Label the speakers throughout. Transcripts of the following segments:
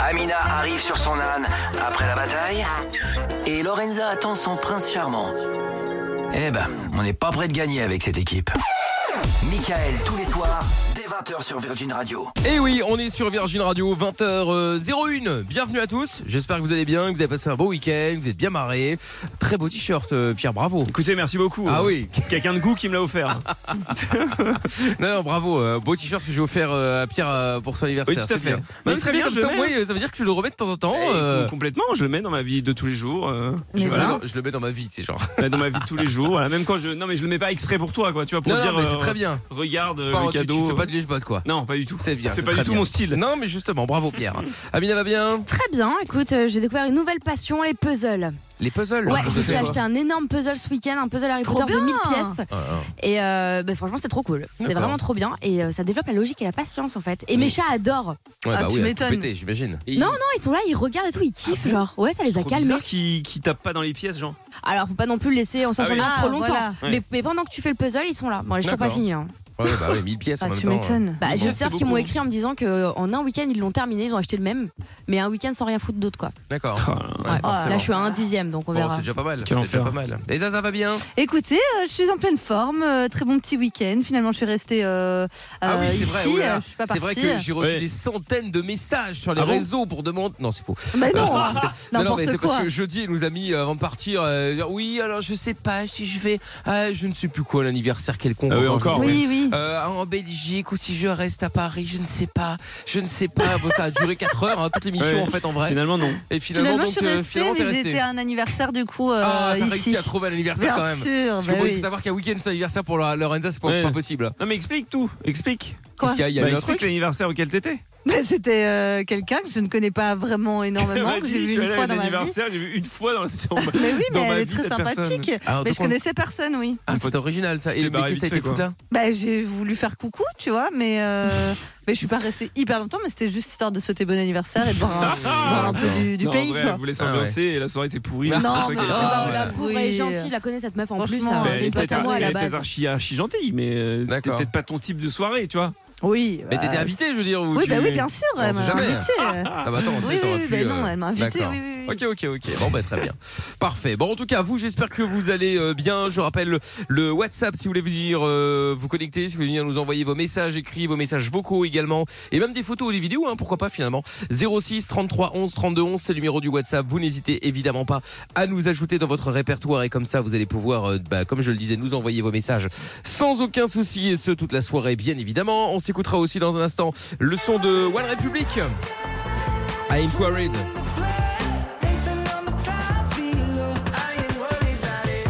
Speaker 1: Amina arrive sur son âne après la bataille. Et Lorenza attend son prince charmant. Eh ben, on n'est pas prêt de gagner avec cette équipe. Michael, tous les soirs, dès 20h sur Virgin Radio.
Speaker 2: Et Eh oui, on est sur Virgin Radio, 20h01. Bienvenue à tous. J'espère que vous allez bien, que vous avez passé un beau week-end, que vous êtes bien marrés. Très beau t-shirt, euh, Pierre, bravo.
Speaker 3: Écoutez, merci beaucoup.
Speaker 2: Ah oui.
Speaker 3: Quelqu'un de goût qui me l'a offert. hein.
Speaker 2: Non, non, bravo. euh, beau t-shirt que j'ai offert euh, à Pierre euh, pour son anniversaire.
Speaker 3: Oui, tout à
Speaker 2: c'est
Speaker 3: fait.
Speaker 2: bien.
Speaker 3: Mais
Speaker 2: Non,
Speaker 3: très
Speaker 2: c'est bien
Speaker 3: bien,
Speaker 2: comme
Speaker 3: je
Speaker 2: ça.
Speaker 3: mets.
Speaker 2: Oui, ça veut dire que tu le remets de temps en temps.
Speaker 3: Eh,
Speaker 2: euh,
Speaker 3: Complètement, je le mets dans ma vie de tous les jours. euh,
Speaker 2: je,
Speaker 3: voilà.
Speaker 2: le mets dans- je le mets dans ma vie, c'est genre.
Speaker 3: Là, dans ma vie de tous les jours. Voilà, même quand je. Non, mais je le mets pas exprès pour toi, quoi. Tu vois, pour
Speaker 2: Non, non,
Speaker 3: dire.
Speaker 2: mais c'est
Speaker 3: euh,
Speaker 2: très bien.
Speaker 3: Regarde euh,
Speaker 2: Pas-
Speaker 3: le
Speaker 2: tu-
Speaker 3: cadeau.
Speaker 2: Tu, fais pas de lèche-botte, quoi.
Speaker 3: Non, pas du tout.
Speaker 2: C'est bien.
Speaker 3: C'est pas
Speaker 2: très
Speaker 3: du tout
Speaker 2: bien.
Speaker 3: mon style.
Speaker 2: Non, mais justement, bravo Pierre. Amina va bien
Speaker 4: Très bien, écoute, euh, j'ai découvert une nouvelle passion, les puzzles.
Speaker 2: Les puzzles
Speaker 4: ouais,
Speaker 2: vous
Speaker 4: je
Speaker 2: savez
Speaker 4: me suis
Speaker 2: quoi
Speaker 4: acheté un énorme puzzle ce week-end, un puzzle Harry
Speaker 5: Trop
Speaker 4: Potter de
Speaker 5: bien
Speaker 4: 1000 pièces.
Speaker 2: Ah, ah.
Speaker 4: Et euh, bah, franchement, c'est trop cool. C'est
Speaker 2: D'accord.
Speaker 4: vraiment trop bien. Et euh, ça développe la logique et la patience en fait. Et
Speaker 2: Mm.
Speaker 4: mes chats adorent. Euh,
Speaker 2: Ouais,
Speaker 5: Ah,
Speaker 2: bah
Speaker 5: tu
Speaker 2: oui, à tout
Speaker 5: m'étonnes.
Speaker 2: péter, j'imagine.
Speaker 4: Non, non, ils sont là, ils regardent et tout, ils kiffent. genre, ouais, ça les a
Speaker 3: Trop
Speaker 4: calmés.
Speaker 3: bizarre qui, qui tape pas dans les pièces, genre.
Speaker 4: Alors, faut pas non plus le laisser en s'en
Speaker 3: Ah oui.
Speaker 4: sortir
Speaker 5: Ah,
Speaker 4: trop longtemps.
Speaker 5: voilà.
Speaker 4: Mais,
Speaker 3: Ouais.
Speaker 4: mais pendant que tu fais le puzzle, ils sont là. Bon, je toujours pas
Speaker 2: D'accord.
Speaker 4: fini. hein.
Speaker 2: Ouais, bah oui, 1000 pièces
Speaker 5: Ah,
Speaker 2: en même
Speaker 5: tu
Speaker 2: temps.
Speaker 5: m'étonnes.
Speaker 4: Bah, j'ai
Speaker 3: bon,
Speaker 4: des sœurs
Speaker 3: c'est
Speaker 4: qui m'ont
Speaker 3: beaucoup.
Speaker 4: écrit en me disant que euh, en un week-end, ils l'ont terminé, ils ont acheté le même. Mais un week-end sans rien foutre d'autre, quoi.
Speaker 2: D'accord.
Speaker 3: Oh,
Speaker 4: Ouais.
Speaker 5: forcément.
Speaker 4: Oh, là, je suis à un dixième, donc on
Speaker 2: Bon,
Speaker 4: verra.
Speaker 2: c'est déjà pas mal. C'est
Speaker 3: Quel
Speaker 2: déjà
Speaker 3: enfer.
Speaker 2: pas mal. Et ça, ça va bien
Speaker 5: Écoutez, euh, je suis en pleine forme, euh, très bon petit week-end. Finalement, je suis restée euh,
Speaker 2: Ah
Speaker 5: euh,
Speaker 2: oui, c'est
Speaker 5: ici,
Speaker 2: vrai.
Speaker 5: euh,
Speaker 2: oula.
Speaker 5: je suis pas
Speaker 2: C'est
Speaker 5: partie.
Speaker 2: vrai que j'ai reçu
Speaker 3: Ouais.
Speaker 2: des centaines de messages sur les
Speaker 3: Ah bon
Speaker 2: réseaux pour demander. Non, c'est faux.
Speaker 5: Mais
Speaker 2: Euh,
Speaker 5: non, hein.
Speaker 2: je- Non, non, mais
Speaker 5: n'importe
Speaker 2: c'est parce
Speaker 5: quoi.
Speaker 2: que jeudi, elle nous a mis euh, avant de partir. euh, dire, oui, alors je sais pas si je vais. ah, je ne sais plus quoi, l'anniversaire quelconque.
Speaker 3: Ah oui,
Speaker 2: je ne
Speaker 3: encore,
Speaker 2: sais
Speaker 3: oui.
Speaker 2: plus.
Speaker 5: Oui, oui.
Speaker 2: Euh, en Belgique ou si je reste à Paris, je ne sais pas. Je ne sais pas. Bon, ça a duré 4 heures, hein, toute l'émission
Speaker 3: Ouais.
Speaker 2: en fait en vrai.
Speaker 3: Finalement, non.
Speaker 2: Et finalement,
Speaker 5: Finalement,
Speaker 2: donc,
Speaker 5: je suis
Speaker 2: euh,
Speaker 5: restée,
Speaker 2: finalement, t'es
Speaker 5: mais
Speaker 2: resté.
Speaker 5: j'étais à un anniversaire du coup euh,
Speaker 2: Ah, t'as
Speaker 5: ici.
Speaker 2: réussi à trouver l'anniversaire quand
Speaker 5: Bien
Speaker 2: même.
Speaker 5: sûr,
Speaker 2: Parce que
Speaker 5: bah
Speaker 2: bon, il
Speaker 5: oui.
Speaker 2: faut savoir qu'un week-end c'est anniversaire pour la Lorenza, c'est pas,
Speaker 3: Ouais.
Speaker 2: pas possible.
Speaker 3: Non, mais explique tout. Explique.
Speaker 5: Quoi
Speaker 2: Qu'est-ce qu'il y a Il y a
Speaker 3: Bah,
Speaker 2: eu un
Speaker 3: explique
Speaker 2: truc
Speaker 3: l'anniversaire auquel t'étais.
Speaker 5: Bah, C'était euh, quelqu'un que je ne connais pas vraiment
Speaker 2: Eh
Speaker 5: énormément,
Speaker 3: Vas-y,
Speaker 2: ben,
Speaker 5: que j'ai
Speaker 3: je
Speaker 5: vu
Speaker 3: suis allé
Speaker 5: une
Speaker 3: à
Speaker 5: fois
Speaker 3: un
Speaker 5: dans ma vie.
Speaker 3: anniversaire, j'ai vu une fois dans la
Speaker 5: Mais oui, mais
Speaker 3: Dans ma
Speaker 5: elle est
Speaker 3: vie,
Speaker 5: très
Speaker 3: cette personne.
Speaker 5: sympathique.
Speaker 2: Ah,
Speaker 5: mais
Speaker 2: donc
Speaker 5: je
Speaker 2: on-
Speaker 5: connaissais personne, oui.
Speaker 2: Ah, c'est original ça.
Speaker 3: Tu
Speaker 2: Et
Speaker 3: t'es
Speaker 2: mais
Speaker 3: barré
Speaker 2: qu'est-ce que t'as
Speaker 3: vite
Speaker 2: été
Speaker 3: fait,
Speaker 2: foutre là
Speaker 5: Bah, j'ai voulu faire coucou, tu vois, mais, euh, mais je suis pas restée hyper longtemps, mais c'était juste histoire de sauter bon anniversaire et de voir un, voir un peu du,
Speaker 3: Ah,
Speaker 5: du
Speaker 3: non,
Speaker 5: pays.
Speaker 3: En vrai,
Speaker 5: quoi.
Speaker 3: elle voulait
Speaker 2: Ah ouais.
Speaker 3: s'ambiancer et la soirée était pourrie.
Speaker 2: Non,
Speaker 3: c'est pour ça
Speaker 5: mais
Speaker 3: qu'elle
Speaker 5: ça
Speaker 3: était
Speaker 5: va,
Speaker 3: partie.
Speaker 5: on
Speaker 4: la pauvre elle est
Speaker 5: Oui.
Speaker 4: gentille, je la connais, cette meuf en plus.
Speaker 5: Franchement,
Speaker 4: hein,
Speaker 5: Mais
Speaker 3: Elle
Speaker 4: c'est une
Speaker 3: était
Speaker 4: pote à moi à la
Speaker 3: elle était
Speaker 4: base.
Speaker 3: archi, archi gentille, mais euh, c'était
Speaker 2: D'accord.
Speaker 3: peut-être pas ton type de soirée, tu vois.
Speaker 5: Oui.
Speaker 2: Mais
Speaker 5: bah,
Speaker 2: t'étais invité, je veux dire. ou
Speaker 5: Oui,
Speaker 2: tu-
Speaker 5: bah oui, bien sûr,
Speaker 2: on
Speaker 5: elle
Speaker 2: sait
Speaker 5: m'a
Speaker 2: jamais.
Speaker 5: invité.
Speaker 2: Ah bah attends, tu
Speaker 5: Oui,
Speaker 2: sais, t'aurais
Speaker 5: oui,
Speaker 2: pu,
Speaker 5: bah
Speaker 2: euh,
Speaker 5: non, elle m'a invité,
Speaker 2: d'accord.
Speaker 5: oui, oui, oui.
Speaker 2: Ok, ok, ok. Bon, bah, très bien. Parfait. Bon, en tout cas, vous, j'espère que vous allez euh, bien. Je rappelle le- le WhatsApp si vous voulez vous dire, euh, vous connecter, si vous voulez venir nous envoyer vos messages écrits, vos messages vocaux également, et même des photos ou des vidéos, hein, pourquoi pas finalement. 06 33 11 32 11, c'est le numéro du WhatsApp. Vous n'hésitez évidemment pas à nous ajouter dans votre répertoire et comme ça, vous allez pouvoir, euh, bah, comme je le disais, nous envoyer vos messages sans aucun souci et ce toute la soirée, bien évidemment. On s'écoutera aussi dans un instant le son de One Republic. I ain't worried.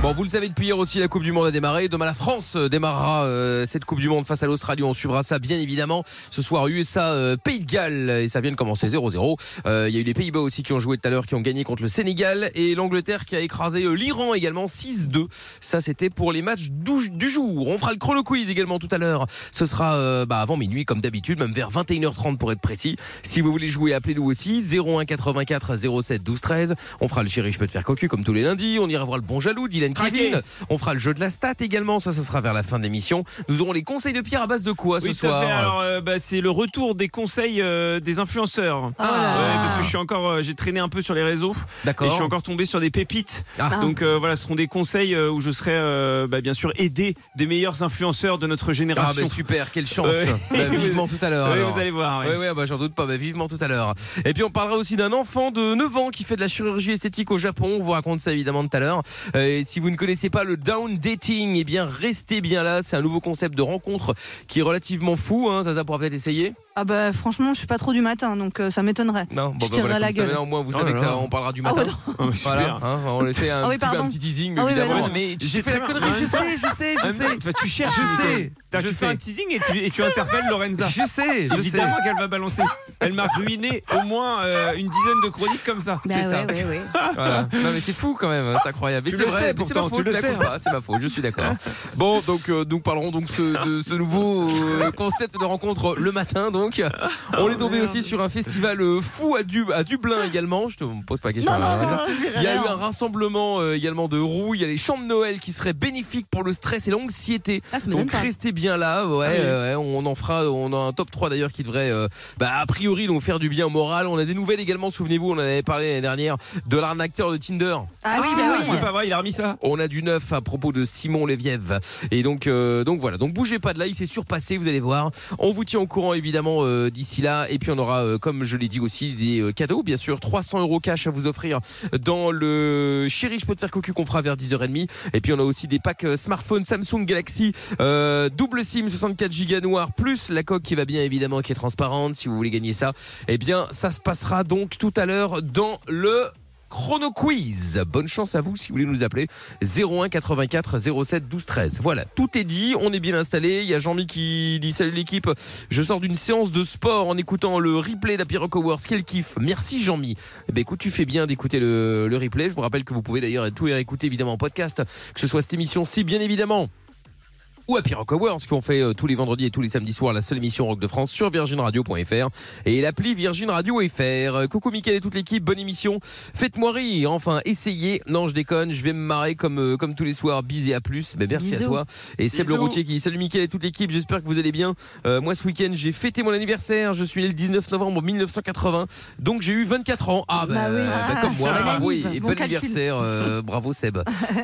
Speaker 2: Bon, vous le savez depuis hier aussi, la Coupe du Monde a démarré. Demain, la France euh, démarrera euh, cette Coupe du Monde face à l'Australie. On suivra ça, bien évidemment. Ce soir, USA, euh, Pays de Galles, et ça vient de commencer 0-0. Euh, Il y a eu les Pays-Bas aussi qui ont joué tout à l'heure, qui ont gagné contre le Sénégal et l'Angleterre qui a écrasé euh, l'Iran également 6-2. Ça, c'était pour les matchs dou- du jour. On fera le chrono quiz également tout à l'heure. Ce sera euh, bah, avant minuit, comme d'habitude, même vers 21h30 pour être précis. Si vous voulez jouer, appelez-nous aussi 01 84 07 12 13. On fera le chéri, je peux te faire cocu comme tous les lundis. On ira voir le bon jaloux, Dylan
Speaker 3: Traqué.
Speaker 2: Kevin. On fera le jeu de la stat également. Ça, ce sera vers la fin de l'émission. Nous aurons les conseils de Pierre à base de quoi
Speaker 3: Oui,
Speaker 2: ce
Speaker 3: tout à
Speaker 2: soir
Speaker 3: fait. Alors, euh, bah, c'est le retour des conseils euh, des influenceurs.
Speaker 5: Oh là
Speaker 3: Ouais,
Speaker 5: là.
Speaker 3: parce que je suis encore, euh, j'ai traîné un peu sur les réseaux et je suis
Speaker 2: D'accord.
Speaker 3: encore tombé sur des pépites.
Speaker 2: Ah.
Speaker 3: Donc euh, voilà, ce seront des conseils euh, où je serai euh, bah, bien sûr aidé des meilleurs influenceurs de notre
Speaker 2: Ah, bah,
Speaker 3: génération.
Speaker 2: super, quelle chance.
Speaker 3: Ouais.
Speaker 2: Bah, vivement tout à l'heure.
Speaker 3: Ouais,
Speaker 2: alors.
Speaker 3: vous allez voir. ouais.
Speaker 2: Ouais, ouais, bah, j'en doute pas, bah, vivement tout à l'heure. Et puis on parlera aussi d'un enfant de 9 ans qui fait de la chirurgie esthétique au Japon. On vous raconte ça évidemment tout à l'heure. Euh, et si vous ne connaissez pas le down dating, eh bien restez bien là. C'est un nouveau concept de rencontre qui est relativement fou. Hein. Zaza pourra peut-être essayer.
Speaker 5: Ah bah franchement, je suis pas trop du matin, donc euh, ça m'étonnerait.
Speaker 3: Bah,
Speaker 2: Non, bon, bah,
Speaker 5: Je tirerai
Speaker 2: comme
Speaker 5: la
Speaker 2: ça,
Speaker 5: gueule.
Speaker 2: maintenant, au moins, vous
Speaker 3: Oh
Speaker 2: savez
Speaker 3: là
Speaker 2: que
Speaker 3: là.
Speaker 2: ça, on parlera du
Speaker 5: Ah
Speaker 2: matin.
Speaker 5: ouais, non.
Speaker 3: Ah, bah, super.
Speaker 2: Voilà, hein, on laissait un,
Speaker 5: Ah oui,
Speaker 2: petit, peu- un
Speaker 5: pardon.
Speaker 2: petit teasing, mais
Speaker 5: Ah oui, bah
Speaker 2: évidemment.
Speaker 5: non.
Speaker 3: mais tu
Speaker 2: J'ai
Speaker 3: sais
Speaker 2: fait la
Speaker 3: très bien.
Speaker 2: connerie,
Speaker 3: En
Speaker 2: je
Speaker 3: même
Speaker 2: sais, je sais, je sais.
Speaker 3: Enfin, tu cherches.
Speaker 2: Je
Speaker 3: Nico.
Speaker 2: sais,
Speaker 3: T'as-
Speaker 2: je
Speaker 3: Tu
Speaker 2: sais.
Speaker 3: fais un teasing et tu, et tu interpelles Lorenza.
Speaker 2: Je sais, je sais.
Speaker 3: Évidemment qu'elle va balancer. Elle m'a ruiné au moins euh, une dizaine de chroniques comme ça.
Speaker 4: Bah
Speaker 2: C'est ça.
Speaker 4: ouais, ouais, ouais.
Speaker 2: Voilà. Non mais c'est fou quand même, c'est incroyable. Mais
Speaker 3: Tu
Speaker 2: c'est
Speaker 3: le
Speaker 2: vrai,
Speaker 3: sais,
Speaker 2: mais c'est ma
Speaker 3: pourtant, tu
Speaker 2: faute,
Speaker 3: le
Speaker 2: je la
Speaker 3: sais.
Speaker 2: coupe pas, c'est ma faute, je suis d'accord. hein. Bon, donc euh, nous parlerons donc ce- de ce nouveau euh, concept de rencontre le matin donc. On est tombé aussi sur un festival euh, fou à, Du- à Dublin également, je te on me pose pas la question. hein.
Speaker 5: Non, non, non, non, je dirais
Speaker 2: Il y a eu
Speaker 5: rien.
Speaker 2: un rassemblement euh, également de roues, il y a les chants de Noël qui seraient bénéfiques pour le stress et l'anxiété.
Speaker 4: Ah, ça me donne
Speaker 2: Donc
Speaker 4: pas.
Speaker 2: restez bien là, ouais,
Speaker 3: Ah oui.
Speaker 2: euh, ouais, on en fera, on a un top 3 d'ailleurs qui devrait, euh, bah, a priori, nous faire du bien au moral. On a des nouvelles également, souvenez-vous, on en avait parlé l'année dernière de l'arnaqueur de Tinder.
Speaker 5: Ah oui,
Speaker 4: Ah,
Speaker 5: bah
Speaker 4: ouais.
Speaker 5: oui.
Speaker 3: C'est pas vrai, il a remis ça.
Speaker 2: On a du neuf à propos de Simon Léviève. Et donc, euh, donc voilà, donc bougez pas de là, il s'est surpassé, vous allez voir. On vous tient au courant évidemment euh, d'ici là. Et puis on aura, euh, comme je l'ai dit aussi, des euh, cadeaux, bien sûr, 300 euros cash à vous offrir dans le Chéri, je peux te faire cocu qu'on fera vers 10h30. Et puis on a aussi des packs euh, smartphone Samsung Galaxy, euh, double SIM 64 Go noir, plus la coque qui va bien évidemment, qui est transparente. Si vous voulez gagner ça, eh bien ça se passera donc tout à l'heure dans le... Chrono Quiz. Bonne chance à vous si vous voulez nous appeler 01 84 07 12 13. Voilà, tout est dit, on est bien installé. Il y a Jean-Mi qui dit salut l'équipe. Je sors d'une séance de sport en écoutant le replay d'Happy Rock Awards. Quel kiff. Merci Jean-Mi. Eh ben écoute, tu fais bien d'écouter le, le replay. Je vous rappelle que vous pouvez d'ailleurs tout réécouter évidemment en podcast, que ce soit cette émission-ci bien évidemment. Ou Happy Rock Awards qu'on fait euh, tous les vendredis et tous les samedis soirs la seule émission rock de France sur virginradio.fr et l'appli Virgin Radio FR. Euh, Coucou Mickaël et toute l'équipe, bonne émission. Faites-moi rire, enfin essayez. Non, je déconne, je vais me marrer comme, euh, comme tous les soirs. Bisous et à plus. Ben, merci à
Speaker 4: Bisous.
Speaker 2: toi. Et Seb le
Speaker 3: Bisous.
Speaker 2: routier qui dit salut Mickaël et toute l'équipe, j'espère que vous allez bien. Euh, moi ce week-end j'ai fêté mon anniversaire, je suis né le 19 novembre 1980, donc j'ai eu 24 ans. Ah ben,
Speaker 4: Bah oui.
Speaker 2: ben, comme moi,
Speaker 4: Ah.
Speaker 2: bravo
Speaker 4: Bon
Speaker 2: et et bon,
Speaker 5: calcul.
Speaker 2: anniversaire, euh, bravo Seb.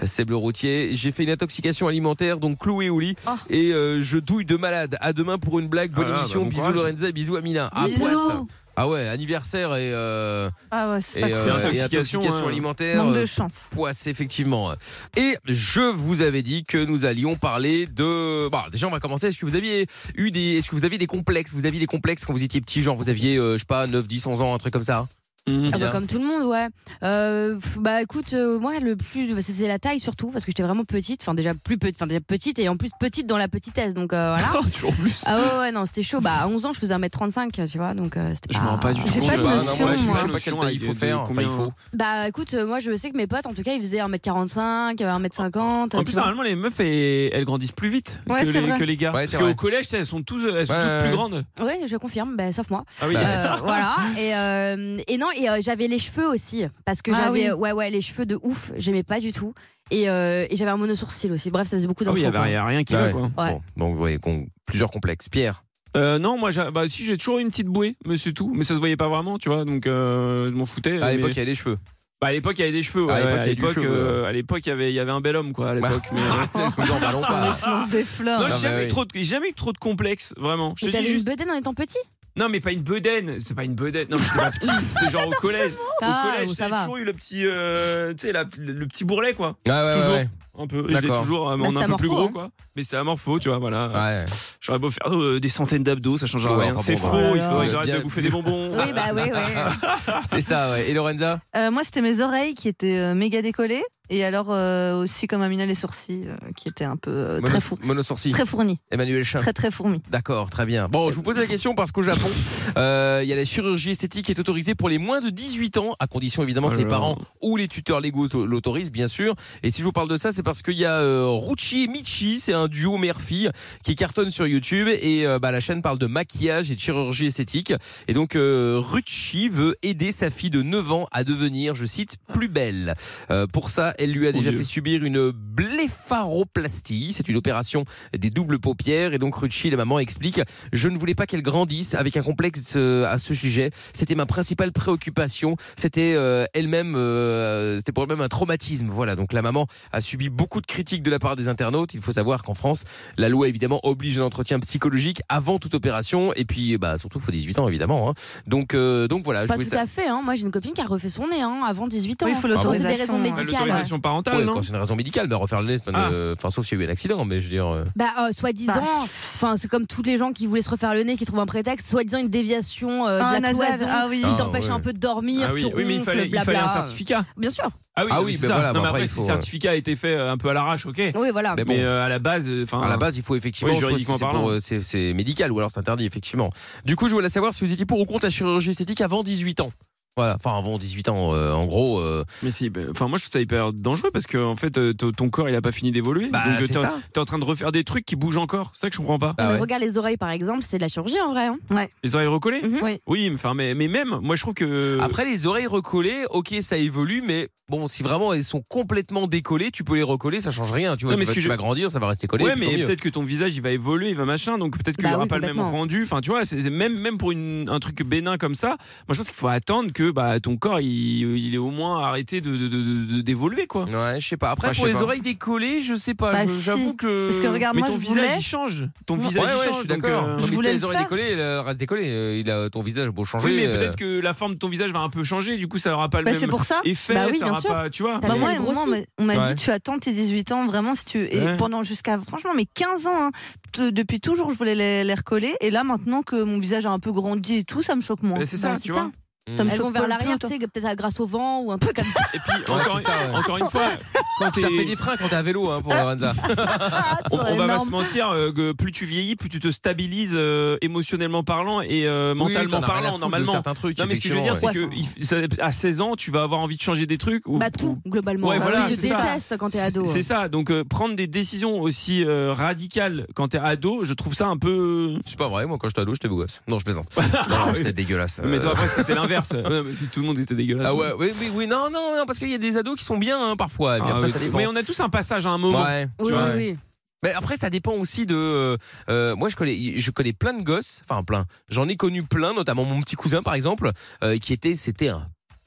Speaker 2: Seb le routier, j'ai fait une intoxication alimentaire, donc cloué au lit,
Speaker 5: Oh.
Speaker 2: et euh, je douille de malade. À demain pour une blague, bonne
Speaker 3: Ah là,
Speaker 2: émission,
Speaker 3: bah, bon
Speaker 2: bisous
Speaker 3: courage.
Speaker 2: Lorenza et bisous Amina. Ah,
Speaker 5: Bisous.
Speaker 2: poisse. Ah ouais, anniversaire et, euh,
Speaker 5: Ah ouais, c'est
Speaker 2: et,
Speaker 5: pas
Speaker 2: euh,
Speaker 5: cool.
Speaker 2: et
Speaker 3: Intoxication,
Speaker 2: intoxication,
Speaker 3: hein.
Speaker 2: alimentaire.
Speaker 5: Manque
Speaker 2: euh,
Speaker 5: de chance.
Speaker 2: poisse, effectivement. Et je vous avais dit que nous allions parler de. Bah, déjà, on va commencer. Est-ce que vous aviez eu des. Est-ce que vous aviez des complexes Vous aviez des complexes quand vous étiez petit, genre vous aviez, euh, je sais pas, 9, 10, 11 ans, un truc comme ça
Speaker 4: Ah bah,
Speaker 2: Bien.
Speaker 4: comme tout le monde, ouais. Euh, pff, bah écoute, euh, moi le plus, c'était la taille surtout parce que j'étais vraiment petite, enfin déjà plus petite, enfin déjà petite et en plus petite dans la petitesse, donc euh, voilà.
Speaker 3: toujours plus.
Speaker 4: Ah ouais, ouais non c'était chaud. Bah à 11 ans je faisais 1m35, tu vois, donc euh, c'était
Speaker 3: Je me rends pas du tout
Speaker 5: J'ai
Speaker 3: compte.
Speaker 5: pas de
Speaker 3: Bah, non,
Speaker 5: notion,
Speaker 3: moi, je-
Speaker 5: moi.
Speaker 2: Je sais pas quelle taille il faut faire. Enfin, il faut.
Speaker 4: Bah écoute, euh, moi je sais que mes potes en tout cas ils faisaient 1m45, 1m50.
Speaker 3: En
Speaker 4: euh, tu
Speaker 3: plus,
Speaker 4: vois.
Speaker 3: normalement, les meufs, elles, elles grandissent plus vite
Speaker 5: Ouais,
Speaker 3: que,
Speaker 5: c'est
Speaker 3: les,
Speaker 5: vrai.
Speaker 3: que les gars.
Speaker 2: Ouais, c'est
Speaker 3: Parce qu'au
Speaker 2: vrai.
Speaker 3: collège, elles sont, tous- elles sont
Speaker 2: Ouais, ouais,
Speaker 3: toutes
Speaker 2: ouais.
Speaker 3: plus grandes.
Speaker 4: Ouais, je confirme, bah, sauf moi.
Speaker 3: Ah oui.
Speaker 4: Euh, voilà. Et, euh, et non, et euh, j'avais les cheveux aussi. Parce que
Speaker 5: Ah
Speaker 4: j'avais
Speaker 5: oui.
Speaker 4: ouais, ouais, les cheveux de ouf, j'aimais pas du tout. Et, euh, et j'avais un monosourcil aussi. Bref, ça faisait beaucoup
Speaker 3: Ah
Speaker 4: d'infos.
Speaker 3: oui, il
Speaker 4: quoi.
Speaker 3: n'y a rien qui
Speaker 2: Ah
Speaker 3: va,
Speaker 2: ouais.
Speaker 3: quoi.
Speaker 4: Ouais.
Speaker 2: Bon, donc vous voyez qu'on- plusieurs complexes. Pierre.
Speaker 3: Euh, non, moi, j'ai- bah, si j'ai toujours eu une petite bouée, mais c'est tout. Mais ça se voyait pas vraiment, tu vois. Donc, euh, je m'en foutais.
Speaker 2: à
Speaker 3: mais-
Speaker 2: l'époque, il y avait les cheveux.
Speaker 3: Bah, à l'époque, il y avait des cheveux.
Speaker 2: À
Speaker 3: ouais,
Speaker 2: l'époque,
Speaker 3: À
Speaker 2: il y avait du
Speaker 3: l'époque,
Speaker 2: cheveu, Bah,
Speaker 3: euh, à l'époque, il y avait, il y avait un bel homme, quoi. À l'époque. mais, euh,
Speaker 2: Nous en parlons pas.
Speaker 5: Je lance des fleurs.
Speaker 3: Non, j'ai
Speaker 2: mais
Speaker 3: jamais, eu
Speaker 2: oui.
Speaker 3: trop de- j'ai jamais eu trop de complexe, vraiment. Je
Speaker 4: Mais
Speaker 3: te dis
Speaker 4: t'avais une
Speaker 3: juste.
Speaker 4: bedaine en étant petit
Speaker 3: Non, mais pas une bedaine. C'est pas une bedaine. Non, mais j'étais pas petit. C'était genre au collège.
Speaker 4: Ah,
Speaker 3: au collège,
Speaker 4: bon,
Speaker 3: j'ai
Speaker 4: ça va.
Speaker 3: toujours eu le petit, euh, tu sais, la- le, le petit bourrelet, quoi.
Speaker 2: Ah ouais, ouais,
Speaker 3: Toujours.
Speaker 2: ouais.
Speaker 3: Un peu. Je l'ai
Speaker 2: D'accord.
Speaker 3: toujours, euh, mais
Speaker 4: Bah,
Speaker 3: on est
Speaker 4: c'est
Speaker 3: un peu plus
Speaker 4: amorpho,
Speaker 3: gros,
Speaker 4: hein.
Speaker 3: quoi. Mais c'est amorpho, tu vois, voilà.
Speaker 2: Ouais.
Speaker 3: J'aurais beau faire euh, des centaines d'abdos, ça changera
Speaker 2: Ouais,
Speaker 3: rien.
Speaker 2: enfin,
Speaker 3: c'est
Speaker 2: bon,
Speaker 3: faux,
Speaker 5: bah,
Speaker 3: il faudrait
Speaker 2: euh,
Speaker 3: que j'arrête
Speaker 2: bien-
Speaker 3: de bouffer des bonbons.
Speaker 4: Oui, bah oui, oui.
Speaker 2: C'est ça, ouais. Et Lorenza
Speaker 5: Euh, moi, c'était mes oreilles qui étaient euh, méga décollées. Et alors, euh, aussi comme Amina, les sourcils euh, qui étaient un peu euh, très, fou-
Speaker 2: Monosourcil.
Speaker 5: très fournis.
Speaker 2: Emmanuel Chin.
Speaker 5: Très, très fournis.
Speaker 2: D'accord, très bien. Bon, je vous pose la question parce qu'au Japon, euh, il y a la chirurgie esthétique qui est autorisée pour les moins de 18 ans, à condition évidemment que les
Speaker 3: Alors.
Speaker 2: parents ou les tuteurs légaux l'autorisent, bien sûr. Et si je vous parle de ça, c'est parce qu'il y a euh, Ruchi et Michi, c'est un duo mère-fille qui cartonne sur YouTube et euh, bah, la chaîne parle de maquillage et de chirurgie esthétique. Et donc euh, Ruchi veut aider sa fille de 9 ans à devenir, je cite, plus belle. Euh, pour ça, elle lui a
Speaker 3: Oh
Speaker 2: déjà
Speaker 3: Dieu.
Speaker 2: fait subir une blépharoplastie. C'est une opération des doubles paupières. Et donc Ruchi, la maman, explique Je ne voulais pas qu'elle grandisse avec un complexe euh, à ce sujet. C'était ma principale préoccupation. C'était euh, elle-même, euh, c'était pour elle-même un traumatisme. Voilà. Donc la maman a subi beaucoup de critiques de la part des internautes. Il faut savoir qu'en France, la loi évidemment oblige un entretien psychologique avant toute opération. Et puis, bah surtout, faut 18 ans évidemment. hein. Donc, euh, donc voilà.
Speaker 4: Pas
Speaker 2: voulais
Speaker 5: Ah,
Speaker 4: tout
Speaker 2: sa-
Speaker 4: à fait. Hein. Moi, j'ai une copine qui a refait son nez hein, avant 18 ans.
Speaker 5: Oui, il faut
Speaker 2: bon
Speaker 4: Pour des
Speaker 5: l'autorisation. Ah.
Speaker 4: raisons
Speaker 5: hein.
Speaker 4: médicales.
Speaker 3: obligation parentale,
Speaker 2: Ouais,
Speaker 3: non
Speaker 2: quand c'est une raison médicale, bah, refaire le nez, c'est pas une- enfin, sauf s'il y a eu un accident, mais je veux dire. euh,
Speaker 4: Bah, euh, soi-disant,
Speaker 5: Bah.
Speaker 4: enfin, c'est comme tous les gens qui voulaient se refaire le nez, qui trouvent un prétexte, soi-disant une déviation euh, de
Speaker 5: Ah,
Speaker 4: la
Speaker 5: nasal,
Speaker 4: cloison
Speaker 5: ah oui.
Speaker 4: qui
Speaker 2: Ah,
Speaker 4: t'empêche
Speaker 2: ouais.
Speaker 4: un peu de dormir,
Speaker 3: Ah oui,
Speaker 4: tu
Speaker 3: oui, mais il
Speaker 4: ronfles,
Speaker 3: fallait, il
Speaker 4: blabla.
Speaker 3: fallait un certificat.
Speaker 4: Bien sûr.
Speaker 3: Ah oui,
Speaker 2: Ah
Speaker 3: mais
Speaker 2: oui,
Speaker 3: c'est
Speaker 2: ben
Speaker 3: ça.
Speaker 2: voilà,
Speaker 3: Non,
Speaker 2: mais
Speaker 3: mais
Speaker 2: après,
Speaker 3: après,
Speaker 2: il
Speaker 3: si
Speaker 2: faut,
Speaker 3: le
Speaker 2: euh,
Speaker 3: certificat a été fait euh, un peu à l'arrache, ok.
Speaker 4: Oui, voilà.
Speaker 2: Mais bon,
Speaker 3: Mais euh, à la base, enfin.
Speaker 2: à la base, il faut effectivement.
Speaker 3: Oui,
Speaker 2: soit
Speaker 3: juridiquement
Speaker 2: c'est pour,
Speaker 3: parlant.
Speaker 2: euh, c'est c'est médical ou alors c'est interdit, effectivement. Du coup, je voulais savoir si vous étiez pour ou contre la chirurgie esthétique avant 18 ans. Voilà, enfin avant 18 ans, euh, en gros. euh,
Speaker 3: Mais si, ben, enfin, moi, je trouve ça hyper dangereux parce que, en fait, euh, t- ton corps, il a pas fini d'évoluer.
Speaker 2: Bah,
Speaker 3: donc, euh,
Speaker 2: c'est
Speaker 3: t'es-
Speaker 2: ça.
Speaker 3: t'es en train de refaire des trucs qui bougent encore. C'est ça que je comprends pas.
Speaker 2: bah
Speaker 4: Non, Ah, mais
Speaker 2: ouais.
Speaker 4: Regarde les oreilles, par exemple, c'est de la chirurgie en vrai. hein.
Speaker 3: Les oreilles recollées
Speaker 4: Mhm.
Speaker 5: Oui.
Speaker 3: Oui, mais, enfin, mais, mais même, moi, je trouve que.
Speaker 2: Après, les oreilles recollées, ok, ça évolue, mais bon, si vraiment elles sont complètement décollées, tu peux les recoller, ça change rien. Tu vois,
Speaker 3: Non, mais
Speaker 2: tu, vas,
Speaker 3: ce que
Speaker 2: tu
Speaker 3: je-
Speaker 2: vas grandir, ça va rester collé.
Speaker 3: Ouais,
Speaker 2: et puis tant
Speaker 3: mais
Speaker 2: mieux.
Speaker 3: peut-être que ton visage il va évoluer, il va machin, donc peut-être qu'il
Speaker 4: Bah
Speaker 3: n'y aura
Speaker 4: oui,
Speaker 3: pas le même
Speaker 4: complètement.
Speaker 3: rendu. Enfin, tu vois, c'est c'est- même même pour une- un truc bénin comme ça, moi je pense qu'il faut attendre que bah ton corps il, il est au moins arrêté de de- de- de- d'évoluer quoi.
Speaker 2: Ouais, je sais pas. Après,
Speaker 3: Ouais, je
Speaker 2: pour
Speaker 3: sais
Speaker 2: les
Speaker 3: pas.
Speaker 2: oreilles décollées, je sais pas.
Speaker 5: Bah,
Speaker 2: je-
Speaker 5: si.
Speaker 2: J'avoue que.
Speaker 5: Parce que regarde,
Speaker 3: mais
Speaker 5: moi,
Speaker 3: ton
Speaker 5: je
Speaker 3: visage
Speaker 5: voulais-
Speaker 3: il change, ton
Speaker 5: Ouais,
Speaker 3: visage
Speaker 2: ouais,
Speaker 3: il
Speaker 2: ouais,
Speaker 3: change.
Speaker 2: je suis
Speaker 3: donc,
Speaker 2: d'accord.
Speaker 3: euh,
Speaker 2: Comme si
Speaker 5: voulais
Speaker 2: t'as
Speaker 5: le
Speaker 2: les oreilles
Speaker 5: faire.
Speaker 2: décollées, elle reste décollée. euh, Il a ton visage beau changer.
Speaker 3: Oui, mais
Speaker 2: euh,
Speaker 3: peut-être que la forme de ton visage va un peu changer, du coup ça aura pas le
Speaker 5: Bah, c'est
Speaker 3: même
Speaker 5: pour ça.
Speaker 3: effet,
Speaker 4: Bah oui,
Speaker 3: ça
Speaker 4: bien
Speaker 3: aura
Speaker 4: sûr.
Speaker 3: pas, tu vois.
Speaker 4: T'as
Speaker 5: Bah
Speaker 4: les
Speaker 5: moi, à
Speaker 4: oreilles
Speaker 5: un moment, on
Speaker 4: grossies.
Speaker 5: m'a- on m'a
Speaker 2: Ouais.
Speaker 5: dit, tu attends tes 18 ans, vraiment, si tu. Et
Speaker 3: Ouais.
Speaker 5: pendant jusqu'à, franchement, mais 15 ans, hein, te- depuis toujours, je voulais les, les recoller. Et là, maintenant que mon visage a un peu grandi et tout, ça me choque moins.
Speaker 3: Bah, c'est ça,
Speaker 4: Bah,
Speaker 3: tu vois.
Speaker 5: Ça me
Speaker 4: Elles
Speaker 5: choque
Speaker 4: vont vers
Speaker 5: pas le plus
Speaker 4: l'arrière, tu
Speaker 5: autant.
Speaker 4: sais, que peut-être à- grâce au vent ou un truc comme ça.
Speaker 3: Et puis
Speaker 2: Ouais,
Speaker 3: encore,
Speaker 2: c'est ça, ouais.
Speaker 3: encore une fois, quand
Speaker 2: Ça
Speaker 3: t'es-
Speaker 2: fait des freins quand t'es à vélo hein, pour Lorenza.
Speaker 5: Ah, ça
Speaker 3: On,
Speaker 5: serait
Speaker 3: on va pas
Speaker 5: énorme.
Speaker 3: se mentir, euh, que plus tu vieillis, plus tu te stabilises euh, émotionnellement parlant et euh, mentalement parlant, normalement.
Speaker 2: Certains trucs,
Speaker 3: Non, mais ce que je veux dire, c'est
Speaker 5: ouais.
Speaker 3: que il- ça- à 16 ans, tu vas avoir envie de changer des trucs. Ou,
Speaker 4: Bah, tout, globalement.
Speaker 3: Ouais,
Speaker 4: Bah,
Speaker 3: voilà,
Speaker 4: tu te
Speaker 3: c'est ça.
Speaker 4: détestes quand t'es ado.
Speaker 3: C'est ça. Donc, euh, prendre des décisions aussi euh, radicales quand t'es ado, je trouve ça un peu. Ah
Speaker 2: C'est pas vrai, moi quand j'étais ado, j'étais beau gosse. Non, je plaisante. Non, non, j'étais dégueulasse.
Speaker 3: Mais toi,
Speaker 2: euh.
Speaker 3: après, c'était l'inverse. Ouais, mais Tout le monde était dégueulasse.
Speaker 2: Ah ouais, oui, oui, oui, non, non, non, parce qu'il y a des ados qui sont bien hein, parfois. et puis
Speaker 3: Ah,
Speaker 2: après,
Speaker 3: ouais,
Speaker 2: ça
Speaker 3: tout-
Speaker 2: dépend.
Speaker 3: mais on a tous un passage à un moment.
Speaker 2: Ouais.
Speaker 4: Oui,
Speaker 3: Tu
Speaker 4: oui,
Speaker 3: vois,
Speaker 4: oui.
Speaker 2: Mais après, ça dépend aussi de. euh, euh, moi, je connais, je connais plein de gosses, enfin plein. J'en ai connu plein, notamment mon petit cousin par exemple, euh, qui était, c'était un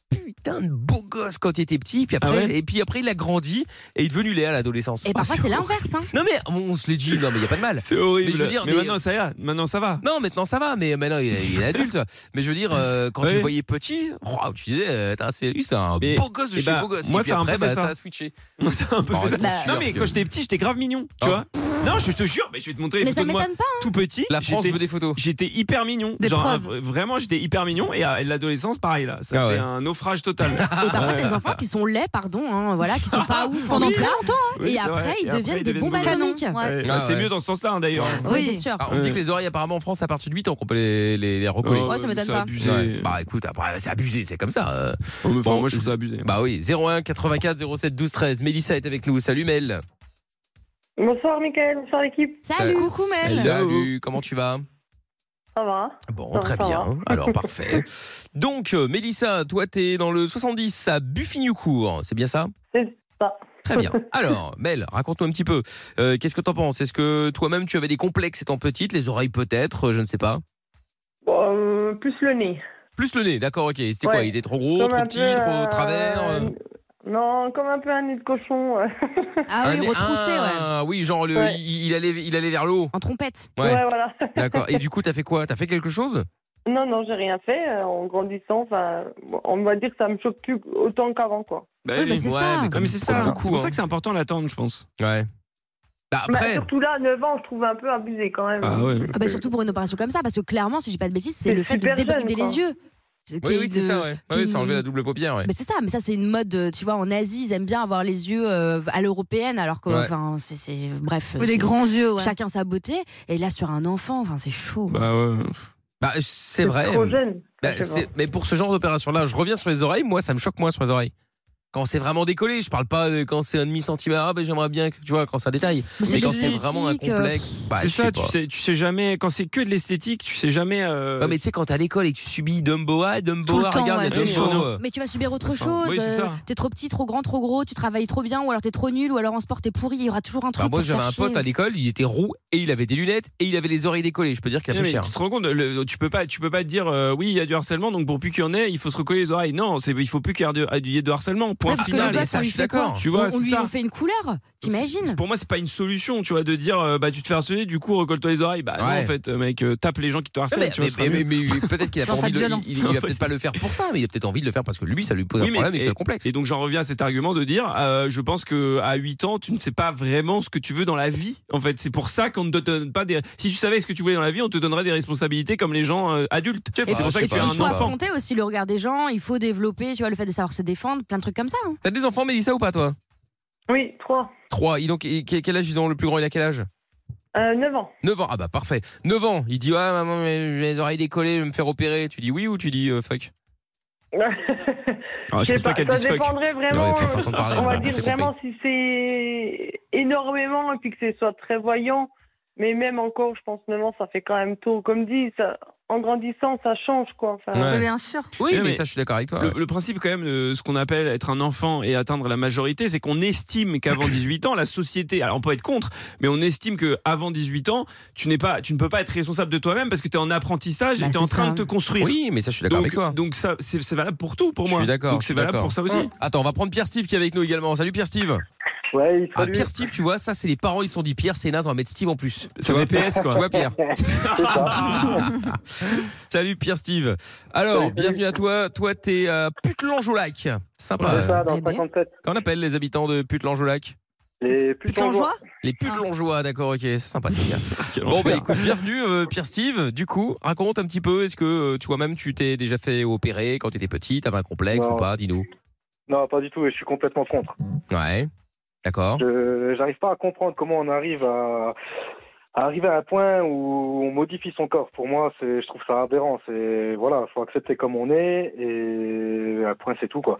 Speaker 2: putain de beau gosse quand il était petit. Puis après,
Speaker 3: Ah ouais
Speaker 2: et puis après, il a grandi et il est devenu laid à l'adolescence.
Speaker 4: Et
Speaker 2: Ah,
Speaker 4: parfois, c'est l'inverse. hein.
Speaker 2: Non mais on se l'est dit, non mais il y a pas de mal.
Speaker 3: C'est horrible.
Speaker 2: Mais je veux dire, des-
Speaker 3: maintenant, ça y est, maintenant, ça va.
Speaker 2: Non, maintenant ça va, mais maintenant il, est- il est adulte. mais je veux dire, euh, quand tu
Speaker 3: Oui.
Speaker 2: le voyais petit, waouh, tu disais, euh, Tain, c'est lui, c'est un
Speaker 3: Mais-
Speaker 2: beau gosse de
Speaker 3: eh
Speaker 2: chez
Speaker 3: ben,
Speaker 2: beau gosse.
Speaker 3: moi,
Speaker 2: et puis
Speaker 3: ça a un
Speaker 2: après,
Speaker 3: peu fait
Speaker 2: bah, ça.
Speaker 3: ça.
Speaker 2: a switché.
Speaker 3: Moi, c'est un peu
Speaker 2: Oh,
Speaker 3: fait ça.
Speaker 2: attends,
Speaker 4: Bah,
Speaker 2: sûr
Speaker 3: Non, mais
Speaker 2: que-
Speaker 3: quand j'étais petit, j'étais grave mignon. Tu
Speaker 2: Ah.
Speaker 3: vois Non, je te jure, mais je vais te montrer les
Speaker 4: Mais ça
Speaker 3: photos de moi
Speaker 4: m'étonne pas.
Speaker 3: tout petit.
Speaker 2: la France
Speaker 3: J'étais-
Speaker 2: veut des photos.
Speaker 3: J'étais hyper mignon.
Speaker 5: Des
Speaker 3: Genre,
Speaker 5: preuves.
Speaker 3: euh, vraiment, j'étais hyper mignon. Et à l'adolescence, pareil, là. Ça
Speaker 2: Ah
Speaker 3: a été
Speaker 2: ouais.
Speaker 3: un naufrage total.
Speaker 4: Et parfois,
Speaker 3: Ah, Ouais.
Speaker 4: t'as des enfants qui sont laids, pardon, hein, voilà, qui sont pas ouf pendant
Speaker 5: Pendant
Speaker 4: très hein.
Speaker 5: très longtemps.
Speaker 3: Oui,
Speaker 4: Et
Speaker 3: c'est
Speaker 4: après,
Speaker 3: vrai.
Speaker 4: ils
Speaker 3: Et
Speaker 4: deviennent des bombes
Speaker 3: deviennent
Speaker 5: Canon.
Speaker 4: atomiques.
Speaker 5: Ouais.
Speaker 3: Ouais.
Speaker 2: Ah,
Speaker 3: Bah, c'est
Speaker 2: ouais.
Speaker 3: mieux dans ce sens-là, hein, d'ailleurs.
Speaker 5: Ouais.
Speaker 4: Oui,
Speaker 5: Oui.
Speaker 4: c'est sûr.
Speaker 2: Ah, on me dit
Speaker 3: Ouais. Oh,
Speaker 2: que les oreilles apparemment en France à partir de 8 ans qu'on peut les, les, les recoller.
Speaker 4: Ouais, ça m'étonne
Speaker 3: c'est
Speaker 4: pas.
Speaker 3: abusé.
Speaker 2: Ouais. Bah écoute, après c'est abusé, c'est comme ça. euh.
Speaker 3: Oh, mais enfin,
Speaker 2: Bon,
Speaker 3: moi, je trouve ça abusé.
Speaker 2: Bah oui, 01 84 07 12 13. Mélissa est avec nous. Salut Mel.
Speaker 6: Bonsoir Mickaël, bonsoir l'équipe.
Speaker 4: Salut.
Speaker 5: Coucou, Mel.
Speaker 2: Salut, comment tu vas
Speaker 6: Ça va hein
Speaker 2: Bon,
Speaker 6: Ça
Speaker 2: très
Speaker 6: va, ça
Speaker 2: bien. Alors parfait. Donc euh, Mélissa, toi t'es dans le 70 à Buffigny-Court, c'est bien ça
Speaker 6: C'est ça.
Speaker 2: Très bien. Alors, Mel, raconte-nous un petit peu. Euh, Qu'est-ce que t'en penses Est-ce que toi-même tu avais des complexes étant petite, les oreilles peut-être, euh, je ne sais pas.
Speaker 6: Bon, euh, plus le nez.
Speaker 2: Plus le nez, d'accord, ok. C'était quoi
Speaker 6: Ouais.
Speaker 2: Il était trop gros,
Speaker 6: Comme
Speaker 2: Oh, trop
Speaker 6: un
Speaker 2: petit,
Speaker 6: peu,
Speaker 2: trop
Speaker 6: euh,
Speaker 2: travers euh,
Speaker 6: Non, comme un peu un nez de cochon. euh.
Speaker 4: Ah
Speaker 2: un
Speaker 4: oui,
Speaker 2: nez-
Speaker 4: retroussé, ouais.
Speaker 2: Ah, Oui, genre le-
Speaker 6: Ouais.
Speaker 2: il, il allait, il allait vers le haut.
Speaker 4: En trompette.
Speaker 2: Ouais.
Speaker 6: voilà.
Speaker 2: D'accord. Et du coup, t'as fait quoi T'as fait quelque chose
Speaker 6: Non, non, j'ai rien fait. euh, En grandissant, enfin, on va dire que ça me choque plus autant qu'avant, quoi.
Speaker 3: Bah
Speaker 4: Oui,
Speaker 3: oui.
Speaker 4: bah, c'est
Speaker 2: ouais,
Speaker 4: ça.
Speaker 2: mais
Speaker 3: Ah, mais c'est ça.
Speaker 2: Comme
Speaker 3: C'est
Speaker 2: beaucoup,
Speaker 3: pour ça
Speaker 2: hein.
Speaker 3: que c'est important l'attente, je pense.
Speaker 2: Ouais. Bah,
Speaker 6: Bah,
Speaker 2: après.
Speaker 6: surtout là, à 9 ans, je trouve un peu abusé quand même.
Speaker 3: Ah ouais.
Speaker 4: Ah bah surtout pour une opération comme ça, parce que clairement, si j'ai pas de bêtises, c'est
Speaker 6: Mais
Speaker 4: le
Speaker 6: je
Speaker 4: fait
Speaker 6: suis
Speaker 4: de
Speaker 6: hyper
Speaker 4: débrider
Speaker 6: jeune, quoi.
Speaker 4: les yeux. Ce qui
Speaker 2: Oui,
Speaker 4: est
Speaker 2: oui, c'est
Speaker 4: de-
Speaker 2: ça, ouais. Ouais,
Speaker 4: qui-
Speaker 2: oui, ça enlevait la double paupière, Ah, ouais.
Speaker 4: Mais c'est ça, mais ça c'est une mode, euh, tu vois, en Asie, ils aiment bien avoir les yeux euh, à l'européenne, alors que,
Speaker 2: Ouais.
Speaker 4: enfin, c'est- c'est, bref,
Speaker 5: Oui,
Speaker 4: c'est-
Speaker 5: les grands yeux, ouais.
Speaker 4: chacun sa beauté. Et là, sur un enfant, enfin, c'est chaud.
Speaker 3: Bah ouais.
Speaker 2: Bah, c'est vrai.
Speaker 6: Trop jeune.
Speaker 2: Bah,
Speaker 6: Je sais
Speaker 2: c'est- mais pour ce genre d'opération-là, je reviens sur les oreilles. Moi, ça me choque moins sur les oreilles. Quand c'est vraiment décollé, je parle pas de- quand c'est un demi centimètre. Ah, ben, j'aimerais bien que tu vois quand c'est un détail.
Speaker 4: Mais
Speaker 2: Mais quand c'est
Speaker 4: génétique,
Speaker 2: vraiment un
Speaker 4: euh,
Speaker 2: complexe, bah,
Speaker 3: c'est
Speaker 2: je sais
Speaker 3: ça, tu
Speaker 2: pas.
Speaker 3: sais, tu sais jamais. Quand c'est que de l'esthétique, tu sais jamais. euh,
Speaker 2: Ouais, mais tu sais, quand t'es à l'école et que tu subis Dumbo, ah, Dumbo,
Speaker 5: Tout le
Speaker 2: ah,
Speaker 5: temps,
Speaker 2: regarde,
Speaker 5: ouais,
Speaker 2: il y a
Speaker 3: c'est
Speaker 2: Dumbo.
Speaker 3: chaud.
Speaker 2: euh.
Speaker 4: Mais tu vas subir autre
Speaker 3: Enfin,
Speaker 4: chose. euh,
Speaker 3: oui, c'est ça.
Speaker 4: t'es trop petit, trop grand, trop gros, tu travailles trop bien, ou alors t'es trop nul, ou alors en sport t'es pourri. Il y aura toujours un truc.
Speaker 2: Enfin, Bah, moi,
Speaker 4: pour te
Speaker 2: j'avais
Speaker 4: faire
Speaker 2: un pote
Speaker 4: chier.
Speaker 2: à l'école, il était roux et il avait des lunettes et il avait les oreilles décollées. Je peux dire qu'il a
Speaker 3: Non,
Speaker 2: fait
Speaker 3: mais
Speaker 2: cher.
Speaker 3: tu te rends compte, le- tu peux pas, tu peux pas te dire euh, oui il y a du harcèlement donc pour plus qu'il y en ait il faut se recoller les oreilles. Non, c'est il faut plus qu'il y ait de- il y ait de harcèlement. point
Speaker 4: parce que
Speaker 3: final.
Speaker 4: le
Speaker 2: et
Speaker 4: gosse,
Speaker 2: ça,
Speaker 4: on
Speaker 2: je
Speaker 4: lui
Speaker 2: suis
Speaker 4: fait quoi
Speaker 2: d'accord.
Speaker 3: Tu vois,
Speaker 4: On- on
Speaker 3: c'est
Speaker 4: lui
Speaker 3: ça.
Speaker 4: en fait une couleur, t'imagines
Speaker 3: Pour moi, c'est pas une solution, tu vois, de dire euh, bah tu te fais harceler, du coup recolle-toi les oreilles. Bah non,
Speaker 2: Ouais.
Speaker 3: en fait, euh, mec, euh, tape les gens qui te harcèlent.
Speaker 2: Mais,
Speaker 3: tu vois, ce sera
Speaker 2: mais-
Speaker 3: mieux.
Speaker 2: mais- mais peut-être qu'il a pas
Speaker 5: Non, pas
Speaker 2: envie de,
Speaker 5: de violent.
Speaker 2: il, il- il va peut-être pas le faire pour ça, mais il a peut-être envie de le faire parce que lui, ça lui pose
Speaker 3: Oui,
Speaker 2: un
Speaker 3: mais-
Speaker 2: problème et, que
Speaker 3: et-
Speaker 2: c'est le complexe.
Speaker 3: Et donc j'en reviens à cet argument de dire, euh, je pense que à 8 ans, tu ne sais pas vraiment ce que tu veux dans la vie. En fait, c'est pour ça qu'on ne te donne pas des. Si tu savais ce que tu voulais dans la vie, on te donnerait des responsabilités comme les gens euh, adultes.
Speaker 2: sais
Speaker 3: Et
Speaker 2: pas,
Speaker 3: c'est pour ça
Speaker 2: je
Speaker 3: que
Speaker 2: sais
Speaker 3: tu
Speaker 2: pas,
Speaker 3: es
Speaker 4: il
Speaker 2: je sais
Speaker 3: un
Speaker 4: faut
Speaker 2: pas.
Speaker 3: enfant.
Speaker 4: affronter aussi le regard des gens, il faut développer, tu vois, le fait de savoir se défendre, plein de trucs comme ça. hein.
Speaker 2: T'as des enfants, Mélissa, ou pas, toi
Speaker 6: Oui, trois.
Speaker 2: Trois. Il donc, et quel quel âge ils ont Le plus grand, il a quel âge
Speaker 6: Euh, 9 ans.
Speaker 2: 9 ans. Ah bah parfait. 9 ans. Il dit Ah maman, mais j'ai les oreilles décollées, je vais me faire opérer. Tu dis oui ou tu dis euh, fuck
Speaker 3: Ah, je
Speaker 6: sais
Speaker 3: pense pas qu'elle
Speaker 6: ça
Speaker 3: dise fuck.
Speaker 6: dépendrait
Speaker 2: Ouais,
Speaker 6: vraiment. euh,
Speaker 2: c'est une façon de parler,
Speaker 6: on va
Speaker 2: on
Speaker 6: dire
Speaker 2: s'est
Speaker 6: vraiment si c'est énormément et puis que ce soit très voyant. Mais même encore, je pense, 9 ans, ça fait quand même tôt. Comme dit, ça- en grandissant, ça change, quoi. Enfin,
Speaker 2: Ouais.
Speaker 5: Euh,
Speaker 2: Eh
Speaker 5: Mais bien sûr.
Speaker 2: Oui, mais,
Speaker 3: mais
Speaker 2: ça, je suis d'accord avec toi.
Speaker 3: Le, le principe quand même de ce qu'on appelle être un enfant et atteindre la majorité, c'est qu'on estime qu'avant 18 ans, la société, alors on peut être contre, mais on estime que avant 18 ans, tu n'es pas, tu ne peux pas être responsable de toi-même parce que tu es en apprentissage
Speaker 4: Bah,
Speaker 3: et tu es
Speaker 4: c'est
Speaker 3: en train
Speaker 4: ça.
Speaker 3: de te construire.
Speaker 2: Oui, mais ça, je suis d'accord
Speaker 3: Donc,
Speaker 2: avec toi.
Speaker 3: donc ça, c'est c'est valable pour tout, pour
Speaker 2: Je
Speaker 3: moi.
Speaker 2: suis d'accord,
Speaker 3: Donc
Speaker 2: je suis
Speaker 3: c'est valable
Speaker 2: d'accord. Mmh.
Speaker 3: pour ça aussi.
Speaker 2: Attends, on va prendre Pierre Steve qui est avec nous également. Salut Pierre Steve.
Speaker 7: Ouais,
Speaker 2: Ah,
Speaker 7: salut.
Speaker 2: Pierre Steve, tu vois, ça, c'est les parents, ils se sont dit Pierre, c'est naze, on va mettre Steve en plus.
Speaker 3: C'est
Speaker 2: va
Speaker 3: VPS, quoi.
Speaker 2: Tu vois, Pierre
Speaker 7: C'est ça.
Speaker 2: Salut Pierre Steve. Alors,
Speaker 7: Salut, salut.
Speaker 2: bienvenue à toi. Toi, t'es à Putelange-au-Lac. Sympa.
Speaker 7: C'est ça, dans
Speaker 4: Eh bien.
Speaker 7: 57.
Speaker 2: Qu'on appelle les habitants de Putelange-au-Lac
Speaker 7: Les
Speaker 5: Putain,
Speaker 7: putains
Speaker 5: joie.
Speaker 2: Les
Speaker 4: Ah.
Speaker 2: Putelangeois, d'accord, ok, c'est sympa. les gars.
Speaker 3: Quel
Speaker 2: bon, bah
Speaker 3: enfer.
Speaker 2: écoute, bienvenue euh, Pierre Steve. Du coup, raconte un petit peu, est-ce que euh, toi-même, tu t'es déjà fait opérer quand t'étais petit T'avais un complexe
Speaker 7: Non.
Speaker 2: ou pas Dis-nous.
Speaker 7: Non, pas du tout, et je suis complètement contre.
Speaker 2: Ouais. D'accord.
Speaker 7: Je J'arrive pas à comprendre comment on arrive à, à arriver à un point où on modifie son corps. Pour moi, c'est- je trouve ça aberrant. C'est voilà, faut accepter comme on est, et à un point, c'est tout, quoi.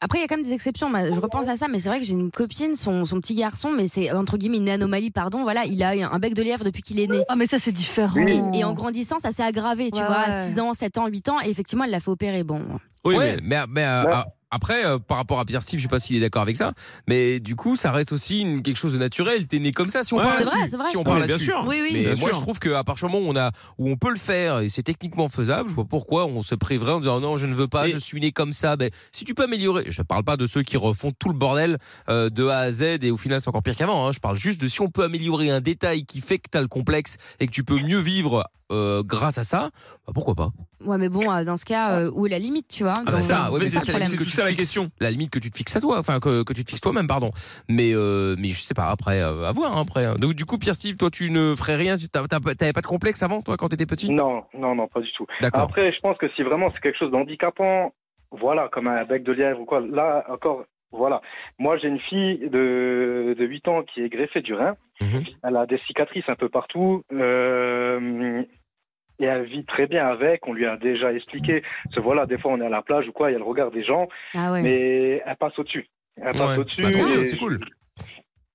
Speaker 4: Après, il y a quand même des exceptions. Moi, Je repense à ça, mais c'est vrai que j'ai une copine, son, son petit garçon, mais c'est entre guillemets une anomalie, pardon. Voilà, il a un bec de lièvre depuis qu'il est né.
Speaker 5: Ah, mais ça, c'est différent.
Speaker 4: Et, et en grandissant, ça s'est aggravé, tu
Speaker 5: Ouais,
Speaker 4: vois,
Speaker 5: ouais.
Speaker 4: 6 ans, 7 ans, 8 ans, et effectivement, elle l'a fait opérer. Bon,
Speaker 3: Oui,
Speaker 2: ouais,
Speaker 3: mais-
Speaker 2: mais, mais, euh,
Speaker 7: Ouais.
Speaker 2: ah, après, euh, par rapport à Pierre Steve, je sais pas s'il est d'accord avec ça, mais du coup, ça reste aussi une- quelque chose de naturel. T'es né comme ça, si on
Speaker 3: Ouais,
Speaker 2: parle
Speaker 4: c'est vrai,
Speaker 2: là-dessus.
Speaker 4: c'est vrai.
Speaker 2: Si on
Speaker 3: Ah,
Speaker 2: parle
Speaker 3: mais bien
Speaker 2: là-dessus.
Speaker 3: sûr.
Speaker 5: Oui, oui.
Speaker 2: Mais
Speaker 3: Bien
Speaker 2: moi,
Speaker 3: sûr.
Speaker 2: je trouve qu'à partir du moment où on, a, où on peut le faire et c'est techniquement faisable, je vois pourquoi on se prévient en disant oh non, je ne veux pas,
Speaker 3: Et-
Speaker 2: je suis né comme ça. Ben, si tu peux améliorer, je ne parle pas de ceux qui refont tout le bordel euh, de A à Z et au final c'est encore pire qu'avant. hein. Je parle juste de si on peut améliorer un détail qui fait que tu as le complexe et que tu peux mieux vivre euh, grâce à ça, bah, pourquoi pas
Speaker 4: ouais, mais bon, euh, dans ce cas, euh, où est la limite, tu vois
Speaker 2: Ah,
Speaker 4: Donc,
Speaker 2: c'est ça,
Speaker 4: euh,
Speaker 2: ouais, mais ça,
Speaker 4: c'est ça le
Speaker 2: c'est-
Speaker 4: problème.
Speaker 3: c'est tout
Speaker 2: que tu
Speaker 3: ça la
Speaker 2: fixes.
Speaker 3: question.
Speaker 2: la limite que tu te fixes à toi, enfin que, que tu te fixes toi-même, pardon. Mais euh, mais je sais pas après, euh, à voir hein, après. Donc du coup, Pierre Steve, toi tu ne ferais rien, tu t'as- t'as pas- t'avais pas de complexe avant toi quand t'étais petit
Speaker 7: Non, non, non, pas du tout.
Speaker 2: D'accord.
Speaker 7: Après, je pense que si vraiment c'est quelque chose d'handicapant, voilà, comme un bec de lièvre ou quoi, là encore, voilà. Moi, j'ai une fille de, de 8 ans qui est greffée du rein.
Speaker 2: Mhm.
Speaker 7: Elle a des cicatrices un peu partout. euh, et elle vit très bien avec. On lui a déjà expliqué. Parce que voilà, des fois, on est à la plage ou quoi, il y a le regard des gens,
Speaker 4: Ah ouais.
Speaker 7: mais elle passe au-dessus. Elle passe
Speaker 2: Ouais,
Speaker 7: au-dessus.
Speaker 2: c'est cool,
Speaker 7: et-
Speaker 2: c'est cool.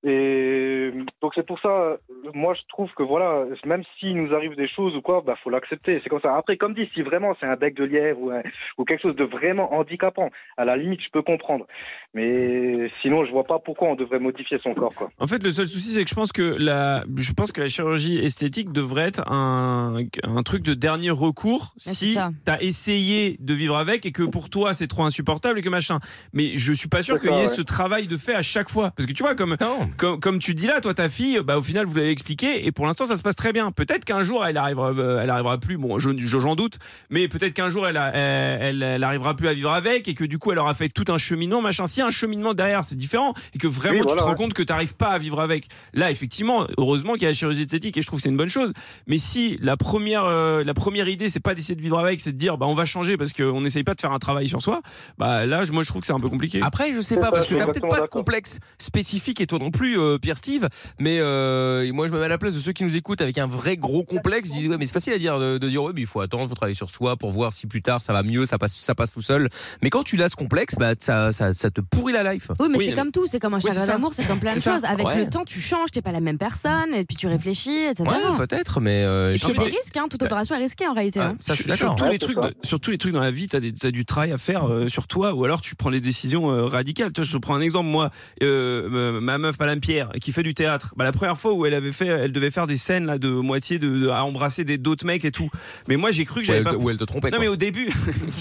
Speaker 7: et donc c'est pour ça, euh, moi je trouve que voilà, même s'il nous arrive des choses ou quoi, bah faut l'accepter. C'est comme ça. Après, comme dit, si vraiment c'est un bec de lièvre ou, un- ou quelque chose de vraiment handicapant, à la limite je peux comprendre. Mais sinon, je vois pas pourquoi on devrait modifier son corps quoi.
Speaker 3: En fait, le seul souci, c'est que je pense que la, je pense que la chirurgie esthétique devrait être un, un truc de dernier recours si
Speaker 4: Ouais, Ah, c'est ça.
Speaker 3: t'as essayé de vivre avec et que pour toi c'est trop insupportable et que machin. Mais je suis pas sûr
Speaker 7: C'est
Speaker 3: qu'il y
Speaker 7: ça,
Speaker 3: ait
Speaker 7: ouais.
Speaker 3: ce travail de fait à chaque fois, parce que tu vois comme.
Speaker 2: Non.
Speaker 3: Comme, comme tu dis là, toi, ta fille, bah, au final, vous l'avez expliqué, et pour l'instant, ça se passe très bien. Peut-être qu'un jour, elle arrivera, euh, elle arrivera plus. Bon, je- je- j'en doute, mais peut-être qu'un jour, elle, a- elle, elle, elle arrivera plus à vivre avec, et que du coup, elle aura fait tout un cheminement, machin. Si un cheminement derrière, c'est différent, et que vraiment,
Speaker 7: Oui,
Speaker 3: tu
Speaker 7: voilà,
Speaker 3: te rends
Speaker 7: ouais.
Speaker 3: compte que tu n'arrives pas à vivre avec. Là, effectivement, heureusement qu'il y a la chirurgie esthétique, et je trouve que c'est une bonne chose. Mais si la première, euh, la première idée, c'est pas d'essayer de vivre avec, c'est de dire, bah, on va changer parce qu'on n'essaye pas de faire un travail sur soi, bah, là, je- moi, je trouve que c'est un peu compliqué.
Speaker 2: Après, je
Speaker 7: C'est
Speaker 2: sais pas,
Speaker 7: ça,
Speaker 2: parce
Speaker 7: je
Speaker 2: que
Speaker 7: suis
Speaker 2: t'as peut-être
Speaker 7: complètement
Speaker 2: pas de
Speaker 7: d'accord.
Speaker 2: complexe spécifique et toi non plus, euh, Pierre Steve. Mais euh, et moi, je me mets à la place de ceux qui nous écoutent avec un vrai gros complexe. Ils disent, ouais, mais c'est facile à dire de, de dire, ouais, mais il faut attendre, faut travailler sur soi pour voir si plus tard ça va mieux, ça passe, ça passe tout seul. Mais quand tu l'as ce complexe, bah ça, ça, ça te pourrit la life.
Speaker 4: Oui, mais
Speaker 3: Oui,
Speaker 4: c'est
Speaker 3: mais-
Speaker 4: comme tout, c'est comme un
Speaker 3: Oui,
Speaker 4: chagrin
Speaker 3: c'est ça.
Speaker 4: d'amour, c'est comme plein de
Speaker 3: C'est ça.
Speaker 4: choses. Avec
Speaker 2: Ouais.
Speaker 4: le temps, tu changes, t'es pas la même personne, et puis tu réfléchis, etc.
Speaker 2: Ouais, peut-être, mais euh,
Speaker 4: Et puis il y a
Speaker 2: j'ai-
Speaker 4: des risques, hein, toute opération est risquée en réalité. hein.
Speaker 2: Ah, ça, je suis
Speaker 3: sur, sur
Speaker 2: d'accord.
Speaker 3: tous
Speaker 7: Ouais,
Speaker 3: les
Speaker 7: c'est
Speaker 3: trucs,
Speaker 7: ça.
Speaker 3: de- sur tous les trucs dans la vie, t'as des- t'as du travail à faire euh, sur toi, ou alors tu prends les décisions euh, radicales. Tu vois, je te prends un exemple, moi, euh, me- ma meuf, pas la Madame Pierre, qui fait du théâtre, bah, la première fois où elle avait fait, elle devait faire des scènes là de moitié de, de- à embrasser des d'autres mecs et tout. Mais moi j'ai cru que
Speaker 2: Ou
Speaker 3: j'avais
Speaker 2: elle,
Speaker 3: pas.
Speaker 2: te- ou elle te trompait.
Speaker 3: Non
Speaker 2: quoi.
Speaker 3: mais au début,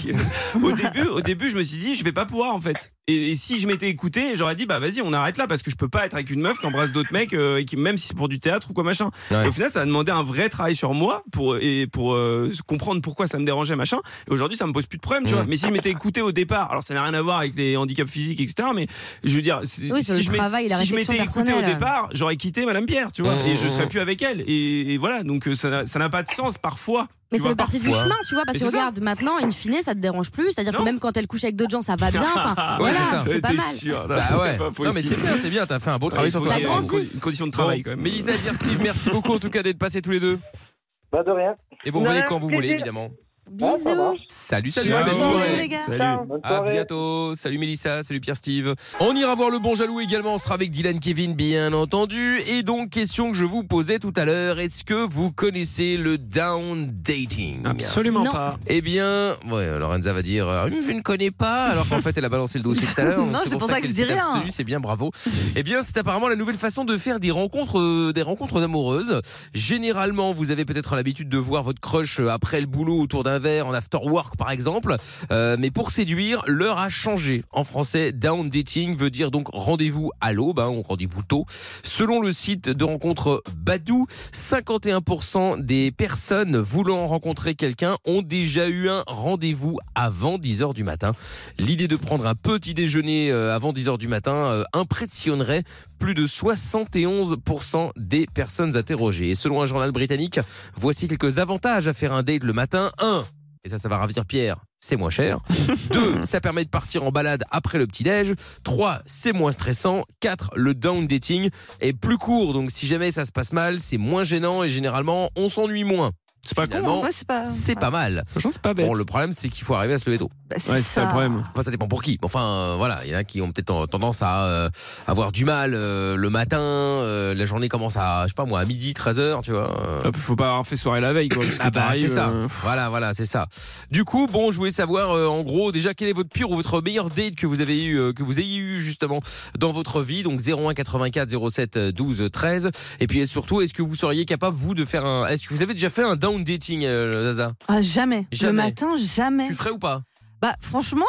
Speaker 3: au début, au début, je me suis dit je vais pas pouvoir en fait. Et, et si je m'étais écouté, j'aurais dit bah vas-y on arrête là parce que je peux pas être avec une meuf qui embrasse d'autres mecs, euh, et qui même si c'est pour du théâtre ou quoi machin.
Speaker 2: Ouais.
Speaker 3: Et au final ça a demandé un vrai travail sur moi pour et pour euh, comprendre pourquoi ça me dérangeait machin. Et aujourd'hui ça me pose plus de problème tu
Speaker 2: Mm.
Speaker 3: vois. Mais si je m'étais écouté au départ, alors ça n'a rien à voir avec les handicaps physiques etc. Mais je veux dire c'est-
Speaker 4: Oui, sur
Speaker 3: si
Speaker 4: le
Speaker 3: je m'étais-
Speaker 4: travail, la
Speaker 3: si je
Speaker 4: réflexion
Speaker 3: m'étais écouté au
Speaker 4: personnelle.
Speaker 3: départ, j'aurais quitté Madame Pierre, tu vois,
Speaker 2: Mm,
Speaker 3: et je
Speaker 2: mm,
Speaker 3: serais
Speaker 2: mm.
Speaker 3: plus avec elle. Et, et voilà, donc euh, ça n'a- ça n'a pas de sens parfois.
Speaker 4: Mais
Speaker 3: tu
Speaker 4: ça
Speaker 3: vois,
Speaker 4: fait partie du
Speaker 2: parfois.
Speaker 4: chemin, tu vois, parce
Speaker 3: Mais
Speaker 4: que
Speaker 3: c'est ça.
Speaker 4: regarde, maintenant, in fine, ça te dérange plus. C'est-à-dire que
Speaker 3: Non.
Speaker 4: même quand elle couche avec d'autres gens, ça va bien. Enfin,
Speaker 2: Ouais,
Speaker 4: voilà,
Speaker 2: c'est ça.
Speaker 4: c'est pas
Speaker 3: T'es
Speaker 4: mal.
Speaker 3: sûr, là,
Speaker 2: Bah
Speaker 3: c'est
Speaker 2: ouais.
Speaker 3: pas
Speaker 2: Non mais
Speaker 3: possible.
Speaker 2: c'est bien, c'est bien. T'as fait un beau travail
Speaker 3: Il
Speaker 2: sur
Speaker 3: faut
Speaker 2: toi.
Speaker 3: qu'il y ait une
Speaker 4: grandi.
Speaker 3: co- Une condition de travail, quand même.
Speaker 2: Mélissa et Pierre Steve, merci beaucoup en tout cas d'être passés tous les deux.
Speaker 7: Bah, de rien.
Speaker 2: Et vous
Speaker 6: Non,
Speaker 2: revenez quand vous voulez
Speaker 6: plaisir.
Speaker 2: évidemment.
Speaker 7: Ah, ça
Speaker 4: Bisous.
Speaker 7: marche.
Speaker 2: Salut, salut,
Speaker 3: Ciao.
Speaker 2: belle
Speaker 5: Bisous,
Speaker 2: soirée.
Speaker 5: les gars.
Speaker 3: Salut.
Speaker 6: Ciao.
Speaker 7: Bonne
Speaker 2: À
Speaker 7: soirée.
Speaker 2: bientôt. Salut Mélissa, salut Pierre Steve. On ira voir le bon jaloux également. On sera avec Dylan Kevin, bien entendu. Et donc, question que je vous posais tout à l'heure. Est-ce que vous connaissez le down dating
Speaker 3: Absolument
Speaker 4: Non.
Speaker 3: pas.
Speaker 2: Eh bien, ouais, Lorenza va dire euh, je ne connais pas, alors qu'en fait elle a balancé le dossier tout à l'heure.
Speaker 5: Non, c'est pour ça que
Speaker 2: qu'elle
Speaker 5: je dis
Speaker 2: s'est
Speaker 5: rien.
Speaker 2: abstenue, C'est bien, bravo. Eh bien, c'est apparemment la nouvelle façon de faire des rencontres, euh, des rencontres amoureuses. Généralement, vous avez peut-être l'habitude de voir votre crush euh, après le boulot autour d'un verre, en after work par exemple. Euh, mais pour séduire, l'heure a changé. En français, down dating veut dire donc rendez-vous à l'aube, hein, ou rendez-vous tôt. Selon le site de rencontre Badou, 51% des personnes voulant rencontrer quelqu'un ont déjà eu un rendez-vous avant 10h du matin. L'idée de prendre un petit déjeuner euh, avant 10h du matin euh, impressionnerait plus de 71% des personnes interrogées. Et selon un journal britannique, voici quelques avantages à faire un date le matin. 1. Et ça, ça va ravir Pierre, c'est moins cher. 2. Ça permet de partir en balade après le petit-déj. 3. C'est moins stressant. 4. Le down dating est plus court. Donc, si jamais ça se passe mal, c'est moins gênant et généralement, on s'ennuie moins.
Speaker 3: C'est pas con.
Speaker 2: Finalement,
Speaker 5: Ouais, c'est pas.
Speaker 2: c'est pas mal.
Speaker 3: Franchement, c'est pas bête.
Speaker 2: Bon, le problème, c'est qu'il faut arriver à se lever tôt.
Speaker 5: Bah, c'est
Speaker 3: Ouais, c'est ça
Speaker 5: ça.
Speaker 3: le problème.
Speaker 2: Enfin, ça dépend pour qui. Mais Enfin, euh, voilà, il y en a qui ont peut-être en- tendance à euh, avoir du mal euh, le matin. euh, la journée commence à, je sais pas moi, à midi, 13h, tu vois. euh.
Speaker 3: Hop, Faut pas avoir fait soirée la veille, quoi. parce que
Speaker 2: Ah bah
Speaker 3: t'arrives,
Speaker 2: c'est ça.
Speaker 3: euh,
Speaker 2: Voilà, voilà, c'est ça. Du coup, bon, je voulais savoir euh, en gros déjà quel est votre pire ou votre meilleur date que vous avez eu, euh, que vous ayez eu justement dans votre vie. Donc 01 84 07 12 13. Et puis et surtout, est-ce que vous seriez capable vous de faire un, est-ce que vous avez déjà fait un down dating, euh, Zaza
Speaker 5: Ah, jamais.
Speaker 2: Jamais.
Speaker 5: Le matin, jamais.
Speaker 2: Tu le ferais ou pas
Speaker 5: Bah, franchement,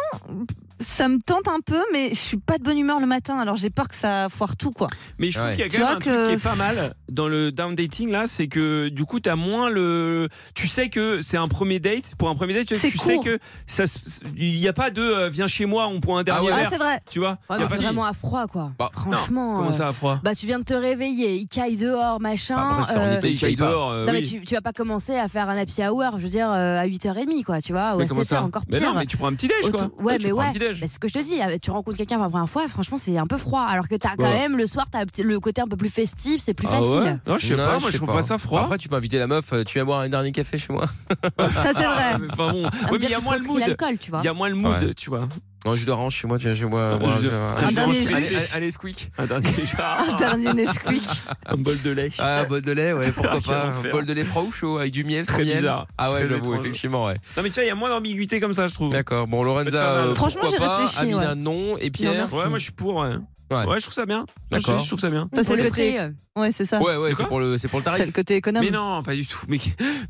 Speaker 5: ça me tente un peu, mais je suis pas de bonne humeur le matin, alors j'ai peur que ça foire tout, quoi.
Speaker 3: Mais je trouve
Speaker 2: Ouais.
Speaker 3: qu'il y a
Speaker 5: Tu
Speaker 3: quand même
Speaker 5: vois
Speaker 3: un
Speaker 5: que-
Speaker 3: truc qui est pas mal dans le down dating là, c'est que du coup t'as moins le. Tu sais que c'est un premier date. Pour un premier date, tu,
Speaker 5: C'est
Speaker 3: tu sais
Speaker 5: court.
Speaker 3: que ça. se- Il n'y a pas de euh, viens chez moi, on prend un dernier
Speaker 2: ouais.
Speaker 5: Ah,
Speaker 3: verre.
Speaker 5: c'est vrai.
Speaker 3: Tu vois Y
Speaker 4: Ouais,
Speaker 3: a
Speaker 4: mais
Speaker 3: pas
Speaker 4: c'est
Speaker 3: de-
Speaker 4: vraiment à froid, quoi.
Speaker 2: Bah,
Speaker 4: Franchement.
Speaker 3: Comment
Speaker 4: euh,
Speaker 3: ça à froid
Speaker 4: Bah, tu viens de te réveiller, il caille dehors, machin.
Speaker 2: Bah, après, c'est en
Speaker 4: euh,
Speaker 2: été, il
Speaker 3: Caille
Speaker 2: caille pas.
Speaker 3: dehors, euh,
Speaker 4: Non, mais
Speaker 3: oui.
Speaker 4: tu, tu vas pas commencer à faire un happy hour, je veux dire, euh, à 8h30, quoi, tu vois, ou
Speaker 3: Mais
Speaker 4: à
Speaker 3: comment
Speaker 4: 7h,
Speaker 3: ça
Speaker 4: encore
Speaker 3: Mais
Speaker 4: pire.
Speaker 3: non, mais tu prends un petit déj, quoi.
Speaker 4: Autour- Ouais,
Speaker 3: tu
Speaker 4: mais
Speaker 3: prends un
Speaker 4: ouais.
Speaker 3: petit déj.
Speaker 4: Mais c'est ce que je te dis, euh, tu rencontres quelqu'un pour la première fois, franchement, c'est un peu froid. Alors que t'as quand
Speaker 3: Ouais.
Speaker 4: même le soir, t'as le petit- le côté un peu plus festif, c'est plus
Speaker 3: Ah
Speaker 4: facile.
Speaker 3: ouais Non, je sais
Speaker 2: Non,
Speaker 3: pas, moi je trouve pas ça froid.
Speaker 2: Après, tu peux inviter la meuf, euh, tu viens boire un dernier café chez moi.
Speaker 5: Ça, c'est vrai.
Speaker 3: Enfin bon, ouais,
Speaker 4: Ah, mais
Speaker 3: mais il y
Speaker 4: bien,
Speaker 3: a
Speaker 4: tu
Speaker 3: moins le
Speaker 4: proscris
Speaker 3: mood.
Speaker 4: l'alcool, tu vois.
Speaker 3: Il y a moins le mood,
Speaker 2: Ouais.
Speaker 3: tu vois.
Speaker 2: Non, je dois chez moi, tu viens chez moi.
Speaker 3: Euh,
Speaker 2: boire un-
Speaker 3: je-
Speaker 2: un-
Speaker 5: Un
Speaker 3: je mange
Speaker 5: dernier
Speaker 3: plus.
Speaker 2: Allez, allez, allez, squeak.
Speaker 3: Un dernier jar,
Speaker 5: Un dernier Nesquik.
Speaker 3: un bol de lait.
Speaker 2: Ah, bol de lait, ouais, pourquoi
Speaker 3: Quel
Speaker 2: pas. Un
Speaker 3: enfer.
Speaker 2: bol de lait froid ou chaud avec du miel, sans
Speaker 3: Très
Speaker 2: miel.
Speaker 3: bizarre.
Speaker 2: Ah ouais,
Speaker 3: Très
Speaker 2: j'avoue,
Speaker 3: étrange.
Speaker 2: effectivement, ouais.
Speaker 3: Non mais tu vois, il y a moins d'ambiguïté comme ça, je trouve.
Speaker 2: D'accord, bon,
Speaker 3: C'est pas
Speaker 2: Lorenza,
Speaker 3: mal.
Speaker 2: euh,
Speaker 5: Franchement,
Speaker 2: pourquoi
Speaker 5: j'ai
Speaker 2: pas,
Speaker 5: réfléchi,
Speaker 2: Amina,
Speaker 5: ouais.
Speaker 2: non. Et Pierre
Speaker 5: merci.
Speaker 3: Ouais, moi je suis pour. Ouais,
Speaker 2: Ouais.
Speaker 3: ouais. je trouve ça bien. Moi, je-
Speaker 2: D'accord.
Speaker 3: Je trouve ça bien.
Speaker 5: Toi, c'est
Speaker 4: Pour
Speaker 5: le
Speaker 4: le
Speaker 5: côté.
Speaker 4: prix, euh,
Speaker 5: Ouais, c'est ça.
Speaker 2: Ouais, ouais,
Speaker 3: De
Speaker 2: c'est
Speaker 3: quoi
Speaker 2: pour, le, c'est pour le
Speaker 5: C'est le
Speaker 2: tarif.
Speaker 5: côté économe.
Speaker 3: Mais non, pas du tout. Mais,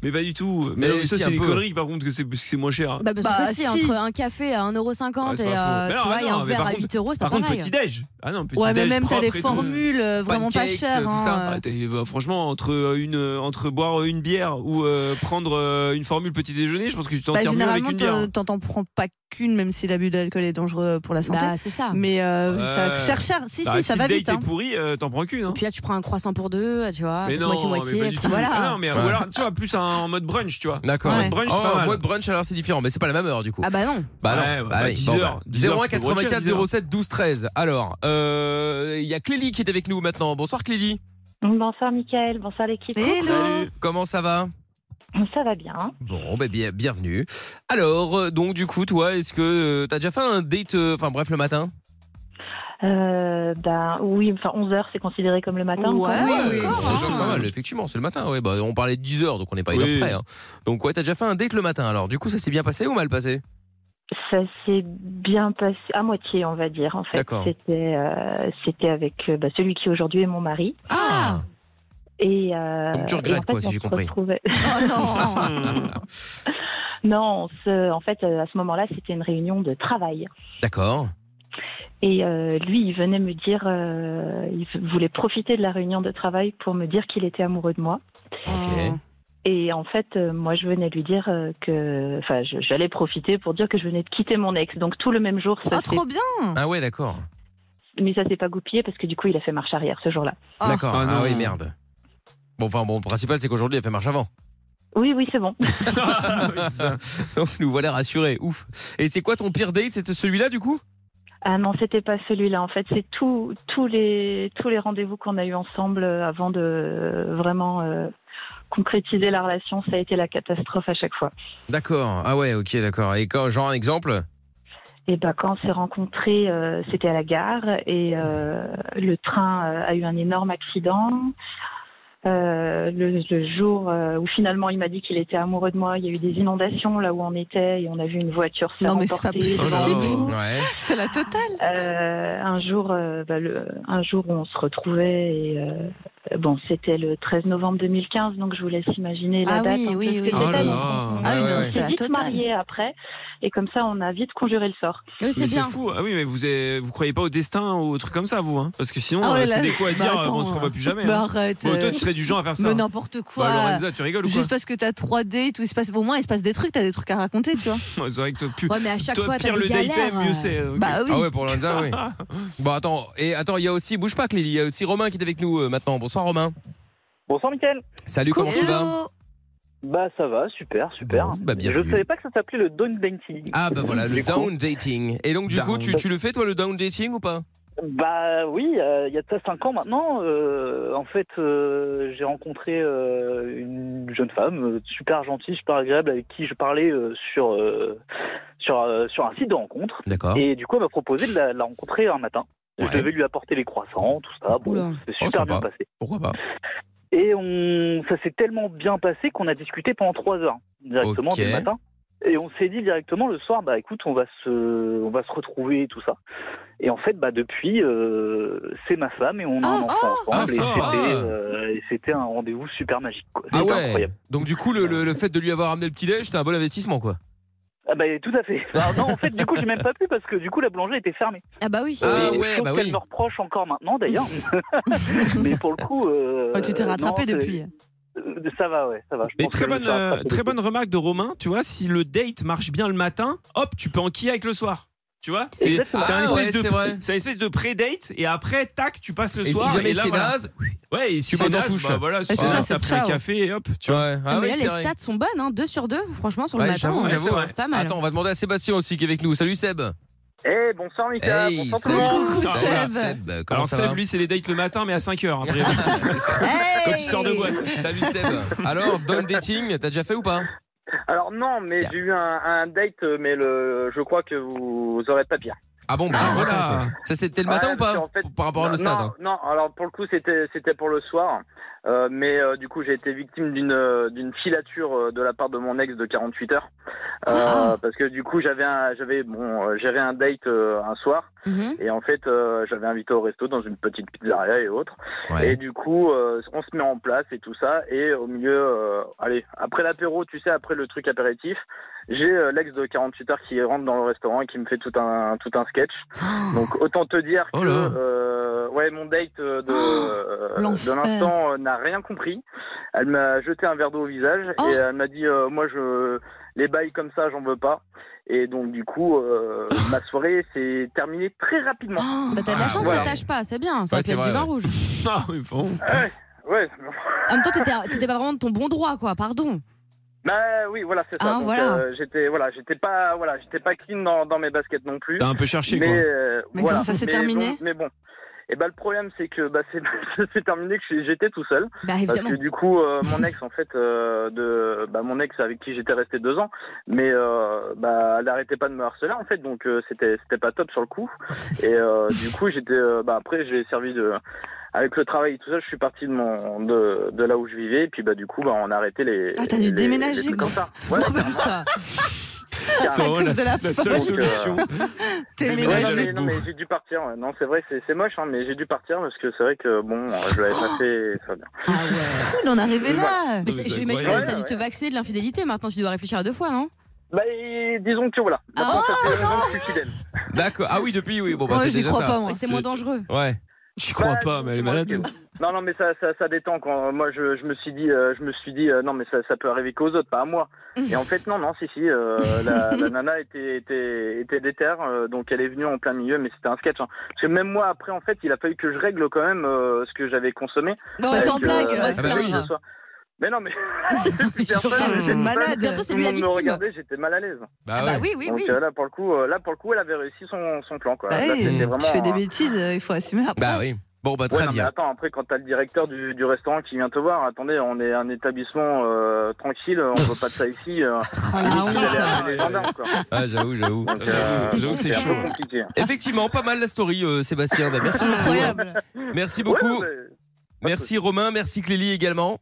Speaker 3: mais pas du tout.
Speaker 2: Mais
Speaker 3: Mais,
Speaker 2: aussi
Speaker 3: ça,
Speaker 2: un
Speaker 3: c'est des
Speaker 2: peu.
Speaker 3: conneries par contre que c'est parce que c'est moins cher. hein.
Speaker 4: Bah, parce
Speaker 5: Bah,
Speaker 4: que si,
Speaker 5: si.
Speaker 4: entre un café à 1,50€
Speaker 3: Ah, c'est
Speaker 4: et
Speaker 3: pas
Speaker 4: euh,
Speaker 3: faux.
Speaker 4: tu
Speaker 3: Mais non,
Speaker 4: vois, et
Speaker 3: mais
Speaker 4: un
Speaker 3: par
Speaker 4: verre à
Speaker 3: contre-
Speaker 4: 8 euros, c'est pas
Speaker 3: par contre,
Speaker 4: pareil.
Speaker 3: petit déj. Ah non, petit
Speaker 5: Ouais, mais
Speaker 3: déj
Speaker 5: même t'as
Speaker 3: propre
Speaker 5: des
Speaker 3: et tout.
Speaker 5: formules euh, vraiment pas
Speaker 2: Pancakes,
Speaker 5: chères.
Speaker 2: tout
Speaker 5: hein,
Speaker 2: ça.
Speaker 5: euh.
Speaker 3: Ah, t'es- bah, franchement, entre euh, une, euh, entre boire euh, une bière ou euh, prendre euh, une formule petit déjeuner, je pense que tu t'en
Speaker 5: Bah,
Speaker 3: tires mieux avec
Speaker 5: généralement,
Speaker 3: une bière. hein.
Speaker 5: t'en- t'en t'en prends pas qu'une, même si l'abus d'alcool est dangereux pour la santé.
Speaker 4: Bah, c'est ça.
Speaker 5: mais euh, ça
Speaker 3: Ouais.
Speaker 5: cher, cher. Si,
Speaker 3: Bah,
Speaker 5: si, ça
Speaker 3: le
Speaker 5: va
Speaker 3: date
Speaker 5: vite. hein.
Speaker 3: est pourri, euh, t'en prends qu'une. Hein.
Speaker 4: Puis là, tu prends un croissant pour deux, tu vois,
Speaker 3: Mais non, mais pas
Speaker 4: moitié-moitié,
Speaker 3: du
Speaker 4: puis
Speaker 3: tout. Ah
Speaker 4: voilà.
Speaker 3: non, mais
Speaker 2: Ouais.
Speaker 3: ou alors tu vois plus un, en mode brunch, tu vois.
Speaker 2: D'accord.
Speaker 5: Ouais.
Speaker 2: Ouais.
Speaker 3: Brunch,
Speaker 2: Oh,
Speaker 3: c'est pas mal.
Speaker 2: moi, brunch, alors c'est différent, mais c'est pas la même heure du coup.
Speaker 4: Ah bah non.
Speaker 2: Bah non,
Speaker 3: Ouais, ouais,
Speaker 2: bah
Speaker 3: bah,
Speaker 2: oui.
Speaker 3: 10
Speaker 2: Bon,
Speaker 3: heures,
Speaker 2: bah,
Speaker 3: 10 heures,
Speaker 2: 01
Speaker 3: tu peux bruncher à 10
Speaker 2: 84
Speaker 3: heures.
Speaker 2: 07 12 13. Alors, euh, il y a Clélie qui est avec nous maintenant. Bonsoir Clélie.
Speaker 8: Bonsoir Mickaël, bonsoir l'équipe.
Speaker 5: Hello.
Speaker 3: Salut.
Speaker 2: Comment ça va
Speaker 8: Ça va bien.
Speaker 2: Bon, bah, bien, bienvenue. Alors, euh, donc du coup, toi, est-ce que euh, t'as déjà fait un date, euh, enfin bref, le matin
Speaker 8: Euh, ben, oui, enfin 11h c'est considéré comme le matin. encore.
Speaker 5: Ouais. oui,
Speaker 3: Ah,
Speaker 2: Ouais,
Speaker 5: oui.
Speaker 2: bon,
Speaker 5: Encore,
Speaker 2: c'est
Speaker 5: hein.
Speaker 2: pas mal, effectivement, c'est le matin. Ouais, bah, on parlait de 10 heures, donc on n'est pas
Speaker 3: Oui.
Speaker 2: une heure près. hein. Donc ouais, t'as déjà fait un date le matin. Alors, du coup, ça s'est bien passé ou mal passé
Speaker 8: Ça s'est bien passé à moitié, on va dire. En fait,
Speaker 2: D'accord.
Speaker 8: c'était euh, c'était avec euh, bah, celui qui aujourd'hui est mon mari.
Speaker 2: Ah
Speaker 8: Et, euh,
Speaker 2: Donc tu regrettes,
Speaker 8: et en fait,
Speaker 2: quoi, si
Speaker 8: on
Speaker 2: j'ai
Speaker 8: se
Speaker 2: compris.
Speaker 8: retrouvait-
Speaker 5: Oh non
Speaker 3: Hmm.
Speaker 8: non, on se- en fait, euh, à ce moment-là, c'était une réunion de travail.
Speaker 2: D'accord.
Speaker 8: Et euh, lui, il venait me dire, euh, il v- voulait profiter de la réunion de travail pour me dire qu'il était amoureux de moi.
Speaker 2: Ok.
Speaker 8: Et en fait, euh, moi, je venais lui dire euh, que, enfin, je- j'allais profiter pour dire que je venais de quitter mon ex. Donc tout le même jour, ça
Speaker 5: Oh,
Speaker 8: s'est-
Speaker 5: trop bien
Speaker 2: Ah ouais, d'accord.
Speaker 8: mais ça s'est pas goupillé parce que du coup, il a fait marche arrière ce jour-là.
Speaker 5: Ah.
Speaker 2: D'accord.
Speaker 3: Ah
Speaker 2: Ah,
Speaker 3: non.
Speaker 2: oui, merde. Bon, enfin, bon, le principal, c'est qu'aujourd'hui, elle fait marche avant.
Speaker 8: Oui, oui, c'est bon.
Speaker 3: Ah,
Speaker 2: Donc, nous voilà rassurés. Ouf. Et c'est quoi ton pire date C'était celui-là, du coup
Speaker 8: Ah non, c'était pas celui-là. En fait, c'est tous tous les tous les rendez-vous qu'on a eu ensemble euh, avant de euh, vraiment euh, concrétiser la relation. Ça a été la catastrophe à chaque fois.
Speaker 2: D'accord. Ah ouais, ok, d'accord. Et quand, genre, un exemple
Speaker 8: Et ben quand on s'est rencontrés, euh, c'était à la gare et euh, le train euh, a eu un énorme accident. Euh, le, le jour euh, où finalement il m'a dit qu'il était amoureux de moi, il y a eu des inondations là où on était et on a vu une voiture se faire
Speaker 5: Non, mais c'est pas
Speaker 8: emporter
Speaker 5: possible.
Speaker 8: devant
Speaker 3: Oh là
Speaker 8: nous.
Speaker 2: Ouais.
Speaker 5: C'est la totale
Speaker 8: Euh, un jour, euh, bah, le, un jour où on se retrouvait, et, euh, bon, c'était le 13 novembre 2015, donc je vous laisse imaginer la
Speaker 5: Ah
Speaker 8: date.
Speaker 5: oui,
Speaker 8: un peu
Speaker 5: oui,
Speaker 8: ce que
Speaker 5: oui.
Speaker 8: c'était.
Speaker 3: Oh là
Speaker 8: Donc,
Speaker 3: là.
Speaker 8: on-
Speaker 5: Ah oui,
Speaker 2: Ouais,
Speaker 5: non,
Speaker 2: ouais.
Speaker 8: on
Speaker 5: c'est
Speaker 8: s'est
Speaker 5: la
Speaker 8: vite
Speaker 5: totale.
Speaker 8: mariés après, et comme ça, on a vite conjuré le sort.
Speaker 4: Oui, c'est
Speaker 3: Mais c'est
Speaker 4: bien.
Speaker 3: fou. Ah oui, mais vous, avez- vous croyez pas au destin ou aux trucs comme ça, vous hein Parce que sinon,
Speaker 5: Ah ouais,
Speaker 3: euh, c'est
Speaker 5: là-
Speaker 3: des coups à
Speaker 5: bah
Speaker 3: dire,
Speaker 5: attends,
Speaker 3: bon, on se revoit
Speaker 5: euh,
Speaker 3: plus jamais.
Speaker 5: Bah
Speaker 3: hein.
Speaker 5: arrête.
Speaker 3: Bon, toi,
Speaker 5: euh,
Speaker 3: tu serais du genre à faire ça.
Speaker 5: Mais
Speaker 3: hein.
Speaker 5: n'importe quoi.
Speaker 3: Bah, Lorenza, tu rigoles ou quoi
Speaker 5: Juste parce que t'as 3D, tout, il se passe... au moins il se passe des trucs, t'as des trucs à raconter, tu vois.
Speaker 3: C'est vrai que toi, plus-
Speaker 4: Ouais, mais à chaque
Speaker 3: toi,
Speaker 4: fois, t'as
Speaker 3: pire
Speaker 4: des
Speaker 3: le date,
Speaker 4: galères.
Speaker 3: mieux c'est. euh, ok.
Speaker 5: Bah oui.
Speaker 2: Ah ouais, pour Lorenza, oui. Bon, attends. Et attends, il y a aussi, bouge pas, Clélie. Il y a aussi Romain qui est avec nous euh, maintenant. Bonsoir, Romain.
Speaker 9: Bonsoir, Mickaël.
Speaker 2: Salut, comment tu
Speaker 5: Hello.
Speaker 2: vas
Speaker 9: Bah, ça va, super, super.
Speaker 2: Bon, bah,
Speaker 9: je
Speaker 2: bienvenue.
Speaker 9: savais pas que ça s'appelait le down dating.
Speaker 2: Ah bah voilà, le
Speaker 9: Du coup,
Speaker 2: down dating. Et donc, du
Speaker 3: Down.
Speaker 2: coup, tu, tu le fais, toi, le down dating ou pas
Speaker 9: Bah oui, euh, il y a de ça 5 ans maintenant. euh, en fait, euh, j'ai rencontré euh, une jeune femme euh, super gentille, super agréable, avec qui je parlais euh, sur, euh, sur, euh, sur un site de rencontre.
Speaker 2: D'accord.
Speaker 9: Et du coup, elle m'a proposé de la, la rencontrer un matin.
Speaker 2: Ouais.
Speaker 9: Je devais lui apporter les croissants, tout ça.
Speaker 4: Oula.
Speaker 9: Bon, c'est
Speaker 2: Oh,
Speaker 9: super bien
Speaker 2: sympa.
Speaker 9: passé.
Speaker 2: Pourquoi pas
Speaker 9: Et on, ça s'est tellement bien passé qu'on a discuté pendant trois heures directement
Speaker 2: Ok.
Speaker 9: dès le matin. Et on s'est dit directement le soir, bah écoute, on va se, on va se retrouver et tout ça. Et en fait, bah depuis, euh, c'est ma femme et on a
Speaker 5: Oh,
Speaker 9: un
Speaker 4: Ah,
Speaker 9: enfant
Speaker 2: ah,
Speaker 9: ensemble. et
Speaker 2: sympa.
Speaker 9: c'était, euh, et c'était un rendez-vous super magique. Quoi.
Speaker 2: Ah
Speaker 9: C'était
Speaker 2: ouais.
Speaker 9: incroyable.
Speaker 2: Donc du coup, le, le- le fait de lui avoir amené le petit déj, c'était un bon investissement, quoi.
Speaker 9: Ah bah tout à fait. Ah non, en fait, du coup, j'ai même pas pu parce que du coup, la boulangerie était fermée.
Speaker 4: Ah bah oui.
Speaker 2: Ah
Speaker 9: Et
Speaker 2: ouais,
Speaker 9: chose
Speaker 2: bah
Speaker 9: qu'elle
Speaker 2: oui.
Speaker 9: me reproche encore maintenant d'ailleurs. Mais pour le coup, euh,
Speaker 5: Oh, tu t'es
Speaker 9: non,
Speaker 5: rattrapé
Speaker 9: c'est-
Speaker 5: depuis.
Speaker 9: euh, Ça va, ouais, ça va. Je
Speaker 3: Mais
Speaker 9: pense
Speaker 3: très
Speaker 9: que je me
Speaker 3: bonne,
Speaker 9: suis rattrapé
Speaker 3: euh,
Speaker 9: depuis.
Speaker 3: très bonne remarque de Romain. Tu vois, si le date marche bien le matin, hop, tu peux enquiller avec le soir. Tu vois, c'est
Speaker 9: Exactement.
Speaker 3: c'est un
Speaker 2: Ah ouais,
Speaker 3: espèce
Speaker 2: c'est
Speaker 3: de
Speaker 2: vrai.
Speaker 3: c'est un espèce de pré-date et après tac, tu passes le
Speaker 2: Et
Speaker 3: soir
Speaker 2: si jamais
Speaker 3: et là
Speaker 2: c'est
Speaker 3: voilà.
Speaker 2: naze,
Speaker 3: Ouais, et si
Speaker 2: tu
Speaker 3: c'est
Speaker 2: vas dans
Speaker 3: naze,
Speaker 2: touche.
Speaker 3: bah voilà,
Speaker 5: c'est
Speaker 3: soir,
Speaker 5: ça,
Speaker 3: t'as
Speaker 5: c'est
Speaker 3: pris un
Speaker 5: ciao.
Speaker 3: café et hop, tu
Speaker 2: tu
Speaker 3: vois.
Speaker 2: vois. Ah
Speaker 4: Non, mais
Speaker 2: oui,
Speaker 4: là,
Speaker 2: c'est
Speaker 4: les
Speaker 2: vrai.
Speaker 4: stats sont bonnes, hein, 2 sur 2, franchement, sur le
Speaker 2: Ouais,
Speaker 4: matin.
Speaker 2: j'avoue,
Speaker 4: hein.
Speaker 2: j'avoue,
Speaker 3: ouais.
Speaker 4: Pas mal.
Speaker 2: Attends, on va demander à Sébastien aussi qui est avec nous. Salut Seb.
Speaker 9: Eh, bonsoir, Mika. bonsoir tout le
Speaker 2: salut,
Speaker 9: monde.
Speaker 5: Coucou,
Speaker 2: Ah,
Speaker 5: Seb.
Speaker 2: voilà, Seb. euh, Comment
Speaker 3: Alors
Speaker 2: ça
Speaker 3: Seb,
Speaker 2: va
Speaker 3: lui, c'est les dates le matin, mais à 5 heures. après. Quand il sort de boîte.
Speaker 2: Salut Seb. Alors, down dating, t'as déjà fait ou pas
Speaker 10: Alors non, mais
Speaker 2: Bien.
Speaker 10: j'ai eu un, un date, mais le, je crois que vous aurez pas pire.
Speaker 2: Ah bon, bah
Speaker 3: Ah,
Speaker 2: raconte.
Speaker 3: voilà.
Speaker 2: Ça c'était le matin
Speaker 10: Ouais,
Speaker 2: ou pas
Speaker 10: parce qu'en fait-
Speaker 2: Par rapport à
Speaker 10: non,
Speaker 2: nos stades.
Speaker 10: non,
Speaker 2: hein.
Speaker 10: non, alors pour le coup, c'était c'était pour le soir, Euh, mais euh, du coup, j'ai été victime d'une euh, d'une filature euh, de la part de mon ex de 48 heures, Euh,
Speaker 4: Ah.
Speaker 10: parce que du coup, j'avais un j'avais bon, euh, j'avais un date euh, un soir,
Speaker 4: Mhm.
Speaker 5: Mmh.
Speaker 10: et en fait, euh, j'avais invité au resto dans une petite pizzeria et autres.
Speaker 2: Ouais.
Speaker 10: Et du coup, euh, on se met en place et tout ça. Et au milieu, euh, allez, après l'apéro, tu sais, après le truc apéritif, j'ai euh, l'ex de 48 heures qui rentre dans le restaurant et qui me fait tout un tout un sketch.
Speaker 4: Ah.
Speaker 10: Donc autant te dire
Speaker 2: Oh
Speaker 10: que
Speaker 2: là.
Speaker 10: euh, ouais, mon date euh,
Speaker 4: Ah,
Speaker 10: de euh,
Speaker 5: l'enfer.
Speaker 10: de l'instant euh, n'a rien compris. Elle m'a jeté un verre d'eau au visage
Speaker 5: Oh.
Speaker 10: et elle m'a dit euh, moi je les bails comme ça, j'en veux pas. Et donc du coup, euh, ma soirée s'est terminée très rapidement.
Speaker 4: Oh. Bah, t'as de la
Speaker 2: Ah,
Speaker 4: chance,
Speaker 2: voilà.
Speaker 4: ça tâche pas, c'est bien. Ça
Speaker 2: Ouais,
Speaker 4: aurait pu
Speaker 2: c'est
Speaker 4: être du
Speaker 2: vrai,
Speaker 4: vin
Speaker 2: ouais.
Speaker 4: rouge.
Speaker 3: Ah oui, bon.
Speaker 10: Ouais.
Speaker 4: En même temps, t'étais- t'étais pas vraiment de ton bon droit, quoi, pardon.
Speaker 10: Bah oui, voilà, c'est ça.
Speaker 4: Ah,
Speaker 10: Donc,
Speaker 4: voilà.
Speaker 10: euh, j'étais voilà, j'étais pas voilà, j'étais pas clean dans, dans mes baskets non plus.
Speaker 3: T'as un peu cherché,
Speaker 10: mais
Speaker 3: quoi.
Speaker 10: euh,
Speaker 5: Mais
Speaker 10: voilà,
Speaker 5: comment ça s'est
Speaker 10: mais
Speaker 5: terminé
Speaker 10: bon- Mais bon. Et bah le problème c'est que bah c'est ça s'est terminé que j'étais tout seul
Speaker 4: Bah,
Speaker 10: parce
Speaker 4: évidemment.
Speaker 10: que du coup euh, mon ex en fait euh, de bah mon ex avec qui j'étais resté deux ans mais euh, bah elle arrêtait pas de me harceler en fait donc euh, c'était c'était pas top sur le coup et euh, du coup j'étais euh, bah après j'ai servi de avec le travail et tout ça je suis parti de mon de, de là où je vivais et puis bah du coup bah on a arrêté les
Speaker 5: Ah, t'as dû
Speaker 10: les-
Speaker 5: déménager,
Speaker 10: les trucs
Speaker 5: quoi.
Speaker 10: comme ça.
Speaker 5: Non,
Speaker 10: Ouais,
Speaker 5: mais ça.
Speaker 10: carrément.
Speaker 5: C'est à cause de la
Speaker 3: seule
Speaker 5: folle.
Speaker 3: solution.
Speaker 5: T'es
Speaker 10: Ouais,
Speaker 3: Mais
Speaker 5: ménagé.
Speaker 3: là,
Speaker 10: mais- non, mais j'ai dû partir. ouais. Non, c'est vrai, c'est c'est moche, hein, mais j'ai dû partir parce que c'est vrai que bon, je l'avais pas fait. ça va bien.
Speaker 5: fou d'en arriver là.
Speaker 4: Mais c'est- je m'imagine
Speaker 3: Ouais,
Speaker 4: ça, ça a dû te vacciner de l'infidélité. Maintenant, tu dois réfléchir à deux fois, non
Speaker 10: Bah, et disons que voilà.
Speaker 4: Ah,
Speaker 5: Bah,
Speaker 10: Maintenant, ça
Speaker 5: oh,
Speaker 10: fait un an que je suis fidèle.
Speaker 2: D'accord. Ah oui, depuis, oui. Bon, bah,
Speaker 5: Moi,
Speaker 2: c'est
Speaker 5: j'y
Speaker 2: déjà ça.
Speaker 5: crois pas, moi.
Speaker 4: C'est moins dangereux.
Speaker 2: Ouais.
Speaker 3: J'y crois
Speaker 10: Bah,
Speaker 3: pas, mais elle est malade.
Speaker 10: Non, non, mais ça, ça, ça détend. Quand moi, je, je me suis dit, euh, je me suis dit, euh, non, mais ça, ça peut arriver qu'aux autres, pas à moi. Et en fait, non, non, si, si. euh, la, la nana était, était, était déterre, euh, donc elle est venue en plein milieu, mais c'était un sketch. hein. Parce que même moi, après, en fait, il a fallu que je règle quand même euh, ce que j'avais consommé.
Speaker 4: Non,
Speaker 5: Bah,
Speaker 10: Avec,
Speaker 5: sans blague.
Speaker 10: euh,
Speaker 4: on va te
Speaker 2: Ah bah oui.
Speaker 10: que ce
Speaker 4: plaindre.
Speaker 10: soit- Mais non, mais.
Speaker 5: Ah, mais
Speaker 10: personne,
Speaker 5: vous êtes malade.
Speaker 4: Bientôt, c'est
Speaker 10: Tout
Speaker 4: lui
Speaker 10: le
Speaker 4: la
Speaker 10: monde me
Speaker 4: victime.
Speaker 10: regardait, j'étais mal à l'aise.
Speaker 2: Bah,
Speaker 4: Ah
Speaker 2: ouais.
Speaker 4: bah oui, oui,
Speaker 10: Donc
Speaker 4: oui.
Speaker 10: euh, là, pour le coup, euh, là pour le coup, elle avait réussi son, son plan quoi.
Speaker 5: Bah
Speaker 10: là,
Speaker 5: oui,
Speaker 10: c'était
Speaker 2: tu
Speaker 5: Tu fais des
Speaker 10: un-
Speaker 5: bêtises, euh, il faut assumer après.
Speaker 2: Bah oui. Bon, bah,
Speaker 10: Ouais,
Speaker 2: très
Speaker 10: non, mais
Speaker 2: bien.
Speaker 10: attends, après, quand t'as le directeur du, du restaurant qui vient te voir, attendez, on est un établissement euh, tranquille, on veut pas de ça ici. Euh,
Speaker 4: Ah,
Speaker 10: vous
Speaker 4: honte,
Speaker 10: allez
Speaker 4: ça.
Speaker 10: appeler les gendarmes, quoi.
Speaker 2: Ah, j'avoue, j'avoue.
Speaker 10: Donc, euh,
Speaker 3: J'avoue que c'est
Speaker 10: un
Speaker 3: chaud.
Speaker 10: peu compliqué.
Speaker 2: Effectivement, pas mal la story, euh, Sébastien. Bah, merci beaucoup.
Speaker 5: Incroyable.
Speaker 2: Merci
Speaker 10: Ouais,
Speaker 2: beaucoup.
Speaker 10: non, mais-
Speaker 2: Merci Romain, merci Clélie également.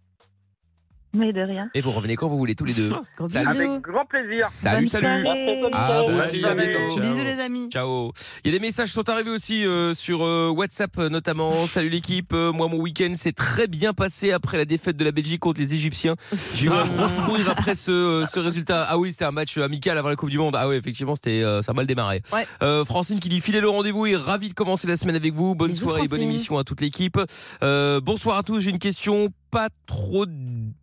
Speaker 8: Mais de rien.
Speaker 2: Et vous revenez quand vous voulez tous les deux.
Speaker 4: Gros
Speaker 2: Salut.
Speaker 10: Avec
Speaker 4: bisous.
Speaker 10: grand plaisir.
Speaker 2: Salut,
Speaker 8: Bonne
Speaker 2: salut.
Speaker 8: soirée.
Speaker 2: Ah, bah,
Speaker 3: Merci, à
Speaker 2: salut.
Speaker 3: bientôt.
Speaker 2: Ciao. Ah,
Speaker 5: Bisous les amis.
Speaker 2: Ciao. Il y a des messages qui sont arrivés aussi euh, sur euh, WhatsApp euh, notamment. Salut l'équipe. Euh, moi mon week-end s'est très bien passé après la défaite de la Belgique contre les Égyptiens. J'ai eu un gros fou rire après ce, euh, ce résultat. Ah oui c'est un match amical avant la Coupe du Monde. Ah oui effectivement c'était euh, ça a mal démarré.
Speaker 5: Ouais.
Speaker 2: Euh, Francine qui dit filez le rendez-vous et ravi de commencer la semaine avec vous. Bonne
Speaker 4: Bisous,
Speaker 2: soirée et bonne
Speaker 4: Francine.
Speaker 2: émission à toute l'équipe. Euh, bonsoir à tous. J'ai une question pas trop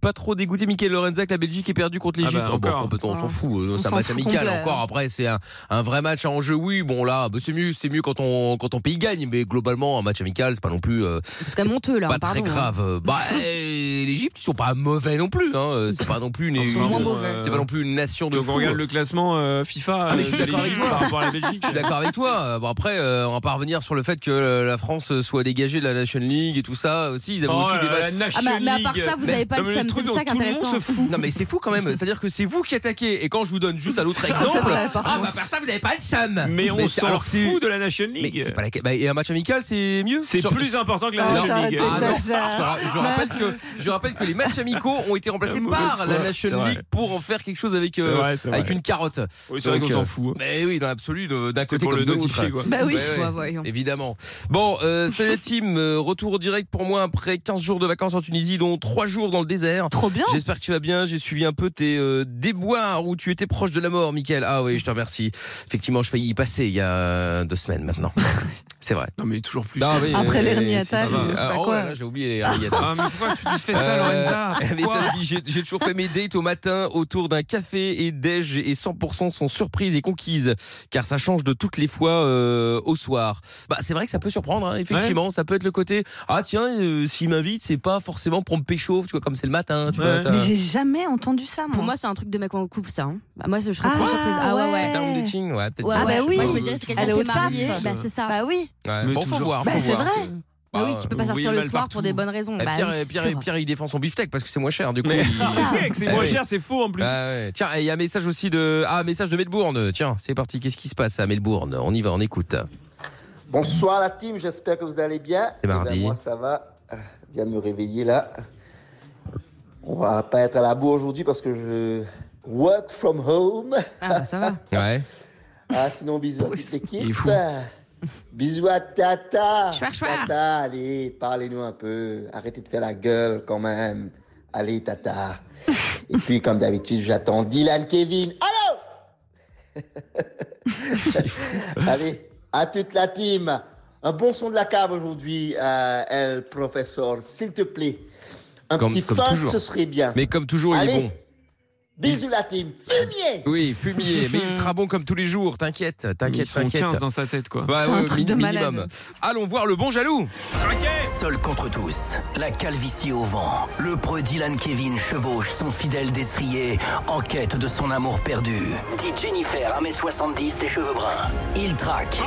Speaker 2: pas trop dégoûté. Michael Lorenza que la Belgique est perdue contre
Speaker 3: Ah
Speaker 2: l'Égypte.
Speaker 3: bah,
Speaker 2: Oh, bon,
Speaker 3: encore.
Speaker 2: complètement, on s'en
Speaker 5: Ouais.
Speaker 2: fout. Euh, C'est un
Speaker 5: s'en
Speaker 2: match
Speaker 5: fout
Speaker 2: amical
Speaker 5: complet. hein.
Speaker 2: encore. Après c'est un un vrai match à enjeu, oui, bon là, bah, c'est mieux, c'est mieux quand on quand on pays gagne, mais globalement un match amical, c'est pas non plus euh,
Speaker 4: C'est quand même honteux, là.
Speaker 2: pas
Speaker 4: pardon,
Speaker 2: très
Speaker 4: hein.
Speaker 2: grave. Euh, Bah eh, l'Égypte, ils sont pas mauvais non plus, hein. euh, C'est pas non plus une,
Speaker 3: Enfin,
Speaker 4: moins
Speaker 2: une-
Speaker 3: bon,
Speaker 4: mauvais.
Speaker 3: euh,
Speaker 2: c'est pas non plus une nation de
Speaker 3: Donc on
Speaker 2: fous.
Speaker 3: regarde le classement euh, FIFA
Speaker 2: Ah, mais
Speaker 3: euh,
Speaker 2: je suis
Speaker 3: de
Speaker 2: d'accord avec
Speaker 3: l'Égypte
Speaker 2: toi.
Speaker 3: par rapport à la Belgique.
Speaker 2: Je suis d'accord avec toi. Euh, Bon après, euh, on va pas revenir sur le fait que euh, la France soit dégagée de la Nation League et tout ça. Aussi, ils avaient
Speaker 3: Oh,
Speaker 2: aussi des
Speaker 3: la
Speaker 2: matchs.
Speaker 3: Nation
Speaker 4: Ah, bah, mais à part
Speaker 3: League.
Speaker 4: ça, vous
Speaker 2: Mais-
Speaker 4: n'avez pas
Speaker 3: Non,
Speaker 4: le
Speaker 3: mais le
Speaker 4: seum.
Speaker 3: truc
Speaker 4: C'est
Speaker 3: dont
Speaker 4: ça qui est
Speaker 3: tout le monde
Speaker 4: intéressant.
Speaker 3: se fout.
Speaker 2: Non mais c'est fou quand même. C'est-à-dire que c'est vous qui attaquez. Et quand je vous donne juste un autre exemple,
Speaker 5: vrai, par
Speaker 2: ah bah
Speaker 5: contre.
Speaker 2: par ça vous n'avez pas le seum.
Speaker 3: Mais on
Speaker 2: c'est-
Speaker 3: s'en
Speaker 2: alors que c'est-
Speaker 3: fout de la Nation
Speaker 2: Mais c'est
Speaker 3: League.
Speaker 2: pas la. bah, et un match amical, c'est mieux.
Speaker 3: C'est
Speaker 2: Sur-
Speaker 3: plus important que la
Speaker 5: Ah,
Speaker 3: Nation
Speaker 5: t'arrêtes,
Speaker 3: League.
Speaker 2: Ah non, je,
Speaker 5: t'exagères.
Speaker 2: ra- je rappelle que, je rappelle que les matchs amicaux ont été remplacés
Speaker 3: La mauvaise
Speaker 2: par la
Speaker 3: foi, c'est
Speaker 2: Nation
Speaker 3: vrai.
Speaker 2: League pour en faire quelque chose avec,
Speaker 3: C'est
Speaker 2: euh,
Speaker 3: vrai, c'est vrai.
Speaker 2: avec une carotte.
Speaker 3: Oui, c'est vrai
Speaker 2: Donc,
Speaker 3: qu'on
Speaker 2: euh,
Speaker 3: s'en fout. hein.
Speaker 2: Mais oui, dans l'absolu, de- d'un
Speaker 3: C'était
Speaker 2: côté
Speaker 3: pour
Speaker 2: comme
Speaker 3: le
Speaker 2: de l'autre.
Speaker 3: notifier, quoi.
Speaker 5: Bah oui.
Speaker 2: Ouais, ouais.
Speaker 4: Ouais, voyons.
Speaker 2: Évidemment. Bon, euh, salut la team. Euh, retour au direct pour moi après 15 jours de vacances en Tunisie, dont 3 jours dans le désert.
Speaker 5: Trop bien.
Speaker 2: J'espère que tu vas bien. J'ai suivi un peu tes euh, déboires où tu étais proche de la mort, Michael. Ah oui, je te remercie. Effectivement, je faillis y passer il y a deux semaines maintenant. C'est vrai.
Speaker 3: Non, mais toujours plus.
Speaker 2: Non, mais,
Speaker 5: Après
Speaker 2: euh,
Speaker 5: les
Speaker 2: euh,
Speaker 5: rignatages,
Speaker 2: si, si.
Speaker 3: je
Speaker 5: sais
Speaker 2: Ah,
Speaker 5: pas
Speaker 2: oh,
Speaker 5: quoi.
Speaker 2: là, J'ai oublié les rignatages.
Speaker 3: Ah, mais pourquoi tu dis fais ça,
Speaker 2: Euh,
Speaker 3: Lorenza
Speaker 2: un
Speaker 3: Pourquoi
Speaker 2: message qui dit, J'ai j'ai toujours fait mes dates au matin autour d'un café et déj et 100% sont surprises et conquises car ça change de toutes les fois euh, au soir. Bah c'est vrai que ça peut surprendre hein, effectivement, ça peut être le côté ah tiens euh, s'il m'invite c'est pas forcément pour me pécho tu vois comme c'est le matin tu
Speaker 3: Ouais.
Speaker 2: vois.
Speaker 5: Mais
Speaker 2: bah, t'as-
Speaker 5: j'ai jamais entendu ça, moi.
Speaker 4: Pour moi, c'est un truc de mec en couple, ça. hein. Bah, Moi, je serais
Speaker 5: Ah,
Speaker 4: trop surprise. Ah ouais,
Speaker 5: ouais.
Speaker 4: ouais.
Speaker 2: Down dating, ouais, peut-être
Speaker 4: Ouais,
Speaker 2: bien.
Speaker 5: Ah bah
Speaker 4: ouais.
Speaker 5: oui.
Speaker 4: Moi, je me dirais, c'est quelqu'un
Speaker 5: Elle est
Speaker 4: qui est
Speaker 5: au taf.
Speaker 4: marié. Bah, c'est ça.
Speaker 5: bah oui.
Speaker 2: Ouais,
Speaker 3: Mais
Speaker 2: bon, faut
Speaker 3: toujours.
Speaker 2: voir,
Speaker 5: Bah,
Speaker 2: faut
Speaker 5: c'est
Speaker 2: voir.
Speaker 5: vrai.
Speaker 4: Bah oui,
Speaker 2: Ah,
Speaker 4: tu peux
Speaker 3: vous
Speaker 4: pas sortir
Speaker 3: voyez
Speaker 4: le
Speaker 3: mal
Speaker 4: soir
Speaker 3: partout.
Speaker 4: pour des bonnes raisons.
Speaker 2: Eh,
Speaker 4: Bah,
Speaker 2: Pierre,
Speaker 4: oui,
Speaker 2: eh,
Speaker 4: c'est
Speaker 2: Pierre,
Speaker 4: sûr.
Speaker 2: Pierre, il défend son beefsteak parce que c'est moins cher du coup.
Speaker 3: Mais
Speaker 2: il-
Speaker 3: c'est c'est
Speaker 2: Ah
Speaker 3: moins
Speaker 2: oui.
Speaker 3: cher, c'est faux en plus.
Speaker 2: Ah ouais. Tiens, et il y a un message aussi de ah un message de Melbourne. Tiens, c'est parti. Qu'est-ce qui se passe à Melbourne On y va, on écoute.
Speaker 11: Bonsoir la team, j'espère que vous allez bien.
Speaker 2: C'est
Speaker 11: Eh ben,
Speaker 2: mardi.
Speaker 11: moi ça va, Euh, je viens de me réveiller là. On va pas être à la bourre aujourd'hui parce que je work from home.
Speaker 4: Ah, bah, ça va.
Speaker 2: Ouais.
Speaker 11: Ah, sinon bisous à toute
Speaker 3: Il est
Speaker 11: l'équipe.
Speaker 3: fou.
Speaker 11: Bisous à Tata.
Speaker 4: Chouard, chouard.
Speaker 11: Tata, allez, parlez-nous un peu. Arrêtez de faire la gueule quand même. Allez Tata. Et puis comme d'habitude, j'attends Dylan Kevin. Ah, Allô Allez, à toute la team. Un bon son de la cave aujourd'hui, euh, El Professeur, s'il te plaît. Un
Speaker 2: Comme-
Speaker 11: petit
Speaker 2: comme
Speaker 11: funk,
Speaker 2: toujours.
Speaker 11: ce serait bien.
Speaker 2: Mais comme toujours, il est
Speaker 11: Allez,
Speaker 2: bon.
Speaker 11: bisous la team. Fumier
Speaker 2: Oui, fumier. mais il sera bon comme tous les jours. T'inquiète,
Speaker 3: Ils
Speaker 2: t'inquiète,
Speaker 3: sont
Speaker 2: t'inquiète.
Speaker 3: 15 dans sa tête, quoi.
Speaker 2: Bah
Speaker 5: C'est un truc de
Speaker 2: minimum.
Speaker 5: malade.
Speaker 2: Allons voir le bon jaloux.
Speaker 1: Seul contre tous, la calvitie au vent, le preux Dylan Kevin chevauche son fidèle destrier en quête de son amour perdu. Dit Jennifer, 1m70, les cheveux bruns. Il traque.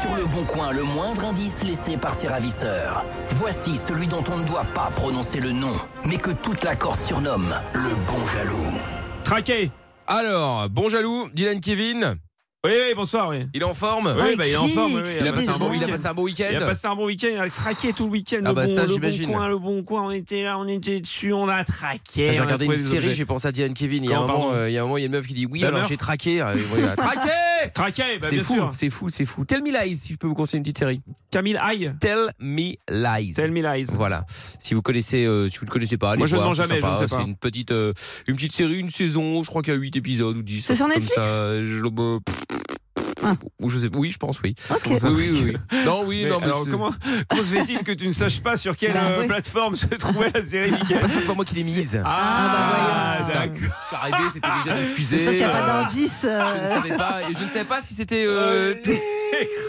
Speaker 1: Sur le bon coin, le moindre indice laissé par ses ravisseurs. Voici celui dont on ne doit pas prononcer le nom, mais que toute la Corse surnomme le bon jaloux.
Speaker 3: Traqué
Speaker 2: Alors, bon jaloux, Dylan Kevin.
Speaker 3: Oui, oui, bonsoir. Oui.
Speaker 2: Ah, Il est en forme
Speaker 3: Oui, bah, il est en forme. oui, oui,
Speaker 2: Il a passé un bon- il a passé un bon week-end
Speaker 3: Il a passé un bon week-end, il a traqué tout le week-end.
Speaker 2: Ah
Speaker 3: le
Speaker 2: bah
Speaker 3: bon,
Speaker 2: ça,
Speaker 3: le
Speaker 2: j'imagine.
Speaker 3: Bon coin, le bon coin, on était là, on était dessus, on a traqué.
Speaker 2: Bah, Ah, J'ai
Speaker 3: on a
Speaker 2: regardé une
Speaker 3: trouvé des
Speaker 2: série,
Speaker 3: objets.
Speaker 2: j'ai pensé à Diane Kevin. Il y, a un
Speaker 3: Comment,
Speaker 2: moment,
Speaker 3: pardon
Speaker 2: euh, il y a un moment, il y a une meuf qui dit Oui,
Speaker 3: Ta
Speaker 2: alors
Speaker 3: mère
Speaker 2: j'ai traqué. Euh, voilà. Traqué
Speaker 3: Traqué, bah,
Speaker 2: C'est
Speaker 3: bien
Speaker 2: fou,
Speaker 3: sûr.
Speaker 2: c'est fou, c'est fou. Tell Me Lies, si je peux vous conseiller une petite série.
Speaker 3: Camille Aïe.
Speaker 2: Tell Me Lies.
Speaker 3: Tell me lies.
Speaker 2: Voilà. Si vous connaissez, euh, si vous ne connaissez pas, allez
Speaker 3: Moi, je ne
Speaker 2: voir,
Speaker 3: mens
Speaker 2: c'est
Speaker 3: jamais, je
Speaker 2: sympa.
Speaker 3: ne sais pas.
Speaker 2: C'est une petite, euh, une petite série, une saison. Je crois qu'il y a 8 épisodes ou 10.
Speaker 5: C'est sur
Speaker 2: comme
Speaker 5: Netflix Ah.
Speaker 2: ça, je, euh, ou je sais, oui, je pense, oui.
Speaker 5: Ok.
Speaker 2: Oui, oui, oui, oui. Non, oui,
Speaker 3: Mais
Speaker 2: non, mais
Speaker 3: alors,
Speaker 2: c'est-
Speaker 3: comment, comment se fait-il que tu ne saches pas sur quelle
Speaker 4: Bah,
Speaker 3: euh,
Speaker 4: oui.
Speaker 3: plateforme se trouvait la série Mickaël
Speaker 2: Ah, Parce que c'est pas moi qui l'ai mise.
Speaker 3: Ah,
Speaker 2: C'est ça.
Speaker 3: d'accord.
Speaker 2: Je suis arrivé, c'était déjà diffusé.
Speaker 5: C'est sûr qu'il n'y a
Speaker 2: Euh,
Speaker 5: pas d'indice. euh,
Speaker 2: Je ne savais pas, et je ne savais pas si c'était euh, tout-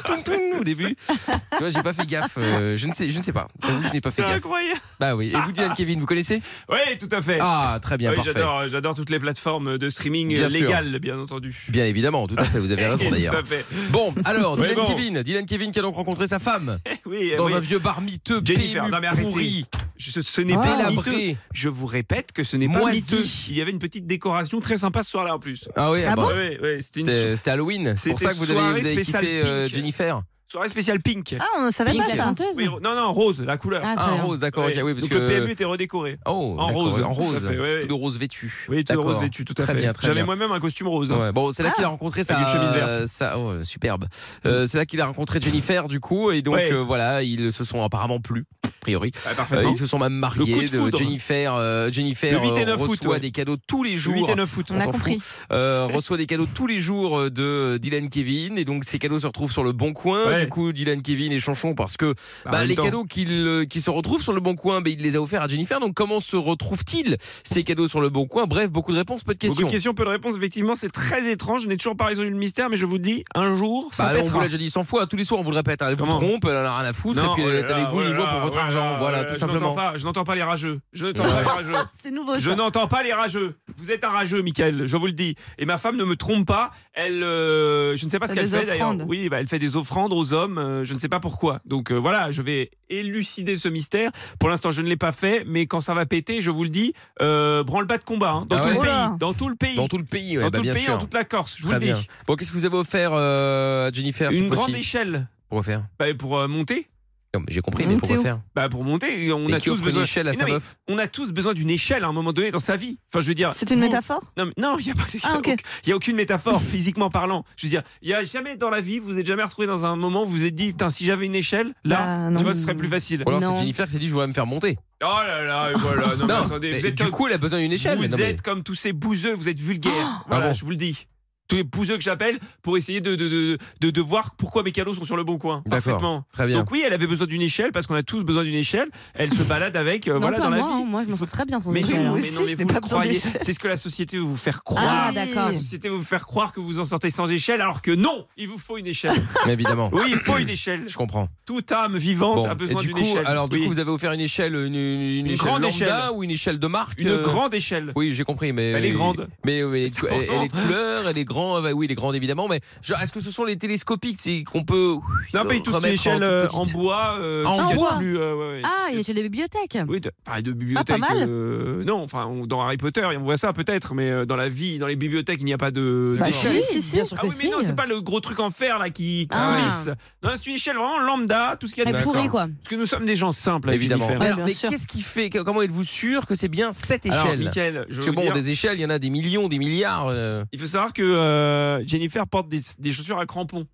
Speaker 2: tout- tout au début. Tu vois, j'ai pas fait gaffe. euh, je ne sais, je ne sais pas. J'avoue, je n'ai pas fait
Speaker 3: C'est
Speaker 2: gaffe.
Speaker 3: incroyable.
Speaker 2: Bah oui. Et vous, Dylan Kevin, vous connaissez
Speaker 3: Oui, tout à fait.
Speaker 2: Ah, très bien,
Speaker 3: oui,
Speaker 2: parfait.
Speaker 3: j'adore, euh, j'adore toutes les plateformes de streaming euh,
Speaker 2: Bien sûr.
Speaker 3: légales, bien entendu.
Speaker 2: Bien évidemment, tout à fait. Vous avez raison
Speaker 3: Tout
Speaker 2: d'ailleurs.
Speaker 3: à fait.
Speaker 2: Bon, alors
Speaker 3: Mais
Speaker 2: Dylan
Speaker 3: bon.
Speaker 2: Kevin, Dylan Kevin qui a donc rencontré sa femme
Speaker 3: Oui, eh
Speaker 2: dans
Speaker 3: oui.
Speaker 2: un vieux bar miteux,
Speaker 3: Jennifer,
Speaker 2: PMU
Speaker 3: non, mais arrêtez.
Speaker 2: pourri,
Speaker 3: Je- ce, ce
Speaker 2: Ah,
Speaker 3: n'est pas miteux.
Speaker 2: délabré.
Speaker 3: Je vous répète que ce n'est pas
Speaker 2: Moisi.
Speaker 3: miteux. Il y avait une petite décoration très sympa ce soir-là en plus.
Speaker 2: Ah oui,
Speaker 5: Ah
Speaker 2: bah,
Speaker 5: bon
Speaker 3: oui, oui, c'était une
Speaker 2: c'était c'était Halloween. C'est pour
Speaker 3: C'était
Speaker 2: ça que vous avez, vous
Speaker 3: soirée
Speaker 2: avez
Speaker 3: spéciale
Speaker 2: kiffé euh,
Speaker 3: Pink.
Speaker 2: Jennifer.
Speaker 3: soirée spéciale pink.
Speaker 5: Ah, on ne savait
Speaker 4: Pink,
Speaker 5: pas
Speaker 4: la
Speaker 5: ça.
Speaker 4: chanteuse
Speaker 3: Oui, ro- non, non, rose, la couleur.
Speaker 4: Ah,
Speaker 2: Ah,
Speaker 4: très
Speaker 2: en
Speaker 4: bien.
Speaker 2: rose, d'accord,
Speaker 3: Ouais.
Speaker 2: ok, oui, parce
Speaker 3: Donc
Speaker 2: que.
Speaker 3: le PMU était redécoré.
Speaker 2: Oh,
Speaker 3: en
Speaker 2: d'accord,
Speaker 3: rose.
Speaker 2: En rose,
Speaker 3: Tout à fait, ouais, ouais.
Speaker 2: tout de rose vêtu.
Speaker 3: Oui, tout
Speaker 2: D'accord.
Speaker 3: rose vêtu, tout à
Speaker 2: Très
Speaker 3: fait.
Speaker 2: bien, très
Speaker 3: J'avais
Speaker 2: bien.
Speaker 3: moi-même un costume rose. hein.
Speaker 2: Ouais, bon, c'est là
Speaker 5: Ah.
Speaker 4: Ah.
Speaker 2: qu'il a rencontré sa
Speaker 3: Avec une chemise verte.
Speaker 2: sa- oh, superbe. Euh, c'est là qu'il a rencontré Jennifer du coup et donc
Speaker 3: Ouais.
Speaker 2: euh, voilà, ils se sont apparemment plus a priori.
Speaker 3: Ah,
Speaker 2: Euh,
Speaker 3: parfaitement.
Speaker 2: ils se sont même
Speaker 3: Le coup de
Speaker 2: mariés. de
Speaker 3: foudre.
Speaker 2: Jennifer, euh, Jennifer
Speaker 3: Le huit et
Speaker 2: euh,
Speaker 3: neuf août,
Speaker 2: reçoit
Speaker 3: ouais.
Speaker 2: des cadeaux tous les jours.
Speaker 3: 8 et 9 août.
Speaker 5: On a
Speaker 2: s'en
Speaker 5: compris.
Speaker 2: Euh, reçoit des cadeaux tous les jours euh, de Dylan Kevin et donc ces cadeaux se retrouvent sur le bon coin.
Speaker 3: Ouais.
Speaker 2: Du coup, Dylan Kevin et Chanchon parce que
Speaker 3: Bah, en
Speaker 2: bah,
Speaker 3: même
Speaker 2: les
Speaker 3: temps.
Speaker 2: cadeaux qu'il euh, qui se retrouvent sur le bon coin, ben, il les a offerts à Jennifer. Donc comment se retrouvent-ils ces cadeaux sur le bon coin Bref, beaucoup de réponses, peu de
Speaker 3: Beaucoup
Speaker 2: questions.
Speaker 3: de questions, peu de réponses. Effectivement, c'est très étrange. Je n'ai toujours pas résolu le mystère, mais je vous le dis, un jour,
Speaker 2: Bah,
Speaker 3: ça
Speaker 2: alors, on vous
Speaker 3: pètera.
Speaker 2: l'a déjà dit 100 fois, tous les soirs on vous le répète, hein, elle vous
Speaker 3: Comment
Speaker 2: trompe, elle en a rien à foutre, et puis elle est avec vous, ni moi pour votre argent, voilà, tout
Speaker 3: je N'entends
Speaker 2: simplement.
Speaker 3: pas, je n'entends pas les rageux. Je n'entends pas les rageux.
Speaker 5: C'est nouveau.
Speaker 3: Je
Speaker 5: ça.
Speaker 3: n'entends pas les rageux. Vous êtes un rageux, Michael, je vous le dis. Et ma femme ne me trompe pas. Elle, euh, je ne sais pas ce
Speaker 5: Elle
Speaker 3: qu'elle
Speaker 5: des
Speaker 3: fait d'ailleurs.
Speaker 5: offrandes.
Speaker 3: Oui, bah, elle fait des offrandes aux hommes. euh, je ne sais pas pourquoi. Donc euh, voilà, je vais élucider ce mystère. Pour l'instant, je ne l'ai pas fait, mais quand ça va péter, je vous le dis, euh, branle pas de combat hein, dans,
Speaker 2: Ah
Speaker 3: tout
Speaker 2: ouais.
Speaker 3: le
Speaker 5: Oula.
Speaker 3: pays, dans tout le pays,
Speaker 2: Dans tout le pays, ouais,
Speaker 3: Dans tout
Speaker 2: bah,
Speaker 3: le
Speaker 2: bien
Speaker 3: pays,
Speaker 2: sûr.
Speaker 3: dans toute la Corse. Je vous
Speaker 2: Très
Speaker 3: le dis.
Speaker 2: bien. Bon, qu'est-ce que vous avez offert euh, à Jennifer cette
Speaker 3: Une grande
Speaker 2: fois-ci
Speaker 3: échelle
Speaker 2: Pour faire
Speaker 3: bah, pour euh, monter.
Speaker 2: Non, mais j'ai compris, mais pour
Speaker 5: Montez où
Speaker 2: faire
Speaker 3: Bah, pour monter, on
Speaker 2: Et
Speaker 3: a
Speaker 2: qui
Speaker 3: tous
Speaker 2: offre
Speaker 3: besoin.
Speaker 2: une échelle à
Speaker 3: Mais
Speaker 2: sa
Speaker 3: non, mais
Speaker 2: meuf
Speaker 3: on a tous besoin d'une échelle à un moment donné dans sa vie. Enfin, je veux dire.
Speaker 5: C'est une
Speaker 3: vous-
Speaker 5: métaphore
Speaker 3: Non, mais- non, il n'y a pas. il y a
Speaker 5: Ah, ok.
Speaker 3: aucun- Il y a aucune métaphore physiquement parlant. Je veux dire, il y a jamais dans la vie, vous êtes jamais retrouvé dans un moment où vous vous êtes dit, putain, si j'avais une échelle, là,
Speaker 5: Bah, non.
Speaker 3: tu vois, ce serait plus facile.
Speaker 2: Ou alors
Speaker 4: Non.
Speaker 2: c'est Jennifer qui s'est dit je voudrais me faire monter.
Speaker 3: Oh là là, et voilà. Non, mais attendez,
Speaker 2: mais
Speaker 3: vous êtes
Speaker 2: du
Speaker 3: comme,
Speaker 2: coup elle a besoin d'une échelle. mais
Speaker 3: vous
Speaker 2: non, mais-
Speaker 3: êtes comme tous ces bouseux, vous êtes vulgaires. voilà,
Speaker 2: Ah bon
Speaker 3: je vous le dis. Tous les bouseux que j'appelle pour essayer de, de, de, de, de voir pourquoi mes cadeaux sont sur le bon coin.
Speaker 2: D'accord,
Speaker 3: Parfaitement.
Speaker 2: très bien.
Speaker 3: Donc oui, elle avait besoin d'une échelle parce qu'on a tous besoin d'une échelle. Elle se balade avec, euh,
Speaker 4: Non,
Speaker 3: voilà,
Speaker 4: pas
Speaker 3: dans la
Speaker 4: moi, hein,
Speaker 3: vie.
Speaker 4: moi je m'en sors très bien sans
Speaker 3: Mais,
Speaker 4: échelle,
Speaker 3: non,
Speaker 4: hein.
Speaker 5: oui.
Speaker 3: mais non, mais
Speaker 5: aussi, je n'ai
Speaker 3: vous
Speaker 5: pas
Speaker 3: le
Speaker 5: besoin
Speaker 3: croyez.
Speaker 5: d'échelle.
Speaker 3: C'est ce que la société veut vous faire croire.
Speaker 4: Ah, d'accord.
Speaker 3: La société veut vous faire croire que vous en sortez sans échelle, alors que non, il vous faut une échelle.
Speaker 2: Mais évidemment.
Speaker 3: Oui, il faut une échelle.
Speaker 2: Je comprends.
Speaker 3: Toute âme vivante
Speaker 2: Bon,
Speaker 3: a
Speaker 2: et
Speaker 3: besoin
Speaker 2: du
Speaker 3: d'une
Speaker 2: coup,
Speaker 3: échelle.
Speaker 2: alors du
Speaker 3: Oui.
Speaker 2: coup, vous avez offert une échelle, une, une- une
Speaker 3: Une
Speaker 2: échelle
Speaker 3: grande
Speaker 2: lambda
Speaker 3: échelle.
Speaker 2: ou une échelle de marque
Speaker 3: une
Speaker 2: euh,
Speaker 3: grande échelle.
Speaker 2: Oui, j'ai compris, mais
Speaker 3: Elle est grande.
Speaker 2: Mais euh, elle,
Speaker 3: C'est
Speaker 2: elle- elle est de
Speaker 3: important.
Speaker 2: couleur, elle est grande. Oui, elle est grande évidemment. Mais genre, est-ce que ce sont les télescopiques, c'est qu'on peut
Speaker 3: Non, mais tous
Speaker 2: remettre
Speaker 3: une échelle
Speaker 2: en
Speaker 3: euh,
Speaker 2: toute
Speaker 3: en,
Speaker 2: petite Ah,
Speaker 3: bois. euh,
Speaker 2: En
Speaker 3: qui est
Speaker 5: bois.
Speaker 3: plus, euh, ouais, ouais.
Speaker 4: Ah, il est chez des bibliothèques.
Speaker 3: Oui, de, parler de bibliothèque.
Speaker 5: Ah, pas mal.
Speaker 3: euh, non, enfin, on- dans Harry Potter, on voit ça peut-être, mais euh, dans la vie, dans les bibliothèques, il n'y a pas de.
Speaker 4: Bah,
Speaker 3: d'échelle.
Speaker 5: si,
Speaker 4: si,
Speaker 5: si,
Speaker 4: bien
Speaker 5: si.
Speaker 4: sûr
Speaker 3: Ah
Speaker 4: que
Speaker 3: oui, mais
Speaker 4: si.
Speaker 3: non, c'est pas le gros truc en fer là qui
Speaker 4: Ah.
Speaker 3: coulisse. Non, c'est une échelle vraiment lambda, tout ce qu'il y a
Speaker 4: Elle
Speaker 3: de
Speaker 4: est pourrie, quoi.
Speaker 3: Parce que nous sommes des gens simples, avec
Speaker 2: Évidemment.
Speaker 3: Jennifer.
Speaker 2: Mais
Speaker 5: Ouais,
Speaker 2: alors,
Speaker 5: bien
Speaker 2: mais
Speaker 5: sûr.
Speaker 2: qu'est-ce qui fait que- Comment êtes-vous sûr que c'est bien cette échelle
Speaker 3: Alors, Mickaël, je vais
Speaker 2: Parce que
Speaker 3: vous
Speaker 2: bon,
Speaker 3: dire,
Speaker 2: des échelles, il y en a des millions, des milliards. euh,
Speaker 3: il faut savoir que euh, Jennifer porte des, des chaussures à crampons.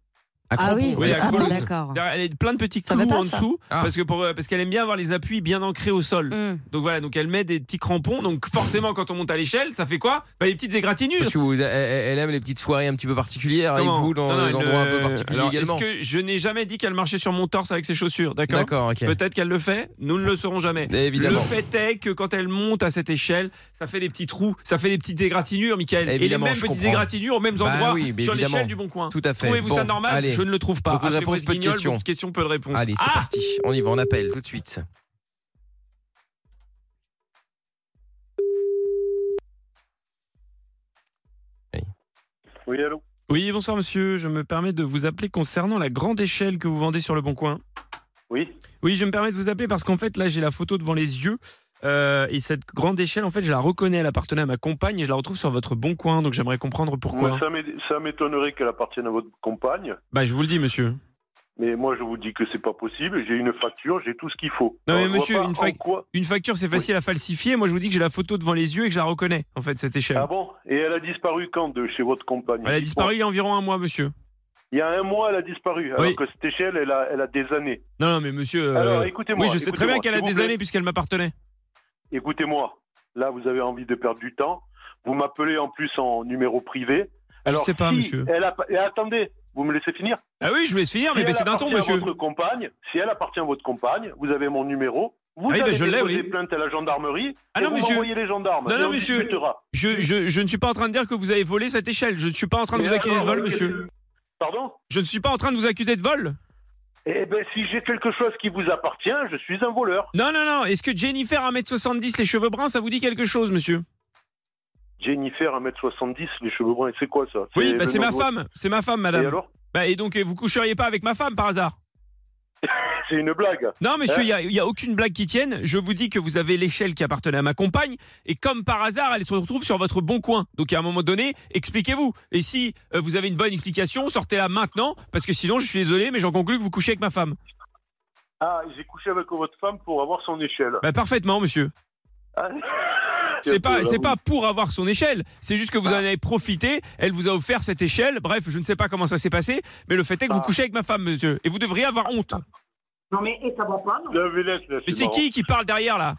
Speaker 2: à
Speaker 4: Ah oui,
Speaker 3: Oui, la
Speaker 4: ah,
Speaker 3: couleuse.
Speaker 4: d'accord.
Speaker 3: Elle a plein de petits
Speaker 5: Ça
Speaker 3: clous
Speaker 5: va pas,
Speaker 3: en
Speaker 5: ça
Speaker 3: dessous
Speaker 2: Ah.
Speaker 3: parce que pour, parce qu'elle aime bien avoir les appuis bien ancrés au sol.
Speaker 4: Hum.
Speaker 3: Donc voilà, donc elle met des petits crampons. Donc forcément, quand on monte à l'échelle, ça fait quoi bah, Des petites égratignures.
Speaker 2: Parce que vous, elle, elle aime les petites soirées un petit peu particulières avec
Speaker 3: Comment
Speaker 2: vous dans
Speaker 3: Non, non,
Speaker 2: des
Speaker 3: elle,
Speaker 2: endroits un peu
Speaker 3: euh,
Speaker 2: particuliers
Speaker 3: alors,
Speaker 2: également.
Speaker 3: Est-ce que je n'ai jamais dit qu'elle marchait sur mon torse avec ses chaussures, d'accord
Speaker 2: D'accord, ok.
Speaker 3: Peut-être qu'elle le fait, nous ne le saurons jamais.
Speaker 2: Eh, Évidemment.
Speaker 3: Le fait est que quand elle monte à cette échelle, ça fait des petits trous, ça fait des petites égratignures, Michael. Et les
Speaker 2: Évidemment,
Speaker 3: mêmes
Speaker 2: je
Speaker 3: petites
Speaker 2: comprends.
Speaker 3: égratignures aux mêmes
Speaker 2: Bah
Speaker 3: endroits
Speaker 2: oui, mais
Speaker 3: sur
Speaker 2: évidemment.
Speaker 3: l'échelle du Bon Coin.
Speaker 2: Tout à fait.
Speaker 3: Trouvez-vous ça
Speaker 2: Bon,
Speaker 3: normal
Speaker 2: allez.
Speaker 3: Je ne le trouve pas.
Speaker 2: Beaucoup de
Speaker 3: Appelez-moi
Speaker 2: réponses,
Speaker 3: ce
Speaker 2: peu de
Speaker 3: guignol,
Speaker 2: questions.
Speaker 3: beaucoup de questions, peu de réponses.
Speaker 2: Allez, c'est
Speaker 3: Ah
Speaker 2: parti. On y va, on appelle tout de suite.
Speaker 7: Oui, allô
Speaker 3: Oui, bonsoir monsieur. Je me permets de vous appeler concernant la grande échelle que vous vendez sur le Bon Coin.
Speaker 7: Oui
Speaker 3: Oui, je me permets de vous appeler parce qu'en fait, là, j'ai la photo devant les yeux. Euh, et cette grande échelle, en fait, je la reconnais, elle appartenait à ma compagne et je la retrouve sur votre bon coin, donc j'aimerais comprendre pourquoi.
Speaker 12: Moi, ça m'é- ça m'étonnerait qu'elle appartienne à votre compagne,
Speaker 3: Bah, je vous le dis, monsieur.
Speaker 12: mais moi je vous dis que c'est pas possible. J'ai une facture, j'ai tout ce qu'il faut.
Speaker 3: Non,
Speaker 12: Alors,
Speaker 3: mais
Speaker 12: je vois
Speaker 3: monsieur,
Speaker 12: pas
Speaker 3: une,
Speaker 12: en
Speaker 3: fac-
Speaker 12: quoi-
Speaker 3: une facture, c'est facile à falsifier. Moi, je vous dis que j'ai la photo devant les yeux et que je la reconnais, en fait, cette échelle.
Speaker 12: Ah bon Et elle a disparu quand de chez votre compagne
Speaker 3: Elle a disparu il y a environ un mois, monsieur.
Speaker 12: Il y a un mois, elle a disparu. Alors que cette échelle, elle a, elle a des années.
Speaker 3: Non, non, mais monsieur. euh,
Speaker 12: Alors, écoutez-moi,
Speaker 3: Oui, je sais très
Speaker 12: écoutez-moi,
Speaker 3: bien qu'elle a
Speaker 12: s'il vous
Speaker 3: des
Speaker 12: plaît.
Speaker 3: années puisqu'elle m'appartenait.
Speaker 12: Écoutez-moi, là, vous avez envie de perdre du temps. Vous m'appelez en plus en numéro privé.
Speaker 3: Ah, Je
Speaker 12: Alors,
Speaker 3: sais pas,
Speaker 12: si
Speaker 3: monsieur.
Speaker 12: Elle a... et attendez, vous me laissez finir
Speaker 3: Ah oui, je vous laisse finir, mais
Speaker 12: si
Speaker 3: baissez
Speaker 12: elle
Speaker 3: d'un ton,
Speaker 12: appartient à
Speaker 3: monsieur.
Speaker 12: Votre compagne, si elle appartient à votre compagne, vous avez mon numéro. Vous
Speaker 3: Ah oui,
Speaker 12: allez
Speaker 3: bah, je l'ai,
Speaker 12: déposer
Speaker 3: oui.
Speaker 12: plainte à la gendarmerie.
Speaker 3: Ah
Speaker 12: et
Speaker 3: non,
Speaker 12: vous
Speaker 3: monsieur.
Speaker 12: m'envoyez les gendarmes.
Speaker 3: Non,
Speaker 12: et
Speaker 3: non,
Speaker 12: on
Speaker 3: monsieur.
Speaker 12: discutera.
Speaker 3: Je, je- je ne suis pas en train de dire que vous avez volé cette échelle. Je ne suis pas en train de
Speaker 12: Mais
Speaker 3: vous accuser de
Speaker 12: alors,
Speaker 3: vol,
Speaker 12: euh,
Speaker 3: monsieur.
Speaker 12: Pardon
Speaker 3: Je ne suis pas en train de vous accuser de vol.
Speaker 12: Eh ben, si j'ai quelque chose qui vous appartient, je suis un voleur.
Speaker 3: Non, non, non. Est-ce que Jennifer, 1m70, les cheveux bruns, ça vous dit quelque chose, monsieur
Speaker 12: Jennifer, 1m70, les cheveux bruns, c'est quoi ça
Speaker 3: Oui,
Speaker 12: le
Speaker 3: bah, c'est
Speaker 12: nom
Speaker 3: ma
Speaker 12: de votre-
Speaker 3: femme. C'est ma femme, madame.
Speaker 12: Et alors
Speaker 3: bah, et donc, euh, vous coucheriez pas avec ma femme par hasard
Speaker 12: C'est une blague.
Speaker 3: Non, monsieur,
Speaker 12: Hein
Speaker 3: il n'y a, aucune blague qui tienne. Je vous dis que vous avez l'échelle qui appartenait à ma compagne, et comme par hasard, elle se retrouve sur votre bon coin. Donc, à un moment donné, expliquez-vous. Et si euh, vous avez une bonne explication, sortez-la maintenant, parce que sinon, je suis désolé, mais j'en conclus que vous couchez avec ma femme.
Speaker 12: Ah, j'ai couché avec votre femme pour avoir son échelle.
Speaker 3: Bah, parfaitement, monsieur.
Speaker 12: Ah,
Speaker 3: C'est
Speaker 12: un
Speaker 3: pas,
Speaker 12: peu, là,
Speaker 3: c'est
Speaker 12: oui.
Speaker 3: pas
Speaker 12: Ah.
Speaker 3: pour avoir son échelle. C'est juste que vous en avez profité. Elle vous a offert cette échelle. Bref, je ne sais pas comment ça s'est passé, mais le fait est que
Speaker 12: Ah.
Speaker 3: vous couchez avec ma femme, monsieur, et vous devriez avoir honte.
Speaker 13: Non, mais et ça va pas, non
Speaker 12: La villette, là,
Speaker 3: Mais c'est
Speaker 12: Ah, marrant.
Speaker 3: qui qui parle derrière là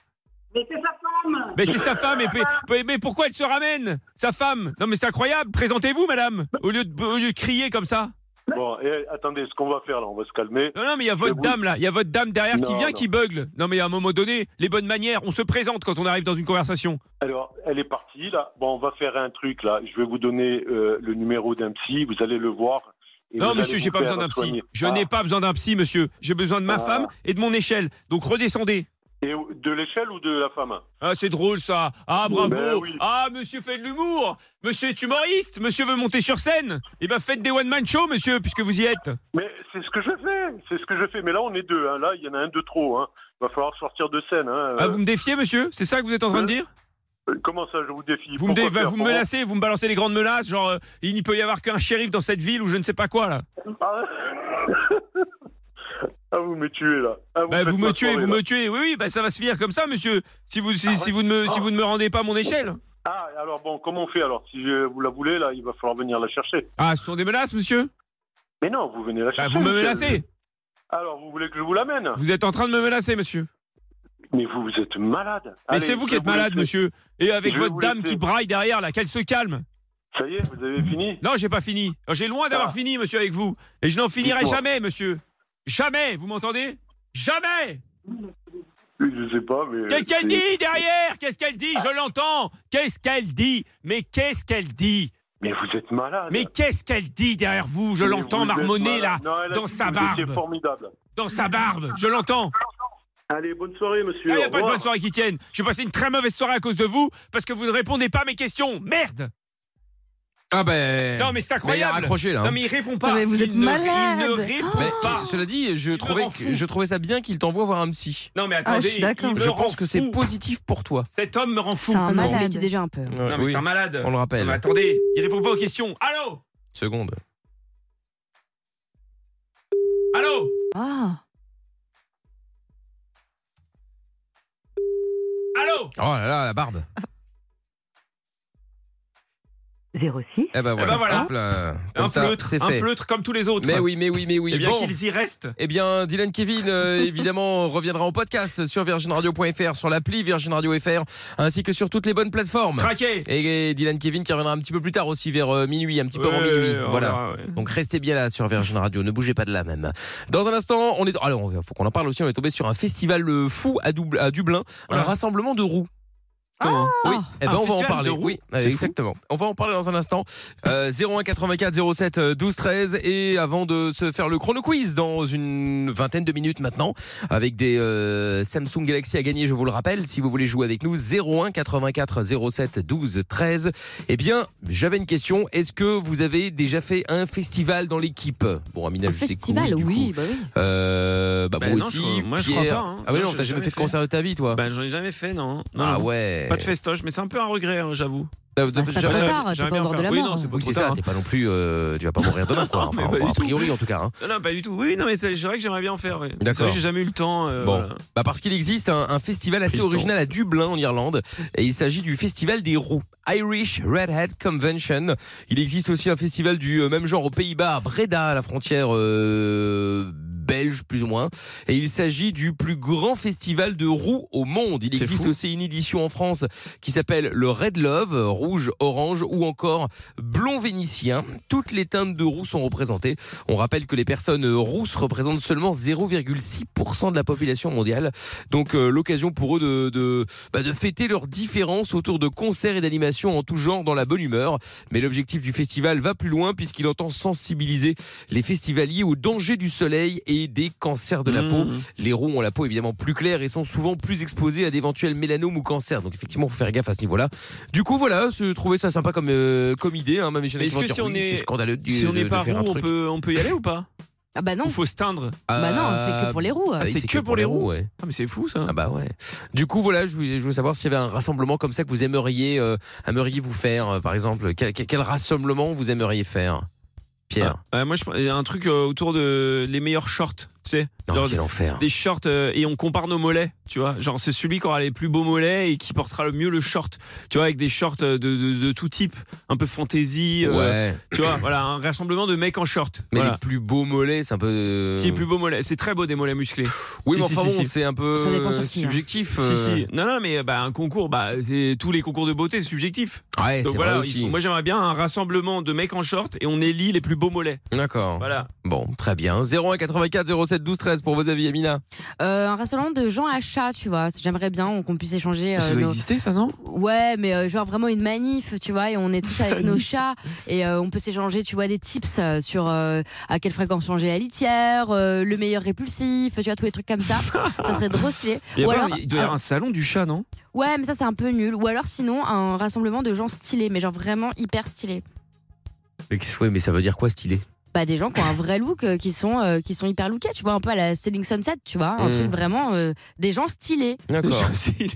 Speaker 13: Mais c'est sa femme
Speaker 3: Mais c'est sa femme, et pe- pe- mais pourquoi elle se ramène Sa femme Non mais c'est incroyable, présentez-vous madame, au lieu, de, au lieu de crier comme ça.
Speaker 12: Bon, et, attendez, ce qu'on va faire là, on va se calmer.
Speaker 3: Non, non, mais il y a votre dame là, il y a votre dame derrière qui
Speaker 12: Non,
Speaker 3: vient,
Speaker 12: non.
Speaker 3: qui bugle. Non mais à un moment donné, les bonnes manières, on se présente quand on arrive dans une conversation.
Speaker 12: Alors, elle est partie là. Bon, on va faire un truc là. Je vais vous donner euh, le numéro d'un psy. Vous allez le voir. et vous
Speaker 3: non
Speaker 12: allez
Speaker 3: monsieur,
Speaker 12: vous
Speaker 3: j'ai pas
Speaker 12: faire
Speaker 3: besoin d'un psy.
Speaker 12: soigner.
Speaker 3: Je
Speaker 12: Ah,
Speaker 3: n'ai pas besoin d'un psy monsieur, j'ai besoin de ma
Speaker 12: Ah.
Speaker 3: femme et de mon échelle. Donc redescendez.
Speaker 12: Et de l'échelle ou de la femme
Speaker 3: Ah c'est drôle ça. Ah
Speaker 12: Oui,
Speaker 3: bravo.
Speaker 12: ben oui.
Speaker 3: Ah monsieur fait de l'humour. Monsieur est humoriste. Monsieur veut monter sur scène. Eh ben faites des one man show monsieur puisque vous y êtes.
Speaker 12: Mais c'est ce que je fais. C'est ce que je fais. Mais là, on est deux. hein. Là, il y en a un de trop. Hein. Va falloir sortir de scène. Hein.
Speaker 3: Ah, vous me défiez monsieur C'est ça que vous êtes en train de dire
Speaker 12: Euh, Comment ça, je vous défie
Speaker 3: Vous me, dé-
Speaker 12: Pourquoi faire
Speaker 3: vous me
Speaker 12: Pour
Speaker 3: menacez, vous me balancez les grandes menaces, genre euh, il n'y peut y avoir qu'un shérif dans cette ville ou je ne sais pas quoi là.
Speaker 12: Ah, Ah, vous me tuez là. Ah,
Speaker 3: Bah,
Speaker 12: faites
Speaker 3: vous me
Speaker 12: ma
Speaker 3: tuez,
Speaker 12: soirée,
Speaker 3: vous
Speaker 12: là.
Speaker 3: me tuez. Oui, oui, bah, ça va se finir comme ça, monsieur. Si vous, si, si vous ne me, si vous ne me rendez pas mon échelle.
Speaker 12: Ah, alors bon, comment on fait alors Si euh, vous la voulez là, il va falloir venir la chercher.
Speaker 3: Ah, ce sont des menaces, monsieur.
Speaker 12: Mais non, vous venez la
Speaker 3: Bah,
Speaker 12: chercher.
Speaker 3: vous me
Speaker 12: monsieur.
Speaker 3: menacez.
Speaker 12: Alors, vous voulez que je vous l'amène
Speaker 3: Ah. Vous êtes en train de me menacer, monsieur.
Speaker 12: Mais vous, vous êtes malade.
Speaker 3: Mais
Speaker 12: Allez,
Speaker 3: c'est vous
Speaker 12: je
Speaker 3: qui
Speaker 12: vais
Speaker 3: êtes malade,
Speaker 12: laisser.
Speaker 3: monsieur. Et avec
Speaker 12: Je vais
Speaker 3: votre
Speaker 12: vous
Speaker 3: dame
Speaker 12: laisser.
Speaker 3: qui braille derrière là, qu'elle se calme.
Speaker 12: Ça y est, vous avez fini
Speaker 3: Non, j'ai pas fini. Oh, J'ai loin d'avoir
Speaker 12: Ah.
Speaker 3: fini, monsieur, avec vous. Et je n'en finirai
Speaker 12: Dites-moi.
Speaker 3: jamais, monsieur. Jamais, vous m'entendez Jamais
Speaker 12: Je sais pas, mais.
Speaker 3: Qu'est-ce qu'elle
Speaker 12: c'est-
Speaker 3: dit derrière Qu'est-ce qu'elle dit
Speaker 12: Ah.
Speaker 3: Je l'entends. Qu'est-ce qu'elle dit Mais qu'est-ce qu'elle dit
Speaker 12: Mais vous êtes malade.
Speaker 3: Mais qu'est-ce qu'elle dit derrière vous Je
Speaker 12: Mais
Speaker 3: l'entends
Speaker 12: vous êtes
Speaker 3: marmonner là,
Speaker 12: malade. Non, elle a
Speaker 3: dans
Speaker 12: dit
Speaker 3: sa
Speaker 12: que vous étiez
Speaker 3: barbe.
Speaker 12: formidable.
Speaker 3: Dans sa barbe, je l'entends.
Speaker 12: Allez, bonne soirée, monsieur.
Speaker 3: Il n'y
Speaker 12: Au
Speaker 3: Ah, a pas de
Speaker 12: revoir.
Speaker 3: bonne soirée qui tienne. J'ai passé une très mauvaise soirée à cause de vous, parce que vous ne répondez pas à mes questions. Merde
Speaker 2: Ah ben.
Speaker 3: Non mais c'est
Speaker 2: il a
Speaker 3: incroyable
Speaker 2: raccroché là. hein.
Speaker 3: Non mais il répond pas.
Speaker 5: Non, mais vous
Speaker 3: Il
Speaker 5: êtes
Speaker 3: ne-
Speaker 5: malade.
Speaker 3: Il ne répond
Speaker 2: Mais
Speaker 3: pas.
Speaker 2: cela dit, je trouvais,
Speaker 3: rend
Speaker 2: que-
Speaker 3: fou.
Speaker 2: je trouvais ça bien qu'il t'envoie voir un psy.
Speaker 3: Non mais
Speaker 5: Ah, je
Speaker 3: attendez,
Speaker 5: suis
Speaker 3: il
Speaker 5: d'accord.
Speaker 3: me
Speaker 2: Je
Speaker 3: rend
Speaker 2: pense que c'est
Speaker 3: fou.
Speaker 2: positif pour toi.
Speaker 3: Cet homme me rend fou.
Speaker 5: C'est un
Speaker 4: Non, mais
Speaker 5: malade.
Speaker 4: t'es déjà un peu.
Speaker 3: Non mais c'est un malade.
Speaker 2: On le rappelle.
Speaker 3: Non, mais attendez, il répond pas aux questions. Allô
Speaker 2: Seconde.
Speaker 3: Allô
Speaker 5: Ah,
Speaker 3: Allô
Speaker 2: Oh là là, la barbe.
Speaker 13: 06.
Speaker 2: Eh ben voilà.
Speaker 3: ben voilà.
Speaker 2: Hop là. Comme
Speaker 3: Un
Speaker 2: ça,
Speaker 3: pleutre,
Speaker 2: c'est
Speaker 3: un
Speaker 2: fait.
Speaker 3: pleutre comme tous les autres.
Speaker 2: Mais oui, mais oui, mais oui.
Speaker 3: Eh bien
Speaker 2: Bon.
Speaker 3: qu'ils y restent.
Speaker 2: Eh bien, Dylan Kevin, euh, évidemment, reviendra en podcast sur virginradio.fr, sur l'appli Virgin Radio FR, ainsi que sur toutes les bonnes plateformes.
Speaker 3: Traqué
Speaker 2: Et Dylan Kevin qui reviendra un petit peu plus tard aussi, vers euh, minuit, un petit peu avant
Speaker 3: Ouais,
Speaker 2: minuit.
Speaker 3: on
Speaker 2: Voilà.
Speaker 3: verra, ouais.
Speaker 2: Donc restez bien là sur Virgin Radio, ne bougez pas de là même. Dans un instant, on est. Alors, faut qu'on en parle aussi. On est tombé sur un festival euh, fou à, Doubl- à Dublin, un
Speaker 3: Voilà.
Speaker 2: rassemblement de roues.
Speaker 3: Exactement.
Speaker 2: Oui. Eh ben,
Speaker 3: Un
Speaker 2: on va en
Speaker 3: festival
Speaker 2: parler.
Speaker 3: de roues.
Speaker 2: Oui, euh,
Speaker 3: C'est fou.
Speaker 2: exactement. On va en parler dans un instant. Euh, 01 84 07 12 13 euh, et avant de se faire le chrono quiz dans une vingtaine de minutes maintenant avec des euh, Samsung Galaxy à gagner, je vous le rappelle. Si vous voulez jouer avec nous, 01 84 07 12 13. Eh bien, j'avais une question. Est-ce que vous avez déjà fait un festival dans l'équipe Bon, Amina, je sais que
Speaker 4: Festival,
Speaker 2: du
Speaker 4: oui,
Speaker 2: coup.
Speaker 4: bah oui.
Speaker 2: Euh, bah,
Speaker 3: Bah
Speaker 2: moi
Speaker 3: non,
Speaker 2: aussi.
Speaker 3: je- moi, je crois
Speaker 2: Pierre.
Speaker 3: pas, hein.
Speaker 2: Ah,
Speaker 3: Moi,
Speaker 2: ouais, non,
Speaker 3: j'ai
Speaker 2: t'as jamais
Speaker 3: jamais
Speaker 2: fait de
Speaker 3: fait.
Speaker 2: concert de ta vie, toi
Speaker 3: Bah, j'en ai jamais fait, non. non
Speaker 2: Ah
Speaker 3: non.
Speaker 2: ouais.
Speaker 3: Pas de festoche, mais c'est un peu un regret, hein, j'avoue.
Speaker 2: Bah,
Speaker 3: c'est pas trop tard, t'es pas au bord de la
Speaker 2: Oui,
Speaker 3: mort.
Speaker 2: non, c'est pas
Speaker 3: Oui,
Speaker 2: trop
Speaker 3: c'est ça, bah,
Speaker 2: tard,
Speaker 3: t'es
Speaker 2: pas non plus, euh, tu vas pas mourir demain, quoi. Enfin, a priori, en tout cas. hein.
Speaker 3: Non, non, pas du tout. Oui, non, mais c'est c'est vrai que j'aimerais bien en faire. ouais.
Speaker 2: D'accord.
Speaker 3: C'est vrai que j'ai jamais eu le temps. euh,
Speaker 2: Bon,
Speaker 3: voilà.
Speaker 2: bah parce qu'il existe un, un festival assez original à Dublin en Irlande et il s'agit du festival des roues, Irish Redhead Convention. Il existe aussi un festival du euh, même genre aux Pays-Bas, à Breda, à la frontière euh, belge plus ou moins. Et il s'agit du plus grand festival de roues au monde. Il existe aussi une édition en France qui s'appelle le Red Love, euh, rouge, orange ou encore blond vénitien. Toutes les teintes de roux sont représentées. On rappelle que les personnes euh, rousses représentent seulement 0,6% de la population mondiale. Donc euh, l'occasion pour eux de, de, bah, de fêter leurs différences autour de concerts et d'animations en tout genre dans la bonne humeur. Mais l'objectif du festival va plus loin puisqu'il entend sensibiliser les festivaliers au danger du soleil et des cancers de la peau. Les roux ont la peau évidemment plus claire et sont souvent plus exposés à d'éventuels mélanomes ou cancers. Donc effectivement, faut faire gaffe à ce niveau-là. Du coup, voilà, je trouvais ça sympa comme euh, comme idée. Hein, même si j'en ai
Speaker 3: Est-ce
Speaker 2: qui vont
Speaker 3: que
Speaker 2: dire,
Speaker 3: si on
Speaker 2: oui,
Speaker 3: est
Speaker 2: c'est scandaleux de-
Speaker 3: si on
Speaker 2: de-
Speaker 3: n'est
Speaker 2: de
Speaker 3: pas
Speaker 2: faire un
Speaker 3: roux, on
Speaker 2: truc.
Speaker 3: peut on peut y aller ou pas
Speaker 4: Ah bah non.
Speaker 3: Il faut se teindre.
Speaker 4: Bah non, c'est que pour les
Speaker 2: Bah
Speaker 4: roues.
Speaker 3: Ah, c'est que pour les roues. ouais. Ah, mais c'est fou ça.
Speaker 2: Ah bah ouais. Du coup, voilà, je voulais, je voulais savoir s'il y avait un rassemblement comme ça que vous aimeriez, euh, aimeriez vous faire, euh, par exemple. Quel, quel- quel rassemblement vous aimeriez faire Pierre.
Speaker 3: Ouais, moi, je prends- il y a un truc euh, autour de les meilleurs shorts, tu sais. Genre, Des shorts euh, et on compare nos mollets, tu vois. Genre, c'est celui qui aura les plus beaux mollets et qui portera le mieux le short, tu vois, avec des shorts euh, de, de- de tout type, un peu fantaisie.
Speaker 2: Ouais.
Speaker 3: Tu vois, voilà, un rassemblement de mecs en short.
Speaker 2: Mais
Speaker 3: voilà.
Speaker 2: les plus beaux mollets, c'est un peu. euh,
Speaker 3: Si, les plus beaux mollets. C'est très beau des mollets musclés.
Speaker 2: Oui,
Speaker 3: Si,
Speaker 2: mais
Speaker 3: si,
Speaker 2: enfin
Speaker 3: si,
Speaker 2: bon,
Speaker 3: si.
Speaker 2: c'est un peu euh,
Speaker 4: hein.
Speaker 2: subjectif.
Speaker 3: Si,
Speaker 2: euh.
Speaker 3: si. Non, non, mais euh, bah, un concours, bah, c'est- tous les concours de beauté, c'est subjectif.
Speaker 2: Ouais,
Speaker 3: Donc
Speaker 2: c'est
Speaker 3: voilà,
Speaker 2: vrai
Speaker 3: il
Speaker 2: aussi.
Speaker 3: faut- moi j'aimerais bien un rassemblement de mecs en short et on élit les plus beaux mollets.
Speaker 2: D'accord.
Speaker 3: Voilà.
Speaker 2: Bon, très bien. 01 84 07 12 13 pour vos avis, Amina.
Speaker 4: Euh, un rassemblement de gens à chat, tu vois. J'aimerais bien qu'on puisse échanger. euh, nos-
Speaker 3: Ah, ça, non
Speaker 4: Ouais, mais euh, genre vraiment une manif, tu vois, et on est tous avec nos
Speaker 3: Manif.
Speaker 4: chats et euh, on peut s'échanger, tu vois, des tips euh, sur euh, à quelle fréquence changer la litière, euh, le meilleur répulsif, tu vois, tous les trucs comme ça. ça serait drôle stylé.
Speaker 3: Il, y a
Speaker 4: Ou
Speaker 3: pas-
Speaker 4: alors-
Speaker 3: il doit y avoir un salon du chat, non
Speaker 4: Ouais, mais ça c'est un peu nul. Ou alors sinon un rassemblement de gens stylés, mais genre vraiment hyper stylés.
Speaker 2: Mais qu'est-ce- ouais, mais ça veut dire quoi, stylé
Speaker 4: Bah des gens qui ont un vrai look, euh, qui sont euh, qui sont hyper lookés, tu vois, un peu à la Selling Sunset, tu vois, un
Speaker 3: Mm.
Speaker 4: truc vraiment euh, des gens stylés.
Speaker 2: D'accord.
Speaker 3: ça, aussi-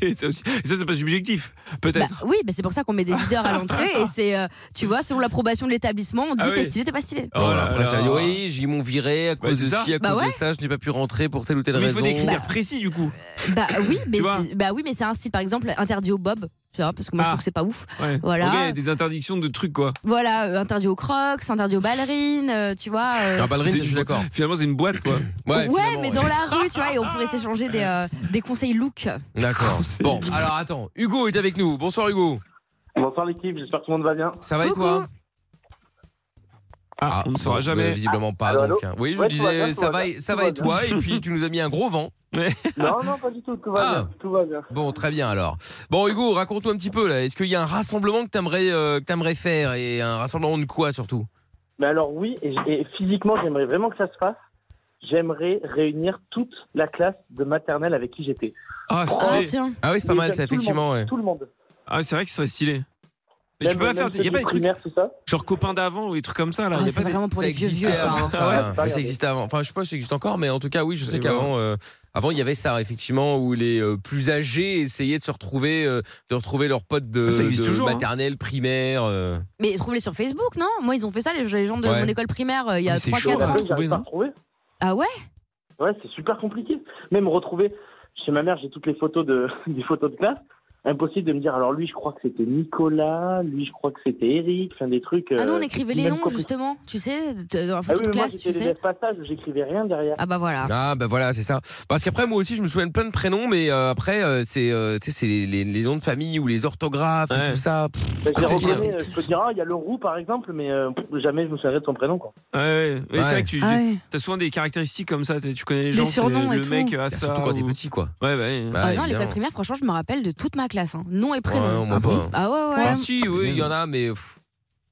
Speaker 3: ça, c'est pas subjectif, peut-être.
Speaker 4: Bah oui, bah c'est pour ça qu'on met des leaders à l'entrée et c'est, euh, tu vois, selon l'approbation de l'établissement, on dit
Speaker 2: Ah
Speaker 4: t'es
Speaker 2: oui.
Speaker 4: stylé, t'es pas stylé.
Speaker 2: Oh, voilà, après,
Speaker 3: là
Speaker 2: ça
Speaker 3: là.
Speaker 2: oui, ils m'ont viré à cause
Speaker 3: c'est
Speaker 2: de
Speaker 3: ça.
Speaker 2: ci, à
Speaker 4: Bah
Speaker 2: cause
Speaker 4: ouais.
Speaker 2: de ça, je n'ai pas pu rentrer pour telle ou telle
Speaker 3: Mais il
Speaker 2: raison.
Speaker 3: faut des critères précis du coup.
Speaker 4: Bah oui, mais
Speaker 3: Tu vois
Speaker 4: c'est- bah oui, mais c'est un style par exemple interdit au bob, tu vois, parce que moi je
Speaker 3: Ah.
Speaker 4: trouve que c'est pas ouf.
Speaker 3: Ouais.
Speaker 4: Voilà.
Speaker 3: Ok, des interdictions de trucs quoi.
Speaker 4: Voilà, euh, interdit aux crocs, interdit aux ballerines, euh, tu vois. euh,
Speaker 3: C'est une- Finalement, c'est une boîte quoi.
Speaker 4: Ouais, mais dans la rue, tu vois, et on pourrait s'échanger des, euh, des conseils look.
Speaker 2: D'accord. Bon, alors attends, Hugo est avec nous. Bonsoir Hugo.
Speaker 9: Bonsoir l'équipe, j'espère que tout le monde va bien.
Speaker 2: Ça va et toi ah, on ne
Speaker 3: saura jamais.
Speaker 2: Visiblement pas.
Speaker 9: Ah. Allô,
Speaker 2: donc,
Speaker 9: allô
Speaker 2: hein. Oui, je
Speaker 9: Ouais, tout va bien,
Speaker 2: disais,
Speaker 9: tout
Speaker 2: ça
Speaker 9: va
Speaker 2: va,
Speaker 9: bien,
Speaker 2: ça
Speaker 9: tout
Speaker 2: va
Speaker 9: va
Speaker 2: et toi
Speaker 9: bien.
Speaker 2: Et puis tu nous as mis un gros vent.
Speaker 9: Non, non, pas du tout, tout va
Speaker 2: Ah.
Speaker 9: bien. Tout va bien.
Speaker 2: Bon, très bien alors. Bon, Hugo, raconte-nous un petit peu là. Est-ce qu'il y a un rassemblement que t'aimerais euh, que t'aimerais faire et un rassemblement de quoi surtout
Speaker 9: Mais alors oui, et, et physiquement, j'aimerais vraiment que ça se fasse. J'aimerais réunir toute la classe de maternelle avec qui j'étais.
Speaker 3: Ah, stylé.
Speaker 2: Ah oui, c'est pas
Speaker 9: Et
Speaker 2: mal
Speaker 9: faire
Speaker 2: ça,
Speaker 9: tout le
Speaker 2: effectivement.
Speaker 9: monde,
Speaker 2: ouais.
Speaker 9: Tout le monde.
Speaker 3: Ah, c'est vrai que ce serait stylé. Mais tu
Speaker 9: Même-
Speaker 3: peux pas
Speaker 9: même
Speaker 3: faire.
Speaker 9: ceux
Speaker 3: Il y a
Speaker 9: du
Speaker 3: pas des trucs.
Speaker 9: primaire, tout ça.
Speaker 3: Genre copains d'avant ou des trucs comme ça là.
Speaker 4: Ah,
Speaker 3: y a
Speaker 4: c'est
Speaker 3: pas des-
Speaker 4: vraiment pour
Speaker 2: Ça
Speaker 4: les vieux
Speaker 2: existait
Speaker 4: vieux, ça.
Speaker 2: avant,
Speaker 4: hein.
Speaker 2: ça, ouais. Ouais, ça existait avant. Enfin, je sais pas si ça existe encore, mais en tout cas, oui, je sais qu'avant, euh, avant, il y avait ça, effectivement, où les euh, plus âgés essayaient de se retrouver, euh, de retrouver leurs potes de,
Speaker 3: Ça existe
Speaker 2: de
Speaker 3: toujours, hein.
Speaker 2: maternelle, primaire. euh.
Speaker 4: Mais trouve-les sur Facebook, non Moi, ils ont fait ça, les les gens de
Speaker 2: Ouais.
Speaker 4: mon école primaire, euh, il y a
Speaker 9: Mais c'est
Speaker 4: 3-4
Speaker 9: chaud,
Speaker 10: hein.
Speaker 4: ans.
Speaker 9: j'arrive pas à retrouver.
Speaker 4: Ah ouais
Speaker 9: Ouais, c'est super compliqué. Même retrouver chez ma mère, j'ai toutes les photos de des photos de classe. Impossible de me dire. Alors lui, je crois que c'était Nicolas. Lui, je crois que c'était Eric. Enfin des trucs.
Speaker 4: Ah non,
Speaker 9: euh,
Speaker 4: on écrivait les
Speaker 9: même
Speaker 4: noms,
Speaker 9: compliqué.
Speaker 4: justement, tu sais, de- dans la
Speaker 9: Ah
Speaker 4: photo
Speaker 9: oui,
Speaker 4: de
Speaker 9: mais moi
Speaker 4: classe,
Speaker 9: j'étais
Speaker 4: tu sais.
Speaker 9: l'élève passage, j'écrivais rien derrière.
Speaker 4: Ah bah voilà.
Speaker 2: Ah bah voilà, c'est ça. Parce qu'après moi aussi je me souviens de plein de prénoms, mais euh, après euh, c'est euh, tu sais, c'est les, les- les noms de famille ou les orthographes et tout ça. Pff,
Speaker 9: Bah, je les
Speaker 2: compliqué, hein.
Speaker 9: reconnais, euh, je peux te dire, ah, il y a le roux par exemple, mais euh, pff, jamais je me souviendrai de son prénom. Quoi.
Speaker 3: Ouais, ouais. Mais
Speaker 2: Ouais.
Speaker 3: C'est vrai que tu
Speaker 9: Ah ouais.
Speaker 3: as souvent des caractéristiques comme ça. t'es- Tu connais les
Speaker 9: Des
Speaker 3: gens, c'est
Speaker 9: surnoms et
Speaker 3: le
Speaker 9: tout.
Speaker 3: mec à ça.
Speaker 2: Bah, Surtout quand t'es
Speaker 3: ou-
Speaker 2: petit quoi.
Speaker 3: Ouais, bah, ouais.
Speaker 4: Ah non, l'école primaire, franchement, je me rappelle de toute ma classe. hein. Nom et
Speaker 2: Ouais,
Speaker 4: prénom.
Speaker 2: on m'a pas.
Speaker 4: Ah ouais, ouais.
Speaker 2: Ah si, oui, il y en a, mais.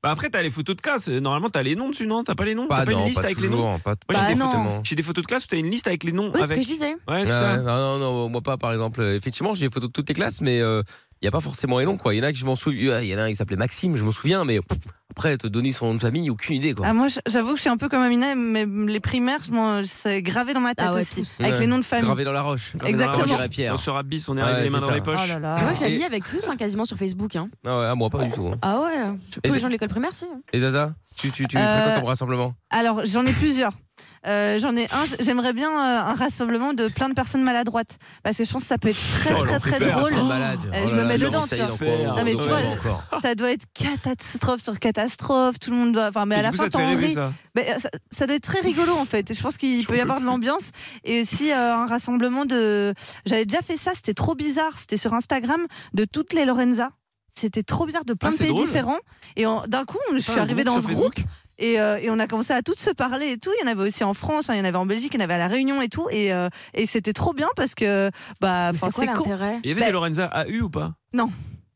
Speaker 3: Bah après, t'as les photos de classe. Normalement, t'as les noms dessus, non T'as pas les noms
Speaker 2: Pas
Speaker 3: T'as pas
Speaker 2: non,
Speaker 3: une liste
Speaker 2: pas
Speaker 3: avec les
Speaker 2: toujours,
Speaker 3: noms
Speaker 2: pas
Speaker 3: Moi, j'ai des
Speaker 2: pas
Speaker 3: photos-
Speaker 2: forcément.
Speaker 3: J'ai des photos de classe où t'as une liste avec les noms.
Speaker 4: Bah, Oui, c'est ce
Speaker 3: avec...
Speaker 4: que je disais.
Speaker 3: Ouais, c'est
Speaker 2: Ah
Speaker 3: ça.
Speaker 2: ouais, Non, non, non, moi pas, par exemple. Euh, Effectivement, j'ai des photos de toutes les classes, mais il n'y a pas forcément les noms, quoi. Il y en a que je m'en souviens. Il y en a un qui s'appelait Maxime, je m'en souviens, mais pff, après, te donner son nom de famille, aucune idée, quoi.
Speaker 5: Ah, moi, j'avoue que je suis un peu comme Amina, mais les primaires, je m'en- c'est gravé dans ma tête
Speaker 4: Ah ouais,
Speaker 5: aussi,
Speaker 4: tous.
Speaker 5: avec
Speaker 2: Ouais.
Speaker 5: les noms de famille.
Speaker 2: Gravé dans la roche. Gravé dans la roche,
Speaker 5: Exactement.
Speaker 2: dirait Pierre.
Speaker 3: On sera bis, on est
Speaker 2: Ouais,
Speaker 3: arrivé les
Speaker 2: c'est
Speaker 3: mains dans
Speaker 2: ça.
Speaker 3: les poches.
Speaker 2: Oh là là.
Speaker 4: Ah, Moi, je
Speaker 2: Et-
Speaker 4: l'ai mis avec tous, hein, quasiment sur Facebook. Hein.
Speaker 2: Ah ouais, à moi, pas du tout. hein.
Speaker 4: Ah ouais.
Speaker 2: Et-
Speaker 4: Tous les gens de l'école primaire, si. hein.
Speaker 2: Et Zaza, tu, tu, tu
Speaker 5: Euh,
Speaker 2: fréquentes comme rassemblement
Speaker 5: Alors, j'en ai plusieurs. Euh, j'en ai un, j- j'aimerais bien euh, un rassemblement de plein de personnes maladroites. Parce que je pense que ça peut être très, très, très drôle. Euh, je me mets dedans, tu vois. Non, mais tu vois, ça doit être catastrophe sur catastrophe. Tout le monde doit. Enfin, mais
Speaker 3: Et
Speaker 5: à
Speaker 3: du
Speaker 5: la
Speaker 3: coup,
Speaker 5: fin,
Speaker 3: ça te
Speaker 5: t'en
Speaker 3: fait rêver,
Speaker 5: ris.
Speaker 3: ça
Speaker 5: Mais, euh, ça, ça doit être très rigolo en fait. Je pense qu'il peut y avoir de l'ambiance et aussi euh, un rassemblement de. J'avais déjà fait ça. C'était trop bizarre. C'était sur Instagram de toutes les Lorenza. C'était trop bizarre de plein
Speaker 4: Ah,
Speaker 5: de
Speaker 4: c'est
Speaker 5: pays
Speaker 4: drôle.
Speaker 5: différents. Et en- d'un coup, je
Speaker 4: Ah,
Speaker 5: suis
Speaker 4: un
Speaker 5: arrivée
Speaker 4: groupe
Speaker 5: dans ce
Speaker 4: sur
Speaker 5: groupe. Et, euh, et on a commencé à toutes se parler et tout. Il y en avait aussi en France, hein, il y en avait en Belgique, il y en avait à La Réunion et tout. Et, euh, et c'était trop bien parce que. Bah, enfin,
Speaker 4: c'est quoi
Speaker 5: con.
Speaker 4: l'intérêt
Speaker 3: Il y avait des Lorenza AU ou pas
Speaker 5: Non.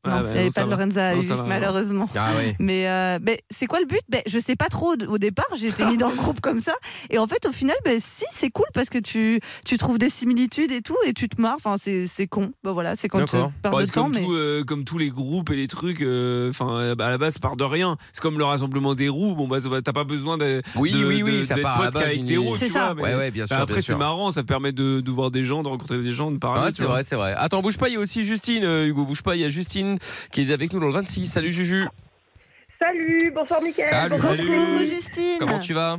Speaker 3: Ah
Speaker 5: non,
Speaker 3: bah,
Speaker 5: il n'y avait
Speaker 3: non, ça
Speaker 5: pas de
Speaker 3: va.
Speaker 5: Lorenza
Speaker 3: Non,
Speaker 5: Aviv,
Speaker 3: ça va,
Speaker 5: malheureusement.
Speaker 3: Ah ouais.
Speaker 5: Mais, euh, mais c'est quoi le but ben, Je sais pas trop au- au départ, j'ai été mis dans le groupe comme ça. Et en fait, au final, ben, si, c'est cool parce que tu, tu trouves des similitudes et tout, et tu te marres. Enfin, c'est c'est con. Ben, voilà, c'est quand tu perds
Speaker 3: Bon,
Speaker 5: de
Speaker 3: c'est
Speaker 5: temps.
Speaker 3: comme,
Speaker 5: Mais...
Speaker 3: tout, euh, comme tous les groupes et les trucs, euh, enfin euh, bah, à la base ça part de rien. C'est comme le rassemblement des roues. Bon bah ça va- t'as pas besoin de,
Speaker 2: Oui,
Speaker 3: de-
Speaker 2: oui, oui,
Speaker 3: de-
Speaker 2: ça
Speaker 3: d'être
Speaker 2: part à la
Speaker 3: pote
Speaker 2: base
Speaker 3: qu'avec
Speaker 2: d'une-
Speaker 3: des roues.
Speaker 2: C'est
Speaker 3: tu vois,
Speaker 2: ça.
Speaker 3: mais-
Speaker 2: Ouais, ouais, bien
Speaker 3: bah,
Speaker 2: sûr, bien
Speaker 3: après c'est
Speaker 2: sûr.
Speaker 3: marrant, ça permet de, de voir des gens, de rencontrer des gens, de parler.
Speaker 2: Ah,
Speaker 3: tu
Speaker 2: c'est
Speaker 3: vois.
Speaker 2: vrai, c'est vrai. Attends, bouge pas, il y a aussi Justine, euh, Hugo, bouge pas, il y a Justine qui est avec nous dans le 26. Salut Juju.
Speaker 6: Salut, bonsoir Mickaël.
Speaker 2: Salut.
Speaker 6: Bonsoir
Speaker 2: Salut.
Speaker 6: Coucou,
Speaker 5: Justine.
Speaker 2: Comment tu vas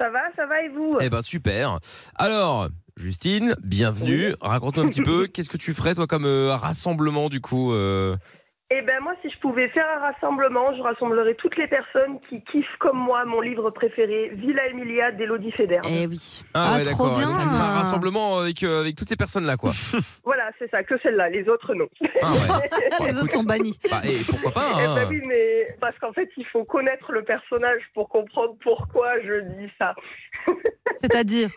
Speaker 6: Ça va, ça va et vous
Speaker 2: Eh ben super. Alors, Justine, bienvenue. Raconte-nous un petit peu, qu'est-ce que tu ferais toi comme euh, rassemblement du coup euh,
Speaker 6: Eh ben moi, si je pouvais faire un rassemblement, je rassemblerais toutes les personnes qui kiffent comme moi mon livre préféré, Villa Emilia d'Elodie Feder.
Speaker 4: Eh oui.
Speaker 2: Ah, ouais, d'accord. Donc, tu feras un rassemblement avec, euh, avec toutes ces personnes-là, quoi.
Speaker 6: Voilà, c'est ça, que celle-là, les autres non.
Speaker 2: Ah ouais.
Speaker 5: les autres sont bannis.
Speaker 2: Bah, et pourquoi pas
Speaker 6: Eh ben
Speaker 2: hein.
Speaker 6: oui, mais parce qu'en fait, il faut connaître le personnage pour comprendre pourquoi je dis ça.
Speaker 5: C'est-à-dire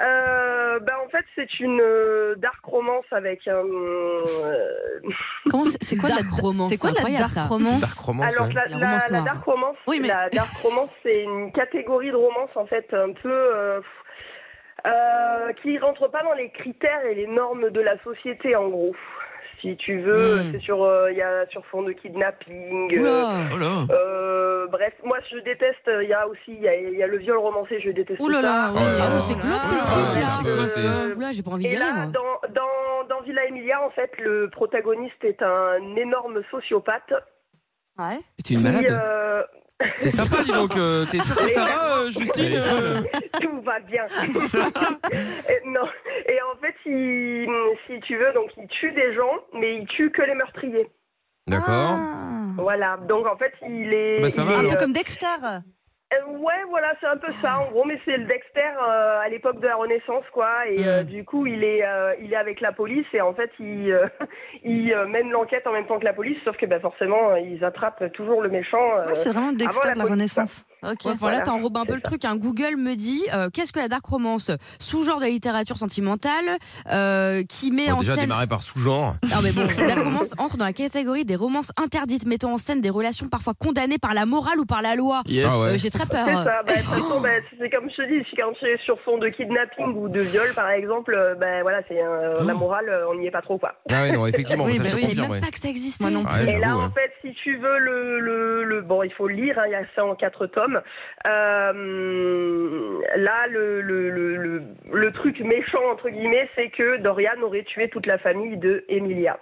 Speaker 6: Euh, ben en fait, c'est une euh, dark romance avec un. euh,
Speaker 5: Comment c'est- C'est quoi la romance C'est quoi la
Speaker 4: incroyable,
Speaker 5: dark
Speaker 4: ça.
Speaker 5: romance
Speaker 2: Dark romance,
Speaker 6: Alors
Speaker 2: ouais.
Speaker 6: la, la- la dark romance, la dark romance, c'est une catégorie de romance en fait un peu euh, pff, euh, qui rentre pas dans les critères et les normes de la société en gros. Si tu veux,
Speaker 14: Mm.
Speaker 4: Hmm.
Speaker 6: c'est sur euh, il y a sur fond de kidnapping.
Speaker 14: Oula. Oh là.
Speaker 6: euh, bref, moi je déteste. Il y a aussi il y a, il y a le viol romancé, je déteste
Speaker 4: Ouh là là,
Speaker 6: ça.
Speaker 4: ouais. Ah oui, c'est glauque, le truc, là. C'est quoi, c'est-
Speaker 6: Euh,
Speaker 4: Oula, j'ai pas envie d'y
Speaker 6: et là,
Speaker 4: aller, moi.
Speaker 6: Dans, dans, dans Villa Emilia, en fait, le protagoniste est un énorme sociopathe. euh,
Speaker 5: Ouais.
Speaker 2: T'es une malade. C'est sympa, dis donc. euh, T'es sûr que ça va, euh, Justine euh
Speaker 6: Tout va bien. et, non. et en fait, il, si tu veux, donc il tue des gens, mais il tue que les meurtriers.
Speaker 2: D'accord.
Speaker 6: Voilà. Donc en fait, il est.
Speaker 2: Bah, ça
Speaker 6: il
Speaker 2: va,
Speaker 6: est,
Speaker 2: alors.
Speaker 5: Ah. Un peu
Speaker 6: euh,
Speaker 5: comme Dexter.
Speaker 6: euh, ouais, voilà, c'est un peu ça en gros, mais c'est le Dexter euh, à l'époque de la Renaissance, quoi. Et
Speaker 5: Mm.
Speaker 6: euh, du coup, il est, euh, il est avec la police et en fait, il, euh, il euh, mène l'enquête en même temps que la police, sauf que bah, forcément, euh, ils attrapent toujours le méchant. euh,
Speaker 5: Ouais, c'est vraiment
Speaker 6: avant
Speaker 5: Dexter
Speaker 6: la
Speaker 5: de la
Speaker 6: police.
Speaker 5: Renaissance. Ok.
Speaker 4: Ouais, enfin, là, t'enrobes un peu le truc. hein. Google me dit euh, qu'est-ce que la dark romance Sous-genre de la littérature sentimentale euh, qui met
Speaker 2: Bon,
Speaker 4: en
Speaker 2: déjà
Speaker 4: scène.
Speaker 2: démarrer par sous-genre.
Speaker 4: Non mais bon, la romance entre dans la catégorie des romances interdites mettant en scène des relations parfois condamnées par la morale ou par la loi.
Speaker 2: Yes. Ah ouais.
Speaker 4: Euh, J'ai très peur.
Speaker 6: C'est ça, bah, de toute façon, bah, c'est comme je te dis, si quand c'est sur fond de kidnapping ou de viol, par exemple, euh, bah, voilà, c'est euh, la morale, euh, on n'y est pas trop, quoi.
Speaker 2: Oh.
Speaker 6: bah
Speaker 2: Ah ouais, non, effectivement, ça, je te confirme, ouais. Ah
Speaker 4: que ça existe.
Speaker 2: Ouais,
Speaker 6: Et là,
Speaker 2: j'avoue,
Speaker 6: en
Speaker 2: ouais.
Speaker 6: fait, si tu veux le, le, le- bon, il faut le lire. hein, Il y a ça en quatre tomes. Euh, là, le, le, le, le, le truc méchant entre guillemets, c'est que Dorian aurait tué toute la famille de Emilia.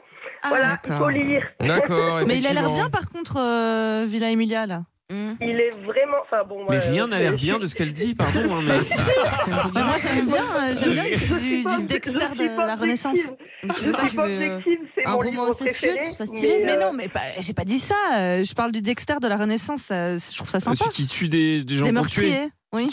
Speaker 6: voilà, il faut lire.
Speaker 2: D'accord,
Speaker 5: Mais il a l'air
Speaker 2: effectivement.
Speaker 5: bien par contre, euh, Villa Emilia là.
Speaker 4: Hmm.
Speaker 6: Il est vraiment, enfin bon.
Speaker 3: Mais
Speaker 6: ouais,
Speaker 3: rien n'a
Speaker 6: je-
Speaker 3: l'air bien de ce qu'elle dit, pardon. hein, mais-
Speaker 5: Bah, moi j'aime bien, euh, j'aime bien le truc du, du Dexter de la Renaissance.
Speaker 6: Je veux pas, je veux un roman incestueux, je trouve ça stylé.
Speaker 5: Mais, non, mais pas- j'ai pas dit ça. euh, Je parle du Dexter de la Renaissance. euh, Je trouve ça sympa.
Speaker 3: Ah, Celui qui tue des, des gens
Speaker 5: Des
Speaker 3: pour tuer.
Speaker 5: meurtriers. Oui.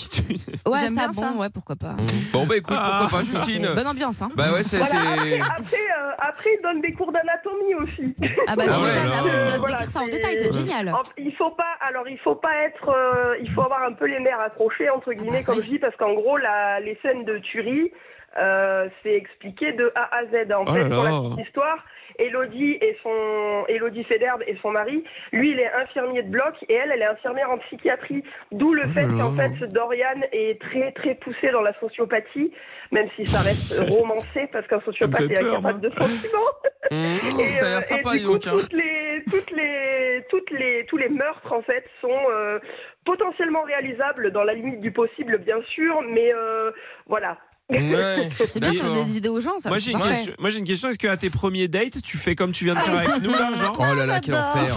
Speaker 4: Ouais,
Speaker 5: J'aime
Speaker 4: ça,
Speaker 5: bien
Speaker 4: bon,
Speaker 5: ça.
Speaker 4: ouais, pourquoi
Speaker 3: Mm.
Speaker 4: pas.
Speaker 2: Bon, bah écoute,
Speaker 5: Ah.
Speaker 2: pourquoi pas,
Speaker 4: Ça, Ah, c'est
Speaker 2: Justine
Speaker 4: Bonne ambiance, hein.
Speaker 2: Bah ouais, c'est.
Speaker 6: Voilà,
Speaker 2: c'est-
Speaker 6: après, après, euh, après, il donne des cours d'anatomie aussi.
Speaker 4: Ah bah,
Speaker 2: Ah
Speaker 4: tu
Speaker 2: ouais,
Speaker 4: m'étonnes,
Speaker 2: là,
Speaker 4: ah oui, on doit
Speaker 2: euh,
Speaker 4: décrire ça en
Speaker 6: c'est-
Speaker 4: détail, c'est génial.
Speaker 6: En- Il faut pas, alors il faut pas être,
Speaker 4: Ah bah
Speaker 6: euh, il faut avoir un peu les nerfs accrochés entre guillemets comme je dis parce qu'en gros la, les scènes de tuerie. euh, c'est expliqué de A à Z. En
Speaker 14: Oh
Speaker 6: fait,
Speaker 14: là
Speaker 6: pour la
Speaker 14: là.
Speaker 6: petite histoire, Elodie et son Elodie Federbe et son mari, lui, il est infirmier de bloc et elle, elle est infirmière en psychiatrie. D'où
Speaker 4: Ah
Speaker 6: le fait qu'en fait, Dorian est très très poussé dans la sociopathie, même si ça reste romancé parce qu'un sociopathe
Speaker 14: fait
Speaker 6: est
Speaker 14: peur,
Speaker 6: incapable de sentiments.
Speaker 4: Hum,
Speaker 6: Et,
Speaker 14: ça a l'air
Speaker 6: euh,
Speaker 14: sympa,
Speaker 6: et
Speaker 14: dis
Speaker 6: du coup,
Speaker 14: donc, hein.
Speaker 6: toutes les, toutes les, toutes les, tous les meurtres en fait sont euh, potentiellement réalisables dans la limite du possible, bien sûr, mais euh, voilà.
Speaker 4: C'est bien, ça donne des idées aux gens, ça.
Speaker 3: Moi
Speaker 4: c'est
Speaker 3: j'ai une
Speaker 4: parfait.
Speaker 3: question, moi, j'ai une question. est-ce qu'à tes premiers dates, tu fais comme tu viens de faire avec nous là, genre
Speaker 2: Oh là là, quel enfer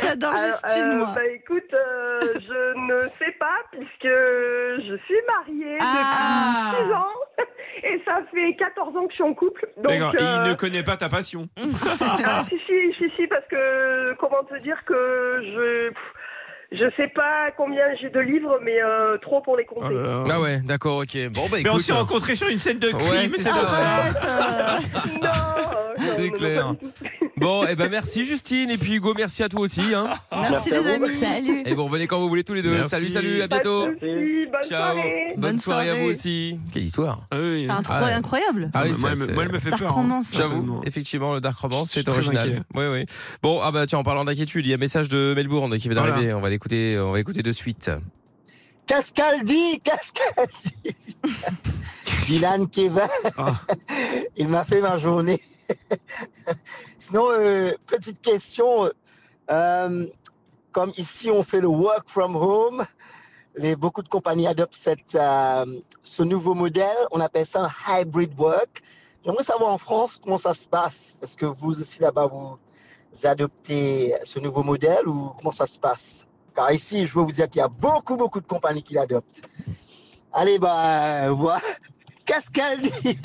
Speaker 5: J'adore
Speaker 6: Justine. bah écoute, euh, je ne sais pas puisque je suis mariée depuis 6 ans et ça fait 14 ans que je suis en couple. Donc,
Speaker 3: D'accord, et
Speaker 6: euh,
Speaker 3: il ne connaît pas ta passion.
Speaker 6: ah, si, si, si, si, parce que comment te dire que je. pff, Je sais pas combien j'ai de livres, mais euh, trop pour les
Speaker 3: Oh
Speaker 6: compter.
Speaker 2: Ah ouais, d'accord, ok. Bon, bah
Speaker 3: Euh. Mais on
Speaker 2: écoute,
Speaker 3: s'est rencontrés sur une scène de crime,
Speaker 2: Ouais,
Speaker 3: c'est
Speaker 2: c'est
Speaker 3: pour ça.
Speaker 2: C'est clair. Bon, et ben merci Justine et puis Hugo, merci à toi aussi. hein.
Speaker 5: Merci, les amis. Salut.
Speaker 2: Et vous revenez quand vous voulez tous les deux.
Speaker 5: Merci.
Speaker 2: Salut, salut, à
Speaker 5: Pas de
Speaker 2: bientôt.
Speaker 5: soucis, bonne
Speaker 2: Ciao.
Speaker 5: soirée.
Speaker 2: Bonne
Speaker 5: Bonne
Speaker 2: soirée à
Speaker 5: soirée.
Speaker 2: vous aussi. Quelle histoire.
Speaker 3: Ah
Speaker 5: C'est un truc incroyable.
Speaker 2: Ah oui,
Speaker 3: Moi,
Speaker 2: ça,
Speaker 3: elle me-
Speaker 2: c'est-
Speaker 3: moi, elle me fait Dark peur, hein. romance.
Speaker 2: J'avoue,
Speaker 3: Personnellement.
Speaker 2: effectivement, le Dark Romance,
Speaker 3: Je suis
Speaker 2: c'est
Speaker 3: très inquiet.
Speaker 2: original. Oui, oui. Bon, ah bah tiens, en parlant d'inquiétude, il y a un message de Melbourne qui vient
Speaker 3: Voilà. Ah,
Speaker 2: d'arriver. On va l'écouter, on va écouter de suite. Ah,
Speaker 11: Qu'est-ce qu'elle dit Qu'est-ce qu'elle dit Dylan Kevin, il m'a fait ma journée. Sinon, euh, petite question. Euh, comme ici, on fait le work from home, les, beaucoup de compagnies adoptent cette, euh, ce nouveau modèle. On appelle ça un hybrid work. J'aimerais savoir en France comment ça se passe. Est-ce que vous aussi là-bas, vous adoptez ce nouveau modèle ou comment ça se passe Car ici, je veux vous dire qu'il y a beaucoup, beaucoup de compagnies qui l'adoptent. Allez, bah, voilà. Qu'est-ce qu'elle dit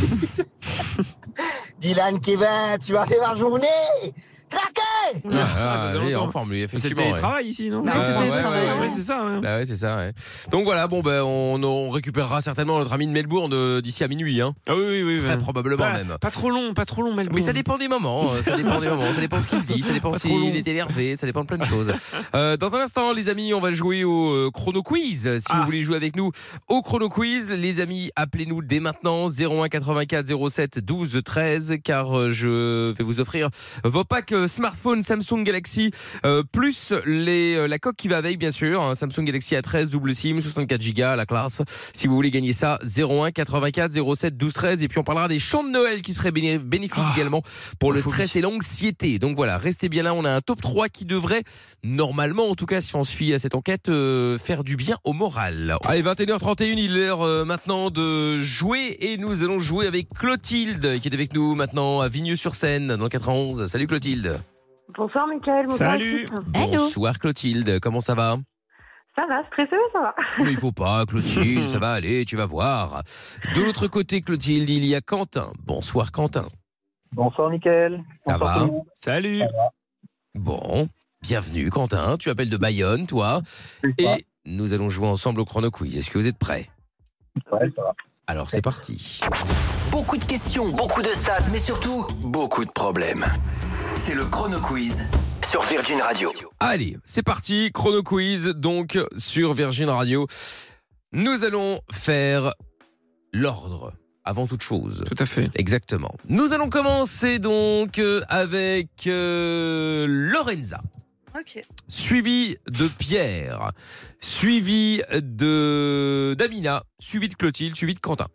Speaker 11: Dylan Kevin, tu vas faire ma journée Traqué
Speaker 2: Ah, ah, il est en forme, lui,
Speaker 3: Bah, C'est le
Speaker 2: effectivement. ouais. Ah,
Speaker 3: télétravail ici, non
Speaker 4: Bah
Speaker 2: Ouais, c'était le travail, ouais.
Speaker 3: c'est ça. hein. ouais.
Speaker 2: Bah ouais, c'est ça. ouais. Donc voilà, bon ben on, on récupérera certainement notre ami de Melbourne euh, d'ici à minuit. Hein.
Speaker 3: Ah oui, oui, oui.
Speaker 2: Très probablement
Speaker 3: Pas-
Speaker 2: même.
Speaker 3: Pas trop long, pas trop long, Melbourne.
Speaker 2: Mais ça dépend des moments, euh, ça dépend des moments, ça dépend ce qu'il dit, ça dépend
Speaker 3: Pas trop long.
Speaker 2: s'il est énervé, ça dépend de plein de choses. Euh, dans un instant, les amis, on va jouer au euh, chrono quiz. Si vous voulez jouer avec nous au chrono quiz, les amis, appelez-nous dès maintenant 01 84 07 12 13 car euh, je vais vous offrir vos packs euh, smartphone Samsung Galaxy euh, plus les euh, la coque qui va avec bien sûr, hein, Samsung Galaxy A13 double SIM 64 Go la classe. Si vous voulez gagner ça 01 84 07 12 13 et puis on parlera des chants de Noël qui seraient béné- bénéfiques également pour le stress et l'anxiété. Donc voilà, restez bien là, on a un top 3 qui devrait normalement en tout cas si on se fie à cette enquête euh, faire du bien au moral. Allez, 21h31, il est l'heure euh, maintenant de jouer et nous allons jouer avec Clotilde qui est avec nous maintenant à Vigneux-sur-Seine dans le 91. Salut Clotilde.
Speaker 15: Bonsoir Mickaël, bonsoir équipe.
Speaker 2: Bonsoir Clotilde, comment ça va
Speaker 15: Ça va, stressé mais ça va.
Speaker 14: Ah.
Speaker 2: Mais il faut pas Clotilde, ça va aller, tu vas voir. De l'autre côté Clotilde, il y a Quentin. Bonsoir Quentin.
Speaker 16: Bonsoir Mickaël.
Speaker 2: Ça
Speaker 16: Bonsoir tout
Speaker 2: va
Speaker 16: le monde.
Speaker 3: Salut.
Speaker 2: Bon, bienvenue Quentin, tu appelles de Bayonne toi et nous allons jouer ensemble au chrono quiz. Est-ce que vous êtes prêts
Speaker 16: Ouais, ça va.
Speaker 2: Alors c'est parti.
Speaker 1: Beaucoup de questions, beaucoup de stats, mais surtout beaucoup de problèmes. C'est le Chrono Quiz sur Virgin Radio.
Speaker 2: Allez, c'est parti, chrono quiz donc sur Virgin Radio. Nous allons faire l'ordre avant toute chose.
Speaker 3: Tout à fait.
Speaker 2: Exactement. Nous allons commencer donc euh, avec euh, Lorenza,
Speaker 5: Ok.
Speaker 2: suivi de Pierre, suivi de Damina, suivi de Clotilde, suivi de Quentin.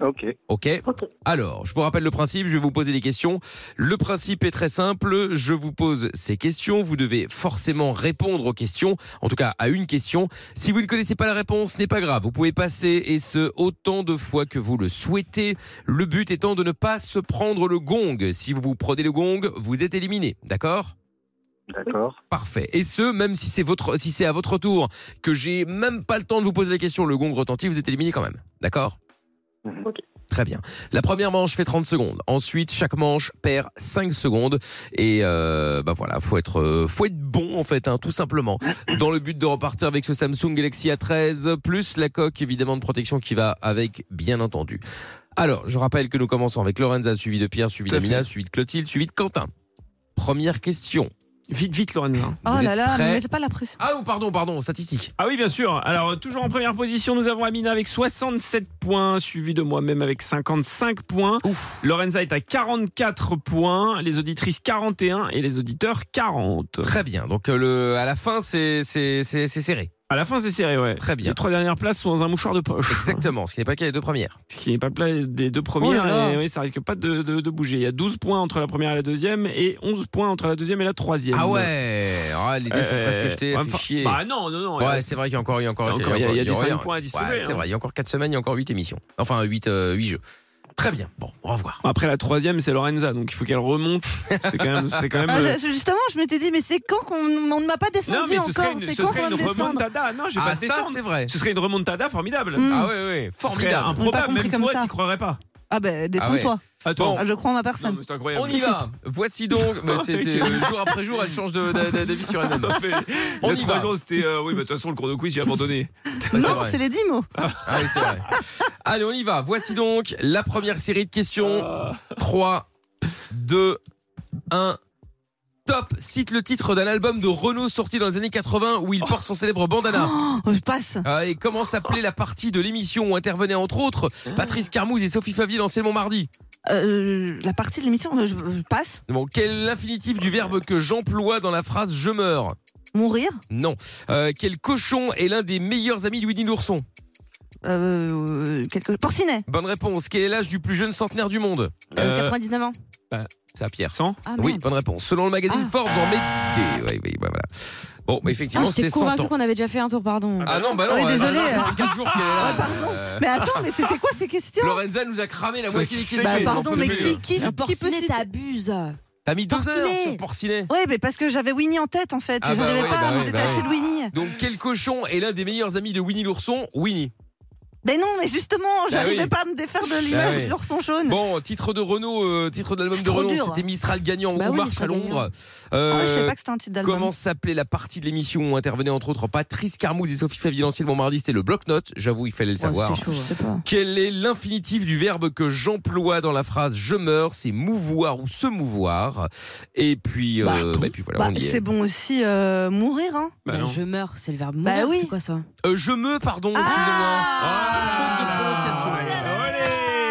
Speaker 16: Ok.
Speaker 2: Ok. Alors, je vous rappelle le principe, je vais vous poser des questions. Le principe est très simple, je vous pose ces questions, vous devez forcément répondre aux questions, en tout cas à une question. Si vous ne connaissez pas la réponse, ce n'est pas grave, vous pouvez passer et ce autant de fois que vous le souhaitez. Le but étant de ne pas se prendre le gong. Si vous prenez le gong, vous êtes éliminé, d'accord
Speaker 16: D'accord.
Speaker 2: Parfait. Et ce, même si c'est votre, si c'est à votre tour, que j'ai même pas le temps de vous poser la question, le gong retentit, vous êtes éliminé quand même. D'accord Très bien. La première manche fait 30 secondes. Ensuite, chaque manche perd 5 secondes. Et euh, bah voilà, faut être, euh, faut être bon en fait, hein, tout simplement. Dans le but de repartir avec ce Samsung Galaxy A13 plus la coque évidemment de protection qui va avec, bien entendu. Alors, je rappelle que nous commençons avec Lorenza, suivi de Pierre, suivi
Speaker 3: Tout à
Speaker 2: d'Amina,
Speaker 3: fait.
Speaker 2: suivi de Clotilde, suivi de Quentin. Première question.
Speaker 3: Vite, vite, Lorenza.
Speaker 5: Oh
Speaker 3: Vous
Speaker 5: là
Speaker 3: êtes
Speaker 5: là, ne
Speaker 3: prêts
Speaker 5: mettez pas la pression.
Speaker 2: Ah ou pardon, pardon, statistique.
Speaker 3: Ah oui, bien sûr. Alors, toujours en première position, nous avons Amina avec 67 points, suivi de moi-même avec 55 points. Lorenza est à 44 points, les auditrices 41 et les auditeurs 40.
Speaker 2: Très bien. Donc euh, le, à la fin, c'est c'est- c'est- c'est serré.
Speaker 3: À la fin, c'est serré, ouais.
Speaker 2: Très bien.
Speaker 3: Les trois dernières places sont dans un mouchoir de poche.
Speaker 2: Exactement, ce qui n'est pas le cas des deux premières.
Speaker 3: Ce qui n'est pas le cas des deux
Speaker 2: Oh
Speaker 3: premières,
Speaker 2: là là.
Speaker 3: et oui, ça risque pas de, de- de bouger. Il y a 12 points entre la première et la deuxième, et 11 points entre la deuxième et la troisième.
Speaker 2: Ah ouais Ah, Les dés sont
Speaker 3: Euh,
Speaker 2: presque jetés,
Speaker 3: ouais,
Speaker 2: fait
Speaker 3: enfin,
Speaker 2: chier.
Speaker 3: Bah non, non, non.
Speaker 2: Ouais,
Speaker 3: il
Speaker 2: c'est vrai qu'il y a encore, il y a encore,
Speaker 3: il y a encore- il y a- il y a des
Speaker 2: encore-
Speaker 3: cinq
Speaker 2: encore-
Speaker 3: points à distribuer,
Speaker 2: Ouais, c'est
Speaker 3: hein.
Speaker 2: vrai, il y a encore 4 semaines, il y a encore 8 émissions. Enfin, 8, jeux. Très bien. Bon, on va voir.
Speaker 3: Après la troisième, c'est Lorenza, donc il faut qu'elle remonte. C'est quand même. C'est quand même
Speaker 5: Ah,
Speaker 3: euh,
Speaker 5: je- je- justement, je m'étais dit, mais c'est quand qu'on on ne m'a pas descendu
Speaker 3: Non, mais ce serait
Speaker 5: encore
Speaker 3: une,
Speaker 5: C'est
Speaker 3: ce
Speaker 5: quand
Speaker 3: serait
Speaker 5: qu'on va
Speaker 3: une
Speaker 5: me descendre
Speaker 3: remontada. Non, j'ai
Speaker 2: Ah,
Speaker 3: pas de
Speaker 2: ça,
Speaker 3: descendre.
Speaker 2: c'est vrai.
Speaker 3: Ce serait une remontada formidable.
Speaker 5: Mm.
Speaker 2: Ah ouais, ouais,
Speaker 3: Ce serait
Speaker 2: formidable.
Speaker 3: Improbable,
Speaker 5: On l'a pas
Speaker 3: même
Speaker 5: compris comme
Speaker 3: toi,
Speaker 5: ça.
Speaker 3: t'y croirais pas.
Speaker 5: Ah ben, détrompe-toi.
Speaker 3: Attends.
Speaker 5: Ah, Je crois en ma personne.
Speaker 3: C'est incroyable.
Speaker 2: On y va. Voici donc. mais c'est- c'est, euh, jour après jour, elle change de- d'a- d'a- d'avis sur elle-même.
Speaker 3: On
Speaker 2: On
Speaker 3: y
Speaker 2: y va.
Speaker 3: jours, c'était. euh, oui, bah, de toute façon, le cours de quiz, j'ai abandonné.
Speaker 2: Bah,
Speaker 5: non,
Speaker 2: vrai.
Speaker 5: c'est les 10 mots.
Speaker 2: Ah oui, c'est vrai. Allez, on y va. Voici donc la première série de questions. 3, 2, 1. Top Cite le titre d'un album de Renault sorti dans les années 80 où il porte son célèbre bandana.
Speaker 5: Oh, je passe.
Speaker 2: Ah, et comment s'appelait la partie de l'émission où intervenaient entre autres
Speaker 5: Ah.
Speaker 2: Patrice Carmouze et Sophie Favier dans C'est mon mardi
Speaker 5: Euh, la partie de l'émission, je, je passe.
Speaker 2: Bon, quel est l'infinitif du verbe que j'emploie dans la phrase je meurs
Speaker 5: Mourir.
Speaker 2: Non. Euh, quel cochon est l'un des meilleurs amis de Winnie l'ourson
Speaker 5: Euh, quelque... Porcinet.
Speaker 2: Bonne réponse. Quel est l'âge du plus jeune centenaire du monde
Speaker 4: Euh, 99 ans.
Speaker 2: Euh, C'est à Pierre.
Speaker 3: 100
Speaker 4: Ah,
Speaker 2: Oui,
Speaker 4: merde.
Speaker 2: bonne réponse. Selon le
Speaker 5: Ah.
Speaker 2: magazine Forbes, en mai. Des... Oui, oui, voilà. Bon, mais effectivement,
Speaker 4: Ah,
Speaker 2: c'était
Speaker 4: j'étais
Speaker 2: 100
Speaker 4: convaincu
Speaker 2: ans.
Speaker 4: qu'on avait déjà fait un tour, pardon.
Speaker 2: Ah non, bah non,
Speaker 4: Ouais,
Speaker 2: euh,
Speaker 4: désolé.
Speaker 2: non, ça fait 4 jours qu'elle est là. Euh,
Speaker 5: Ah, Mais attends, mais c'était quoi ces questions
Speaker 2: Lorenza nous a cramé la
Speaker 5: Ça
Speaker 2: moitié des
Speaker 5: fait-
Speaker 2: questions.
Speaker 5: Bah,
Speaker 2: on en
Speaker 5: pardon,
Speaker 2: peut
Speaker 5: mais
Speaker 2: plus,
Speaker 5: qui-
Speaker 2: là.
Speaker 5: qui-
Speaker 4: Un porcinet,
Speaker 5: possible
Speaker 4: t'abuses.
Speaker 2: T'as mis 2 heures
Speaker 4: Porcinet.
Speaker 2: sur Porcinet.
Speaker 5: Ouais, mais parce que j'avais Winnie en tête en fait.
Speaker 2: Ah
Speaker 5: je
Speaker 2: bah
Speaker 5: n'arrivais
Speaker 2: ouais,
Speaker 5: pas
Speaker 2: bah
Speaker 5: à me
Speaker 2: ouais, bah
Speaker 5: détacher
Speaker 2: ouais.
Speaker 5: de Winnie.
Speaker 2: Donc, quel cochon est l'un des meilleurs amis de Winnie l'ourson Winnie.
Speaker 5: Mais non, mais justement, j'arrivais
Speaker 2: Bah oui. Bah
Speaker 5: pas à me défaire de l'image
Speaker 2: oui.
Speaker 5: de l'ourson jaune.
Speaker 2: Bon, titre de Renault, euh, titre de l'album
Speaker 5: C'est
Speaker 2: de
Speaker 5: trop
Speaker 2: Renault,
Speaker 5: dur.
Speaker 2: c'était Mistral gagnant ou
Speaker 5: Bah oui,
Speaker 2: Marche à
Speaker 5: Mistral
Speaker 2: Londres. Euh,
Speaker 5: gagnant. Ah ouais, je savais pas que c'était un titre d'album.
Speaker 2: Comment s'appelait la partie de l'émission où intervenaient entre autres Patrice Carmouze et Sophie Favier dans Mon Mardi C'était le bloc-notes, j'avoue, il
Speaker 5: Oh,
Speaker 2: fallait le savoir.
Speaker 5: sais pas.
Speaker 2: Quel est l'infinitif du verbe que j'emploie dans la phrase je meurs C'est mouvoir ou se mouvoir. Et puis, euh, bah, et puis voilà,
Speaker 5: Bah,
Speaker 2: on y est.
Speaker 5: c'est bon aussi euh, mourir, hein.
Speaker 2: Bah non.
Speaker 4: Je meurs, c'est le verbe
Speaker 5: Bah
Speaker 4: mourir.
Speaker 5: oui. Ah
Speaker 4: C'est quoi ça Ah,
Speaker 2: Euh, je me, pardon, excusez-moi. C'est une faute de prononciation.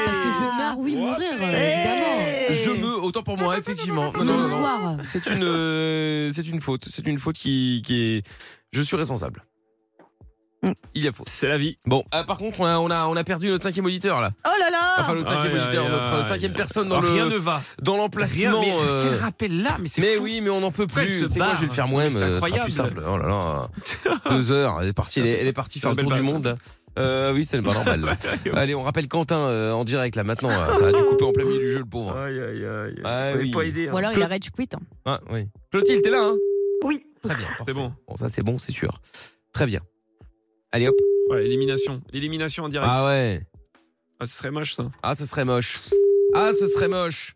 Speaker 4: Parce que je meurs, oui, mourir, euh,
Speaker 2: Eh,
Speaker 4: évidemment.
Speaker 2: Je me, autant pour moi, effectivement.
Speaker 4: Se mouvoir.
Speaker 2: C'est une, euh, c'est une faute. C'est une faute qui, qui est. Je suis responsable. Il y a faute.
Speaker 3: C'est la vie.
Speaker 2: Bon, ah, par contre, on a, on a, on a perdu notre cinquième auditeur là.
Speaker 5: Oh là là
Speaker 2: Enfin, notre cinquième
Speaker 3: Aïe, aïe,
Speaker 2: auditeur,
Speaker 3: aïe,
Speaker 2: notre
Speaker 3: aïe.
Speaker 2: cinquième personne dans le.
Speaker 3: Rien ne va.
Speaker 2: Dans l'emplacement.
Speaker 3: Rien, mais
Speaker 2: euh,
Speaker 3: quel rappel là, mais c'est
Speaker 2: mais
Speaker 3: fou.
Speaker 2: oui, mais on n'en peut
Speaker 3: Pourquoi elle
Speaker 2: plus.
Speaker 3: se
Speaker 2: C'est quoi,
Speaker 3: barre
Speaker 2: je vais le faire moi-même.
Speaker 3: C'est
Speaker 2: euh, ce sera plus simple.
Speaker 3: incroyable.
Speaker 2: Oh là là. Deux heures. Elle est partie, elle est, elle est partie
Speaker 3: Ça
Speaker 2: faire le
Speaker 3: rappelle
Speaker 2: tour du
Speaker 3: pas ça.
Speaker 2: monde. là. Euh, oui, c'est pas normal. là. Allez, on rappelle Quentin euh, en direct là maintenant. là. Ça a dû couper en plein milieu du jeu le pauvre.
Speaker 3: Aïe, aïe, aïe.
Speaker 2: Ah,
Speaker 3: Vous pouvez
Speaker 2: oui.
Speaker 3: pas aider, hein.
Speaker 4: Ou alors il arrête, je quitte. hein.
Speaker 2: Ah, oui. Clotilde, t'es là, hein
Speaker 15: Oui.
Speaker 2: Très bien.
Speaker 3: C'est bon.
Speaker 2: Bon, ça c'est bon, c'est sûr. Très bien. Allez hop.
Speaker 3: Ouais, L'élimination. L'élimination en direct.
Speaker 2: Ah ouais.
Speaker 3: Ah, ce serait moche, ça.
Speaker 2: Ah, ce serait moche. Ah, ce serait moche.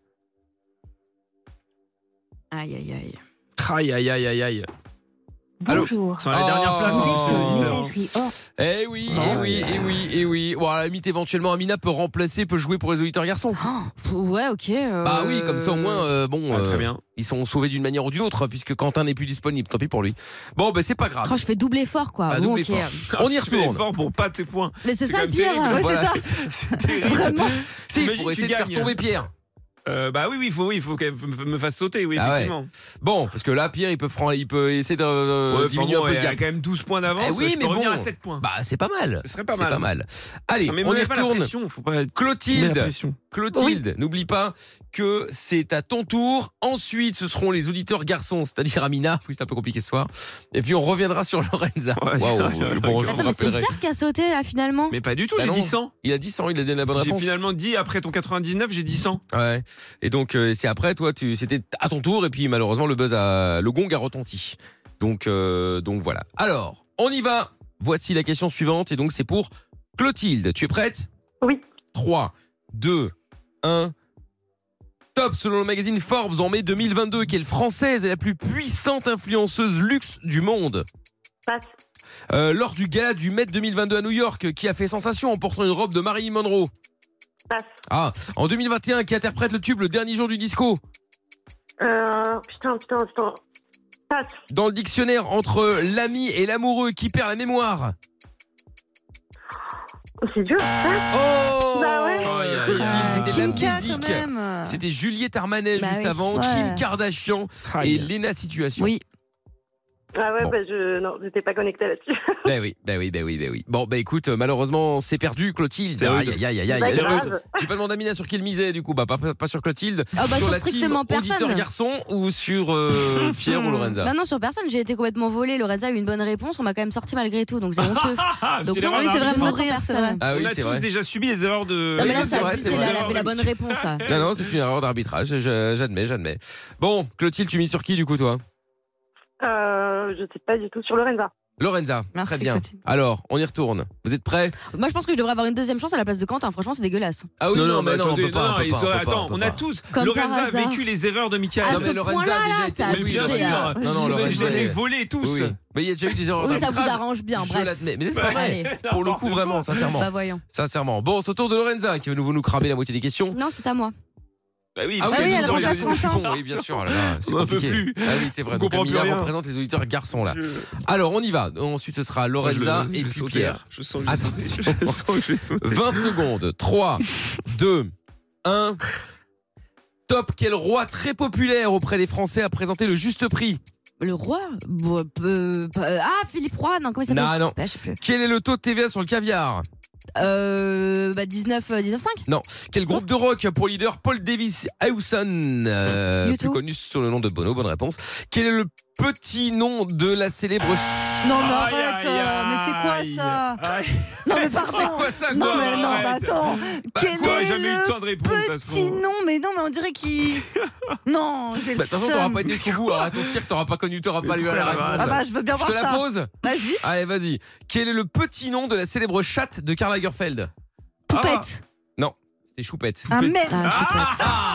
Speaker 4: Aïe, aïe, aïe.
Speaker 3: Aïe, aïe, aïe, aïe, aïe.
Speaker 2: Allô
Speaker 15: Bonjour.
Speaker 3: Sur la dernière place, en plus,
Speaker 2: Oh.
Speaker 3: c'est hein. l'auditeur.
Speaker 2: Eh oui,
Speaker 3: Ah,
Speaker 2: eh oui, eh oui, eh oui. Bon, à la limite, éventuellement, Amina peut remplacer, peut jouer pour les auditeurs garçons.
Speaker 4: Pff, Ouais, ok. euh,
Speaker 2: Bah oui, comme ça au moins, euh, bon,
Speaker 3: Ah,
Speaker 2: euh,
Speaker 3: très bien.
Speaker 2: ils sont sauvés d'une manière ou d'une autre, hein, puisque Quentin n'est plus disponible, tant pis pour lui. Bon, bah c'est pas grave.
Speaker 4: Oh, je fais double effort, quoi.
Speaker 2: Ah,
Speaker 4: Bon,
Speaker 2: double
Speaker 4: ok.
Speaker 2: effort. On y
Speaker 3: Tu fais
Speaker 2: retourne.
Speaker 3: fort pour pas tes points.
Speaker 4: Mais c'est ça
Speaker 3: quand
Speaker 4: le
Speaker 3: même
Speaker 4: pire.
Speaker 3: terrible.
Speaker 5: Ouais,
Speaker 2: Voilà.
Speaker 5: c'est ça.
Speaker 3: C'est terrible.
Speaker 5: Vraiment.
Speaker 2: Si,
Speaker 3: Imagine,
Speaker 2: pour
Speaker 3: tu
Speaker 2: essayer de faire
Speaker 3: gagnes.
Speaker 2: tomber Pierre.
Speaker 3: Euh, bah oui, oui, il faut, oui, faut qu'elle me me fasse sauter, oui,
Speaker 2: Ah ouais.
Speaker 3: effectivement.
Speaker 2: Bon, parce que là, Pierre, il peut, prendre, il peut essayer de
Speaker 3: Ouais,
Speaker 2: euh,
Speaker 3: enfin,
Speaker 2: diminuer
Speaker 3: bon,
Speaker 2: un peu le
Speaker 3: elle a
Speaker 2: gap.
Speaker 3: quand même 12 points d'avance.
Speaker 2: Eh oui,
Speaker 3: je
Speaker 2: mais
Speaker 3: peux revenir
Speaker 2: bon.
Speaker 3: à 7 points.
Speaker 2: Bah, c'est pas mal.
Speaker 3: Ce serait pas
Speaker 2: C'est
Speaker 3: mal.
Speaker 2: pas mal. Allez,
Speaker 3: Non, mais
Speaker 2: on y
Speaker 3: mets pas la
Speaker 2: retourne.
Speaker 3: pression, faut pas Mets la
Speaker 2: Clotilde,
Speaker 3: pression.
Speaker 2: Clotilde, n'oublie pas que c'est à ton tour. Ensuite, ce seront les auditeurs garçons, c'est-à-dire Amina. Oui, c'est un peu compliqué ce soir. Et puis on reviendra sur Lorenza.
Speaker 3: Ouais.
Speaker 2: Waouh, bon, je vous
Speaker 4: Attends, mais c'est
Speaker 2: rappellerai.
Speaker 4: Pierre qui a sauté, là, finalement.
Speaker 3: Mais pas du tout,
Speaker 2: Bah
Speaker 3: j'ai
Speaker 2: non.
Speaker 3: dit 100.
Speaker 2: Il a dit 100, il a donné la bonne
Speaker 3: J'ai
Speaker 2: réponse.
Speaker 3: finalement dit après ton 99, j'ai dit 100.
Speaker 2: Ouais. Et donc euh, c'est après toi, tu c'était à ton tour et puis malheureusement le buzz a le gong a retenti. Donc euh, donc voilà. Alors, on y va. Voici la question suivante et donc c'est pour Clotilde. Tu es prête
Speaker 15: Oui.
Speaker 2: 3 2 1 Top selon le magazine Forbes en mai 2022, quelle française est la plus puissante influenceuse luxe du monde
Speaker 15: Passe.
Speaker 2: Euh, Lors du gala du Met 2022 à New York, qui a fait sensation en portant une robe de Marilyn Monroe
Speaker 15: Passe.
Speaker 2: Ah, en 2021, qui interprète le tube Le Dernier Jour du Disco
Speaker 15: Euh, putain, putain, putain. Passe.
Speaker 2: Dans le dictionnaire, entre l'ami et l'amoureux qui perd la mémoire.
Speaker 15: Oh, c'est dur.
Speaker 2: Oh
Speaker 15: Bah ouais.
Speaker 2: Clotilde, C'était
Speaker 15: Ah,
Speaker 2: de
Speaker 15: Kim
Speaker 2: la
Speaker 15: K,
Speaker 2: musique.
Speaker 15: quand même.
Speaker 2: C'était Juliette Armanet
Speaker 15: Bah
Speaker 2: juste
Speaker 15: oui,
Speaker 2: avant,
Speaker 15: ouais.
Speaker 2: Kim Kardashian et Lena Situation. Oui.
Speaker 15: Ah ouais, bah je. Non, j'étais pas connectée là-dessus.
Speaker 2: Ben oui, ben oui, ben oui, ben oui. Bon, ben écoute, euh, malheureusement, c'est perdu, Clotilde.
Speaker 3: C'est rude.
Speaker 2: Aïe, aïe, aïe, aïe, aïe.
Speaker 3: C'est
Speaker 2: J'ai pas-
Speaker 3: grave.
Speaker 2: J'ai pas demandé à Mina sur qui elle misait, du coup. Bah, pas, pas sur Clotilde.
Speaker 4: Ah bah,
Speaker 2: sur
Speaker 4: sur
Speaker 2: la team
Speaker 4: strictement personne. Bah
Speaker 2: auditeur garçon ou sur euh, Pierre ou Lorenza.
Speaker 4: Non, non, sur personne, j'ai été complètement volée. Lorenza a eu une bonne réponse, on m'a quand même sorti malgré tout, donc c'est honteux.
Speaker 3: Ah,
Speaker 4: Donc non, oui, c'est vraiment rire, c'est vrai.
Speaker 2: Ah oui,
Speaker 3: On a
Speaker 2: c'est
Speaker 3: tous
Speaker 2: vrai.
Speaker 3: déjà subi les erreurs de.
Speaker 4: Non, mais là,
Speaker 3: les
Speaker 4: ça
Speaker 3: erreurs
Speaker 4: a
Speaker 3: de-
Speaker 4: poussé, elle avait la bonne réponse. là.
Speaker 2: Non, non, c'est une erreur d'arbitrage. je- J'admets, j'admets. Bon, Clotilde, tu mis sur qui, du coup, toi
Speaker 15: Euh, je sais pas du tout sur Lorenza.
Speaker 2: Lorenza.
Speaker 4: Merci,
Speaker 2: Très bien. Alors, on y retourne. Vous êtes prêts
Speaker 4: Moi, je pense que je devrais avoir une deuxième chance à la place de Quentin. Franchement, c'est dégueulasse.
Speaker 2: Ah oui,
Speaker 3: Non,
Speaker 2: non,
Speaker 3: non,
Speaker 2: mais
Speaker 3: mais
Speaker 2: non, on
Speaker 3: attendez,
Speaker 2: peut pas.
Speaker 3: non,
Speaker 2: on peut
Speaker 3: ils
Speaker 2: pas,
Speaker 3: auraient-
Speaker 2: on peut pas,
Speaker 3: attends, on a
Speaker 2: peut pas. Ah,
Speaker 3: tous-
Speaker 4: Comme par
Speaker 3: Lorenza a
Speaker 4: hasard.
Speaker 3: vécu les erreurs de Michael.
Speaker 4: À ce point-là, là, ça
Speaker 3: Mais bien
Speaker 4: a abusé, là.
Speaker 3: sûr,
Speaker 2: Non, non,
Speaker 3: Ils ont
Speaker 2: Lorenza,
Speaker 3: été
Speaker 2: elle-
Speaker 3: volés tous.
Speaker 2: Oui, oui. Mais il y a déjà eu des erreurs
Speaker 4: Oui, ça vous
Speaker 2: d'arbitrage.
Speaker 4: arrange bien,
Speaker 2: Je
Speaker 4: bref.
Speaker 2: l'admets, mais c'est pas
Speaker 4: Ouais.
Speaker 2: vrai. Pour le coup, vraiment, sincèrement.
Speaker 4: Bah voyons.
Speaker 2: Sincèrement. Bon, c'est au tour de Lorenza qui va nouveau nous cramer la moitié des questions.
Speaker 4: Non, c'est à moi.
Speaker 3: Bah oui,
Speaker 2: Ah
Speaker 3: parce
Speaker 2: oui,
Speaker 3: que
Speaker 2: elle
Speaker 3: dans les
Speaker 2: remplace
Speaker 3: réseaux, je suis
Speaker 2: Quentin.
Speaker 3: con, oui, bien sûr.
Speaker 2: Oh là là, c'est
Speaker 3: On en peut
Speaker 2: compliqué.
Speaker 3: plus.
Speaker 2: Ah oui, c'est vrai.
Speaker 3: On
Speaker 2: Donc
Speaker 3: comprend
Speaker 2: Amina
Speaker 3: plus rien.
Speaker 2: représente les auditeurs garçons là. Alors on y va. Ensuite ce sera Lorenza
Speaker 3: Moi, je le-
Speaker 2: et
Speaker 3: je vais
Speaker 2: puis
Speaker 3: sauter, là.
Speaker 2: Pierre.
Speaker 3: Je sens que je vais sauter. Oh, Je sens
Speaker 2: Attention.
Speaker 3: que je vais sauter.
Speaker 2: 20 secondes. 3, 2, 1. Top, quel roi très populaire auprès des Français a présenté le juste prix
Speaker 4: Le roi Bon, euh, euh, Ah, Philippe Roy, non, comment il
Speaker 2: Non,
Speaker 4: s'appelle
Speaker 2: non.
Speaker 4: Bah, je sais plus.
Speaker 2: Quel est le taux de TVA sur le caviar
Speaker 4: Euh, bah 19, euh, 19,5
Speaker 2: Non. Quel groupe de rock pour leader Paul Davis Hewson, euh,
Speaker 4: U2.
Speaker 2: plus connu sous le nom de Bono, bonne réponse. Quel est le petit nom de la célèbre
Speaker 3: Ah.
Speaker 2: ch-
Speaker 5: Non, Oh, mais arrête, euh, mais c'est quoi ça Non, mais pardon.
Speaker 2: C'est quoi ça,
Speaker 5: Non,
Speaker 2: quoi
Speaker 5: mais non, mais
Speaker 2: Arrête.
Speaker 5: attends. Quel
Speaker 3: Bah, T'aurais
Speaker 5: est
Speaker 3: jamais eu le
Speaker 5: le
Speaker 3: temps de répondre, de toute façon.
Speaker 5: petit nom Mais non, mais on dirait qu'il. Non, j'ai
Speaker 2: Bah, de
Speaker 5: le
Speaker 2: toute façon, t'auras
Speaker 5: seum.
Speaker 2: pas été jusqu'au bout. Alors, à ton cirque, t'auras pas connu, t'auras pas lu la
Speaker 5: pourquoi
Speaker 2: réponse.
Speaker 5: la base Ah bah, je veux bien voir
Speaker 2: te la
Speaker 5: ça.
Speaker 2: pose
Speaker 5: Vas-y.
Speaker 2: Allez, vas-y. Quel est le petit nom de la célèbre chatte de Karl Lagerfeld Ah.
Speaker 5: Poupette.
Speaker 2: Non, c'était Choupette.
Speaker 5: Ah merde.
Speaker 2: Ah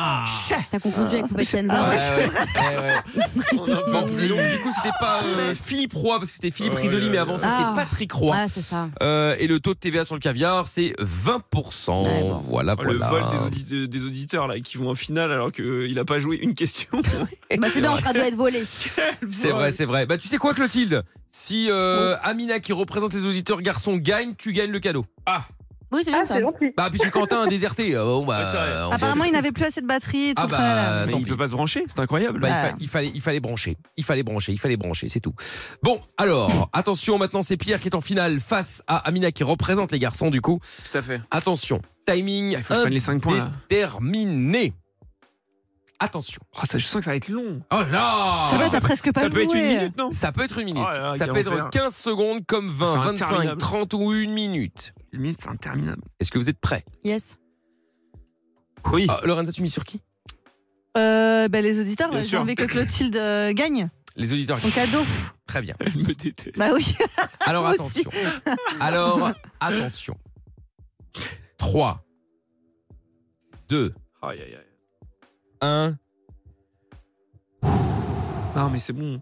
Speaker 4: T'as confondu avec Poupée Kenza
Speaker 2: Ouais, Ah, ouais, ouais, ouais. Bon, et donc, du coup, c'était pas euh, Philippe Roy, parce que c'était Philippe
Speaker 3: Oh,
Speaker 2: Risoli, mais avant ça,
Speaker 4: Ah.
Speaker 2: c'était Patrick Roy.
Speaker 4: Ah, c'est ça.
Speaker 2: Euh, et le taux de TVA sur le caviar, c'est 20%. Voilà,
Speaker 3: Oh,
Speaker 2: voilà.
Speaker 3: Le vol des, audi- des auditeurs là qui vont en finale alors qu'il a pas joué une question.
Speaker 4: Bah, c'est bien, on sera doit être volé.
Speaker 2: Ah, C'est vrai, c'est vrai. Bah, tu sais quoi, Clotilde Si euh, Amina, qui représente les auditeurs garçons, gagne, tu gagnes le cadeau. Ah
Speaker 4: Oui, c'est bien ça.
Speaker 2: Bah, puisque Quentin a déserté. euh, Bon, bah,
Speaker 3: Ouais, c'est vrai.
Speaker 2: euh, on
Speaker 5: Apparemment, il n'avait plus assez de batterie. et Tout
Speaker 2: Ah
Speaker 5: le tralala.
Speaker 2: bah,
Speaker 3: Mais il peut pas se brancher, c'est incroyable.
Speaker 2: Bah, il,
Speaker 5: Ah.
Speaker 2: fa- il fallait, il fallait brancher, il fallait brancher, il fallait brancher, c'est tout. Bon, alors attention maintenant, c'est Pierre qui est en finale face à Amina qui représente les garçons du coup.
Speaker 3: Tout à fait.
Speaker 2: Attention, timing
Speaker 3: Ah, faut que je prenne les cinq points, là.
Speaker 2: déterminé. Attention.
Speaker 3: Ah, ça, je sens que ça va être long.
Speaker 2: Oh là
Speaker 5: Ça va, t'as presque pas
Speaker 3: Ça peut être
Speaker 5: joué.
Speaker 3: une minute, non
Speaker 2: Ça peut être une minute.
Speaker 3: Oh là là,
Speaker 2: ça
Speaker 3: quel
Speaker 2: peut être
Speaker 3: enfer.
Speaker 2: 15 secondes comme 20,
Speaker 3: C'est
Speaker 2: 25,
Speaker 3: interminable.
Speaker 2: 30 ou une minute.
Speaker 3: Une minute, c'est interminable.
Speaker 2: Est-ce que vous êtes prêts
Speaker 4: Yes.
Speaker 3: Oui.
Speaker 2: Ah, Lorenza, tu mis sur qui
Speaker 5: Euh, bah, les auditeurs,
Speaker 2: Bien
Speaker 5: j'ai
Speaker 2: sûr.
Speaker 5: envie que Clotilde euh, gagne.
Speaker 2: Les auditeurs.
Speaker 5: Ton cadeau.
Speaker 2: Très bien.
Speaker 3: Elle me déteste.
Speaker 5: Bah oui.
Speaker 2: Alors
Speaker 5: Moi aussi.
Speaker 2: attention. Alors attention. 3 2
Speaker 3: Aïe, aïe, aïe.
Speaker 2: 1
Speaker 3: Non, Ah, mais c'est bon.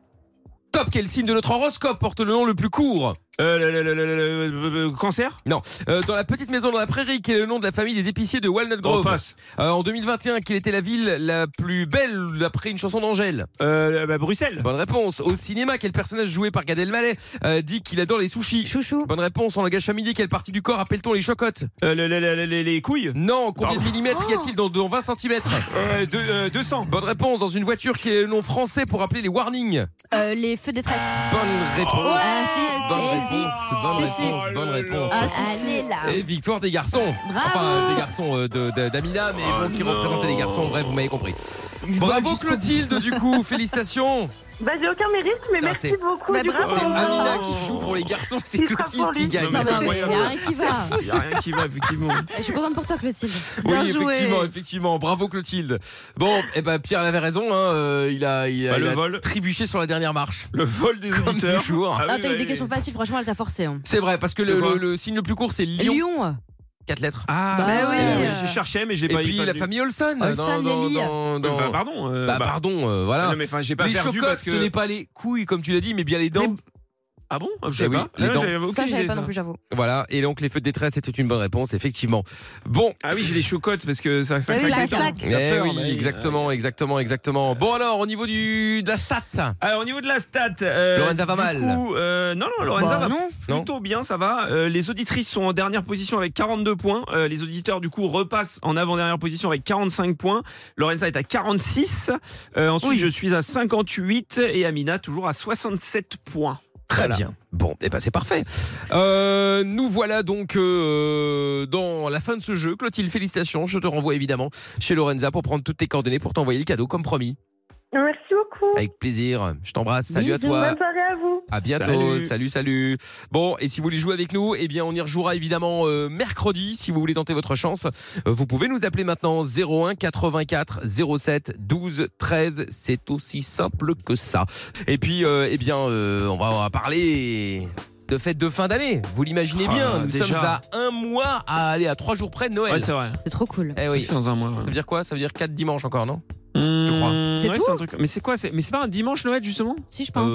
Speaker 2: Top, quel signe de notre horoscope porte le nom le plus court
Speaker 3: Euh, le, le- le- le- le- le- le- le- cancer
Speaker 2: Non. Euh, dans la petite maison dans la prairie, quel est le nom de la famille des épiciers de Walnut
Speaker 3: Oh,
Speaker 2: Grove
Speaker 3: passe.
Speaker 2: Euh, En 2021, quelle était la ville la plus belle après une chanson d'Angèle
Speaker 3: Euh, bah, Bruxelles.
Speaker 2: Bonne réponse. Au cinéma, quel personnage joué par Gad Elmaleh euh, dit qu'il adore les sushis
Speaker 4: Chouchou.
Speaker 2: Bonne réponse. En langage familier, quelle partie du corps appelle-t-on les chocottes
Speaker 3: Euh, le- le- le- le- les couilles
Speaker 2: Non, combien de
Speaker 3: Pardon.
Speaker 2: millimètres y a-t-il dans, dans 20 cm
Speaker 3: euh, deux- euh, 200.
Speaker 2: Bonne réponse. Dans une voiture, quel est le nom français pour appeler les warnings
Speaker 4: Euh, les feux de détresse.
Speaker 2: Bonne réponse.
Speaker 4: Ah,
Speaker 2: Bonne
Speaker 4: si,
Speaker 2: réponse. Bonne
Speaker 4: Si, si.
Speaker 2: réponse. Bonne réponse.
Speaker 4: Allez là.
Speaker 2: Et victoire des garçons.
Speaker 4: Bravo.
Speaker 2: Enfin, des garçons euh, de- de- d'Amina, mais
Speaker 3: Ah,
Speaker 2: bon, qui représentaient les garçons. Bref, vous m'avez compris. Bravo Clotilde, du coup, félicitations.
Speaker 15: Bah j'ai aucun mérite, mais
Speaker 2: Putain,
Speaker 15: merci
Speaker 2: c'est-
Speaker 15: beaucoup.
Speaker 4: Bah,
Speaker 5: Mais
Speaker 15: du
Speaker 5: bravo.
Speaker 15: coup.
Speaker 2: C'est Amina qui joue pour les garçons, c'est
Speaker 15: Il sera
Speaker 2: Clotilde
Speaker 15: pour
Speaker 2: qui
Speaker 15: lui.
Speaker 2: gagne.
Speaker 5: Non, mais
Speaker 4: Ah,
Speaker 5: c'est-
Speaker 4: ouais, y a rien qui va.
Speaker 3: Il y a rien qui va, effectivement.
Speaker 4: Ah, Je suis contente pour toi, Clotilde.
Speaker 2: Oui,
Speaker 5: Bien joué.
Speaker 2: effectivement, effectivement. Bravo Clotilde. Bon, eh ben Pierre avait raison. hein, euh, il a, il a,
Speaker 3: Bah, le
Speaker 2: il a
Speaker 3: vol.
Speaker 2: trébuché sur la dernière marche,
Speaker 3: Le vol des
Speaker 2: comme
Speaker 3: auditeurs.
Speaker 2: toujours.
Speaker 3: Ah
Speaker 4: Ah,
Speaker 3: oui,
Speaker 4: t'as eu
Speaker 3: oui,
Speaker 4: des
Speaker 3: oui.
Speaker 4: questions faciles, franchement, elle t'a forcé. hein.
Speaker 2: C'est vrai, parce que le,
Speaker 3: De quoi
Speaker 2: le- le signe le plus court, c'est Lyon.
Speaker 4: Lyon.
Speaker 2: Quatre lettres.
Speaker 3: Ah,
Speaker 4: Bah
Speaker 3: bah
Speaker 4: oui.
Speaker 3: oui. Je cherchais, mais j'ai
Speaker 2: Et
Speaker 3: pas
Speaker 2: puis
Speaker 3: pas
Speaker 2: la
Speaker 3: vu.
Speaker 2: famille Olson.
Speaker 4: Olson,
Speaker 2: dans- dans-
Speaker 4: Lily.
Speaker 2: dans- dans-
Speaker 3: Bah, pardon. euh,
Speaker 2: Bah,
Speaker 3: bah,
Speaker 2: pardon, euh, voilà.
Speaker 3: Non, mais enfin, j'ai pas
Speaker 2: les
Speaker 3: perdu
Speaker 2: chocottes,
Speaker 3: parce que.
Speaker 2: ce n'est pas les couilles, comme tu l'as dit, mais bien les dents.
Speaker 3: Ah bon Je
Speaker 2: Eh
Speaker 3: sais
Speaker 2: oui,
Speaker 3: pas. Ah,
Speaker 2: les dents.
Speaker 3: j'avais aucune
Speaker 4: Ça, j'avais
Speaker 3: idée,
Speaker 4: pas
Speaker 3: ça.
Speaker 4: non plus, j'avoue.
Speaker 2: Voilà, et donc les feux de détresse, c'était une bonne réponse, effectivement. Bon.
Speaker 3: Ah oui, j'ai les chocottes parce que ça, ça
Speaker 2: Eh oui,
Speaker 3: claque. les dents. T'as peur,
Speaker 2: oui,
Speaker 3: mais- euh,
Speaker 2: exactement, exactement, exactement. Bon alors, au niveau du de la stat.
Speaker 3: Alors au niveau de la stat, euh,
Speaker 2: Lorenza va
Speaker 3: du
Speaker 2: mal.
Speaker 3: coup, euh, non, non, Lorenza va
Speaker 2: Bah, non.
Speaker 3: plutôt bien, ça va. Euh, les auditrices sont en dernière position avec 42 points. Euh, les auditeurs, du coup, repassent en avant-dernière position avec 45 points. Lorenza est à 46. Euh, ensuite, je suis à 58 et Amina toujours à 67 points.
Speaker 2: Très bien. Bon, et ben c'est parfait. Euh, nous voilà donc euh, dans la fin de ce jeu. Clotilde, félicitations. Je te renvoie évidemment chez Lorenza pour prendre toutes tes coordonnées pour t'envoyer le cadeau comme promis.
Speaker 15: Merci beaucoup.
Speaker 2: Avec plaisir. Je t'embrasse. Salut à
Speaker 15: Bisous.
Speaker 2: toi.
Speaker 15: Bonne soirée à vous.
Speaker 2: À bientôt,
Speaker 3: Salut.
Speaker 2: salut. salut, Bon, et si vous voulez jouer avec nous, eh bien on y rejouera évidemment euh, mercredi. Si vous voulez tenter votre chance, euh, vous pouvez nous appeler maintenant 01 84 07 12 13. C'est aussi simple que ça. Et puis, euh, eh bien, euh, on, va, on va parler de fête de fin d'année. Vous l'imaginez
Speaker 3: Ah,
Speaker 2: bien, nous
Speaker 3: déjà.
Speaker 2: sommes à un mois, à aller à trois jours près de Noël.
Speaker 3: Ouais, c'est vrai.
Speaker 4: C'est trop cool.
Speaker 2: Eh oui.
Speaker 3: C'est dans un mois.
Speaker 2: Ça veut dire quoi Ça veut dire quatre dimanches encore, non
Speaker 3: Je
Speaker 5: Mmh,
Speaker 2: crois.
Speaker 3: Ouais, un truc- Mais c'est quoi c'est- Mais c'est pas un dimanche Noël justement
Speaker 4: Si je
Speaker 3: pense.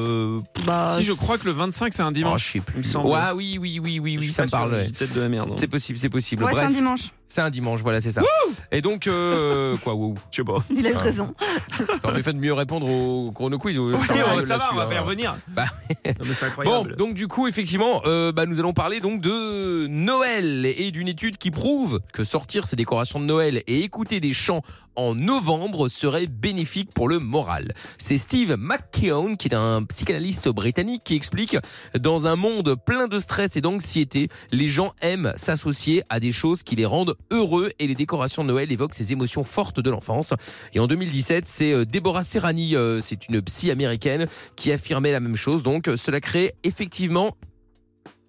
Speaker 2: Bah,
Speaker 3: si je crois que le 25 c'est un Euh, dimanche.
Speaker 2: Oh, je sais plus.
Speaker 3: Il me semble.
Speaker 2: Ouais, oui, oui, oui, oui, oui, ça me parle. ouais.
Speaker 3: Peut-être de la merde. hein.
Speaker 2: C'est possible, c'est possible.
Speaker 5: Ouais, c'est
Speaker 2: Bref.
Speaker 5: un dimanche.
Speaker 2: C'est un dimanche, voilà, c'est ça. et donc, euh, quoi, wow.
Speaker 3: Je sais pas.
Speaker 5: Il a eu
Speaker 2: Enfin,
Speaker 5: raison.
Speaker 2: Non, mais faites mieux répondre au chrono quiz. au-
Speaker 3: Oui,
Speaker 2: enfin,
Speaker 3: ouais,
Speaker 2: là-dessus,
Speaker 3: ça va, on va
Speaker 2: hein.
Speaker 3: Oh, pas y revenir.
Speaker 2: Bah,
Speaker 3: Non, mais c'est
Speaker 2: Bon,
Speaker 3: incroyable.
Speaker 2: donc du coup, effectivement, euh, bah, nous allons parler donc de Noël et d'une étude qui prouve que sortir ses décorations de Noël et écouter des chants en novembre serait bénéfique pour le moral. C'est Steve McKeown, qui est un psychanalyste britannique, qui explique dans un monde plein de stress et d'anxiété, les gens aiment s'associer à des choses qui les rendent heureux et les décorations de Noël évoquent ces émotions fortes de l'enfance. Et en 2017, c'est euh, Deborah Serrani, euh, c'est une psy américaine, qui affirmait la même chose. Donc, euh, cela crée effectivement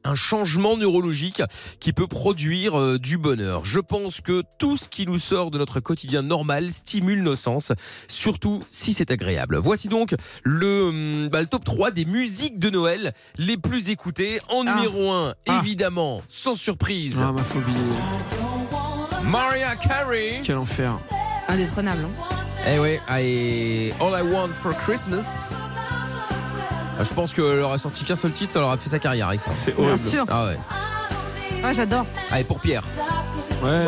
Speaker 2: un changement neurologique qui peut produire euh, du bonheur. Je pense que tout ce qui nous sort de notre quotidien normal stimule nos sens, surtout si c'est agréable. Voici donc le, hum, bah, le top 3 des musiques de Noël les plus écoutées. En numéro 1, évidemment, sans surprise,
Speaker 3: Ah, ma phobie.
Speaker 2: Mariah Carey.
Speaker 3: Quel enfer.
Speaker 4: Indétrônable. hein.
Speaker 2: Eh oui, I- All I Want for Christmas. Ah, Je pense que leur a sorti qu'un seul titre, ça leur a fait sa carrière avec ça. C'est
Speaker 5: horrible. Bien sûr.
Speaker 2: Ah ouais.
Speaker 3: hein.
Speaker 5: Ouais, Ah, j'adore.
Speaker 2: Allez, pour Pierre.
Speaker 3: Ouais.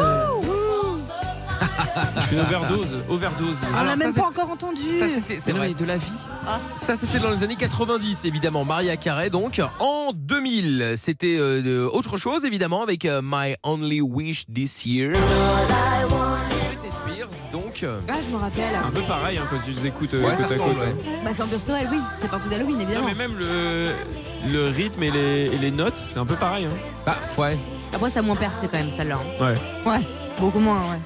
Speaker 3: Je fais une overdose. Overdose.
Speaker 5: On l'a même pas encore entendu. Ah.
Speaker 2: ça, c'était- c'est
Speaker 3: Mais non,
Speaker 2: vrai.
Speaker 3: mais de la vie.
Speaker 2: Ça, c'était dans les années 90, évidemment. Maria Carey, donc. En 2000, c'était euh, de- autre chose, évidemment, avec euh, My Only Wish This Year.
Speaker 5: Ah,
Speaker 2: Britney Spears, donc. euh,
Speaker 4: Ah, je me rappelle.
Speaker 3: C'est un peu pareil hein, quand tu les écoutes euh,
Speaker 2: Ouais, ça
Speaker 3: côte à
Speaker 2: ressemble,
Speaker 3: côte.
Speaker 2: ouais.
Speaker 4: Bah, c'est ambiance Noël, oui. C'est partout d'Halloween,
Speaker 3: Non,
Speaker 4: évidemment.
Speaker 3: Ah, mais même le, le rythme et les, et les notes, c'est un peu pareil. Hein.
Speaker 2: Bah, ouais.
Speaker 4: Après, ça a moins percé quand même, celle-là. hein.
Speaker 3: Ouais.
Speaker 5: Ouais, beaucoup moins, ouais.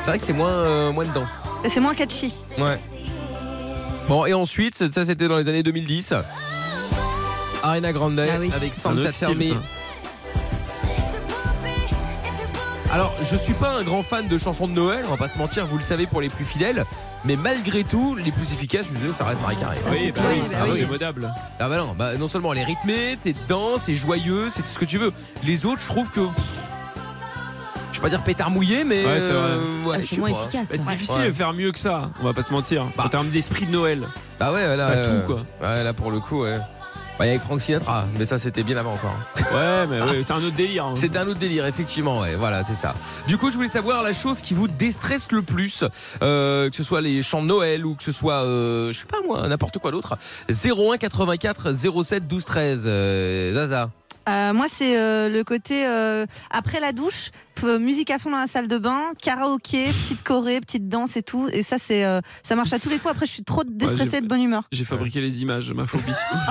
Speaker 2: C'est vrai que c'est moins, euh, moins dedans.
Speaker 5: Et C'est moins catchy.
Speaker 2: Ouais. Bon, et ensuite, ça, c'était dans les années 2010. Arena Grande
Speaker 4: Ah oui.
Speaker 2: avec
Speaker 3: un
Speaker 2: Santa
Speaker 3: autre style,
Speaker 2: Tell Me.
Speaker 3: ça.
Speaker 2: Alors, je suis pas un grand fan de chansons de Noël, on va pas se mentir, vous le savez pour les plus fidèles, mais malgré tout, les plus efficaces, je vous disais, ça reste Marie Carré.
Speaker 3: Oui, bah, oui, bah, oui, modable.
Speaker 2: Ah bah non, bah non seulement elle est rythmée, t'es dedans, c'est joyeux, c'est tout ce que tu veux. Les autres, je trouve que. pff, Je vais pas dire pétard mouillé, mais.
Speaker 3: Ouais, c'est vrai.
Speaker 2: euh, ouais,
Speaker 4: Ah,
Speaker 2: je
Speaker 4: c'est
Speaker 2: sais
Speaker 4: moins
Speaker 2: pas.
Speaker 4: efficace.
Speaker 3: Bah, c'est
Speaker 4: ouais.
Speaker 3: difficile
Speaker 2: Ouais.
Speaker 3: de faire mieux que ça, on va pas se mentir.
Speaker 2: Bah.
Speaker 3: En termes d'esprit de Noël.
Speaker 2: Bah ouais, là.
Speaker 3: T'as
Speaker 2: euh,
Speaker 3: tout, quoi.
Speaker 2: Ouais, là pour le coup, ouais. Bah, y a avec Frank Sinatra, mais ça c'était bien avant encore.
Speaker 3: Ouais, mais ouais, c'est un autre délire. hein.
Speaker 2: C'est un autre délire, effectivement, ouais, voilà, c'est ça. Du coup, je voulais savoir la chose qui vous déstresse le plus, euh, que ce soit les chants de Noël ou que ce soit, euh, je sais pas moi, n'importe quoi d'autre. 01 84 07 12 13, euh, Zaza.
Speaker 5: Euh, moi, c'est euh, le côté euh, après la douche, f- musique à fond dans la salle de bain, karaoké, petite choré, petite danse et tout. Et ça, c'est euh, ça marche à tous les coups. Après, je suis trop déstressée
Speaker 3: j'ai-
Speaker 5: et de bonne humeur.
Speaker 3: J'ai fabriqué les images, ma phobie.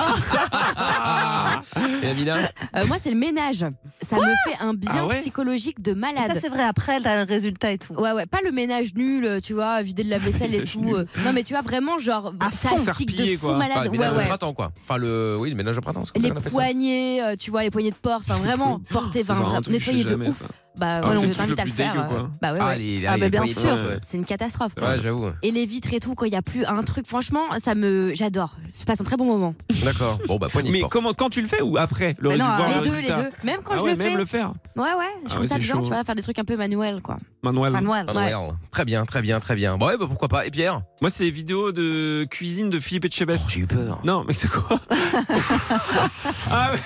Speaker 2: Et Amina
Speaker 4: Euh, moi, c'est le ménage. Ça me fait un bien
Speaker 3: Ah ouais
Speaker 4: psychologique de
Speaker 5: Et
Speaker 4: malade.
Speaker 5: Ça, c'est vrai. Après, t'as le résultat et tout.
Speaker 4: Ouais, ouais, pas le ménage nul, euh, tu vois, vider de la vaisselle et
Speaker 3: Ménage
Speaker 4: tout.
Speaker 3: nul.
Speaker 4: euh, Non, mais tu vois, vraiment, genre, tactique de
Speaker 3: Serpiller,
Speaker 4: fou
Speaker 3: quoi.
Speaker 2: Enfin, le
Speaker 4: malade.
Speaker 2: ménage
Speaker 4: ouais,
Speaker 2: de
Speaker 4: ouais.
Speaker 2: printemps, quoi. Enfin, le, oui, le ménage de printemps, c'est comme ça
Speaker 4: Les
Speaker 2: qu'on appelle ça.
Speaker 4: poignées, euh, tu vois, les poignées de porte, enfin vraiment porter,
Speaker 3: Ça, c'est
Speaker 4: enfin,
Speaker 3: un truc que je fais
Speaker 4: nettoyer de
Speaker 3: jamais,
Speaker 4: ouf.
Speaker 3: ça.
Speaker 4: Bah,
Speaker 2: Ah,
Speaker 4: ouais,
Speaker 2: c'est
Speaker 4: non,
Speaker 2: le
Speaker 4: je
Speaker 2: truc
Speaker 4: t'invite
Speaker 2: le
Speaker 4: à le
Speaker 2: plus
Speaker 4: faire.
Speaker 2: dégueu,
Speaker 4: euh,
Speaker 2: quoi.
Speaker 4: Bah ouais,
Speaker 2: Ah,
Speaker 4: ouais.
Speaker 2: il est- Ah, il bah, est bien
Speaker 4: bien
Speaker 2: pas sûr.
Speaker 4: sûr,
Speaker 2: évident, ouais.
Speaker 4: c'est une catastrophe.
Speaker 2: Ouais, j'avoue.
Speaker 4: Et les vitres et tout, quand il n'y a plus un truc, franchement, ça me, j'adore. Je passe un très bon moment.
Speaker 2: D'accord. Bon, bah, poignée de
Speaker 3: Mais
Speaker 2: porte.
Speaker 3: comment, quand tu le fais ou après le
Speaker 4: Bah non,
Speaker 3: résultat,
Speaker 4: les
Speaker 3: le
Speaker 4: deux, les
Speaker 3: résultat
Speaker 4: deux. Même quand
Speaker 3: Ah
Speaker 4: je
Speaker 3: ouais,
Speaker 4: le
Speaker 3: même
Speaker 4: fais.
Speaker 3: le faire.
Speaker 4: Ouais, ouais. Je
Speaker 2: Ah
Speaker 4: trouve
Speaker 2: ouais,
Speaker 4: ça
Speaker 2: c'est
Speaker 4: bien,
Speaker 2: chaud.
Speaker 4: tu vois, faire des trucs un peu manuel, quoi.
Speaker 3: Manuel.
Speaker 4: Manuel.
Speaker 2: Manuel. Très bien, très bien, très bien. Bon, ouais, bah, pourquoi pas. Et Pierre
Speaker 3: Moi, c'est les vidéos de cuisine de Philippe Etchebest.
Speaker 2: Oh, J'ai eu peur.
Speaker 3: Non, mais c'est quoi ah, oui,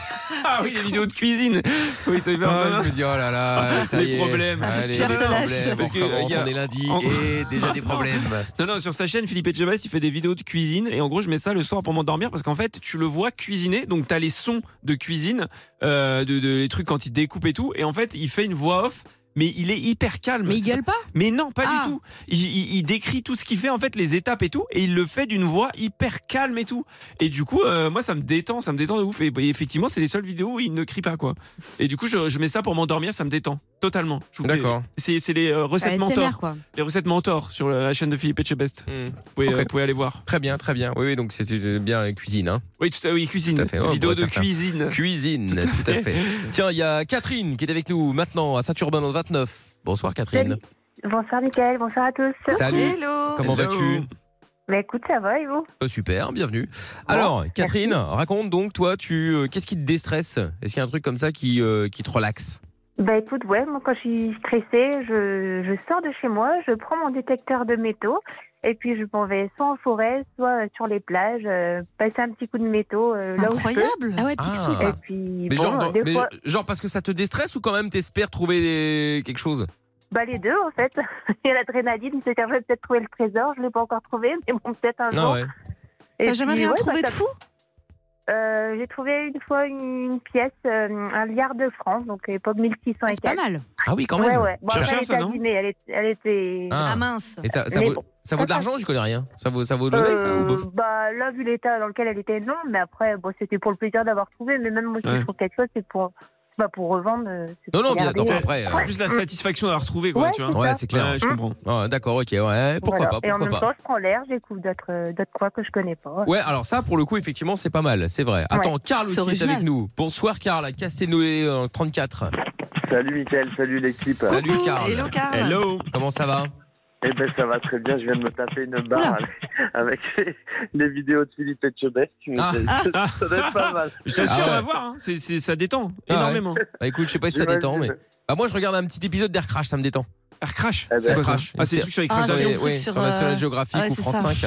Speaker 3: ah oui, les vidéos de cuisine. Oui, t'as eu peur.
Speaker 2: Ah,
Speaker 3: non
Speaker 2: je me dis, oh là là, ça y
Speaker 3: les
Speaker 2: est.
Speaker 3: problèmes.
Speaker 2: Allez, les problèmes.
Speaker 3: Parce que
Speaker 2: on commence,
Speaker 3: il y a-
Speaker 2: on est lundi
Speaker 3: en-
Speaker 2: et déjà des problèmes.
Speaker 3: Non, non, sur sa chaîne, Philippe Etchebest, il fait des vidéos de cuisine. Et en gros, je mets ça le soir pour m'endormir parce qu'en fait, tu le vois cuisiner. Donc, t'as les sons de cuisine, euh, de, de- les trucs quand il découpe et tout. Et en fait, il fait une voix off. Mais il est hyper calme.
Speaker 4: Mais il
Speaker 3: C'est
Speaker 4: gueule pas
Speaker 3: Mais non, pas
Speaker 4: Ah.
Speaker 3: du tout. Il, il- il décrit tout ce qu'il fait, en fait, les étapes et tout, et il le fait d'une voix hyper calme et tout. Et du coup, euh, moi, ça me détend, ça me détend de ouf. Et, et effectivement, c'est les seules vidéos où il ne crie pas, quoi. Et du coup, je, je mets ça pour m'endormir, ça me détend totalement. Je vous-
Speaker 2: D'accord.
Speaker 3: C'est c'est les euh, recettes
Speaker 4: Ouais, c'est
Speaker 3: mentors.
Speaker 4: mère, quoi.
Speaker 3: Les recettes mentors sur la chaîne de Philippe Etchebest. Vous, pouvez,
Speaker 2: Hmm. Ok.
Speaker 3: euh, vous pouvez aller voir.
Speaker 2: Très bien, très bien. Oui, oui, donc c'est euh, bien la cuisine. Hein.
Speaker 3: Oui, tout à, oui, cuisine.
Speaker 2: Tout à fait. Ouais, on
Speaker 3: Vidéo
Speaker 2: pourrait
Speaker 3: de
Speaker 2: faire ça.
Speaker 3: cuisine.
Speaker 2: Cuisine, tout à fait. Tiens, il y a Catherine qui est avec nous maintenant à Saint-Urbain dans le 29. Bonsoir Catherine.
Speaker 14: Bonsoir Mickaël, bonsoir à tous.
Speaker 2: Salut. Hello. Comment
Speaker 14: Hello.
Speaker 2: vas-tu
Speaker 14: Bah écoute, ça va et vous
Speaker 2: Euh, Super, bienvenue. Alors, Catherine, raconte donc toi, tu euh, qu'est-ce qui te déstresse Est-ce qu'il y a un truc comme ça qui euh, qui te relaxe
Speaker 14: Bah écoute, ouais, moi quand je suis stressée, je, je sors de chez moi, je prends mon détecteur de métaux et puis je m'en vais soit en forêt, soit euh, sur les plages, euh, passer un petit coup de métaux euh, là où je peux.
Speaker 4: Ah ouais,
Speaker 2: Picsou.
Speaker 14: Et puis
Speaker 2: mais,
Speaker 14: bon,
Speaker 2: genre, dans-
Speaker 14: des
Speaker 2: mais
Speaker 14: fois,
Speaker 2: genre parce que ça te déstresse ou quand même t'espères trouver des- quelque chose
Speaker 14: bah les deux en fait. Il y a l'adrénaline, c'est-à-dire je vais peut-être trouver le trésor, je l'ai pas encore trouvé, mais bon peut-être un jour. Et
Speaker 5: T'as jamais
Speaker 14: puis,
Speaker 5: rien
Speaker 14: ouais,
Speaker 5: trouvé
Speaker 14: bah,
Speaker 5: de
Speaker 14: ça-
Speaker 5: fou
Speaker 14: Euh, J'ai trouvé une fois une pièce, euh, un liard de francs, donc époque 1600 et
Speaker 4: C'est pas
Speaker 14: quelques.
Speaker 4: mal.
Speaker 2: Ah oui, quand même.
Speaker 14: Ouais, ouais. Bon,
Speaker 2: C'est
Speaker 14: après,
Speaker 2: cher,
Speaker 14: elle
Speaker 2: ça,
Speaker 14: était
Speaker 2: non Ah.
Speaker 14: abîmée, elle, est- elle était.
Speaker 4: Ah,
Speaker 5: Ah,
Speaker 2: Et ça, ça
Speaker 14: Mais
Speaker 2: vaut,
Speaker 14: bon.
Speaker 2: ça vaut de l'argent, je connais rien. Ça vaut ça vaut de l'oseille ça ou bof
Speaker 14: Euh, bah, là, vu l'état dans lequel elle était, non, mais après, bon, c'était pour le plaisir d'avoir trouvé, mais même moi, si
Speaker 3: Ouais.
Speaker 14: je trouve quelque chose, c'est pour, c'est pas pour revendre. euh, c'est pour garder, euh,
Speaker 3: C'est plus la satisfaction d'avoir retrouvé, quoi,
Speaker 14: Ouais,
Speaker 3: tu vois.
Speaker 14: c'est
Speaker 2: Ouais, c'est clair. hein. Mmh.
Speaker 3: Ouais, je comprends.
Speaker 2: Ouais, D'accord, ok, ouais, pourquoi
Speaker 14: voilà.
Speaker 2: pas,
Speaker 14: Et en
Speaker 2: pourquoi
Speaker 14: même
Speaker 2: pas.
Speaker 14: temps, je prends l'air, j'écoute d'autres euh, d'autres quoi que je connais pas.
Speaker 2: Ouais, alors ça, pour le coup, effectivement, c'est pas mal, c'est vrai. Attends,
Speaker 14: Ouais.
Speaker 2: Karl
Speaker 14: C'est
Speaker 2: aussi est
Speaker 14: original.
Speaker 2: avec nous. Bonsoir, Karl, à euh, Castelnau 34.
Speaker 16: Salut Mickaël, salut l'équipe.
Speaker 2: Salut, Karl.
Speaker 16: Hello.
Speaker 2: Comment ça va
Speaker 16: Eh ben ça va très bien, je viens de me taper une barre avec les, les vidéos de Philippe Etchebest. mais
Speaker 2: Ah.
Speaker 16: Ça, ça- ça doit être pas mal.
Speaker 3: Je t'assure,
Speaker 2: Ah ouais.
Speaker 3: on va voir. hein. C'est- c'est- ça détend
Speaker 2: Ah ouais.
Speaker 3: énormément.
Speaker 2: Bah écoute, je sais pas si ça
Speaker 3: J'imagine.
Speaker 2: détend, mais. Bah moi, je regarde un petit épisode d'Air Crash, ça me détend.
Speaker 3: Air Crash
Speaker 16: ben.
Speaker 2: C'est
Speaker 3: quoi ça
Speaker 2: Crash.
Speaker 3: Ah, c'est des trucs sur les
Speaker 2: Ah,
Speaker 3: crashs
Speaker 2: ouais,
Speaker 3: d'avion.
Speaker 2: ouais,
Speaker 3: Sur,
Speaker 2: sur National
Speaker 3: euh,
Speaker 2: Geographic
Speaker 3: ouais,
Speaker 2: ou
Speaker 3: c'est
Speaker 2: France
Speaker 3: ça.
Speaker 2: 5.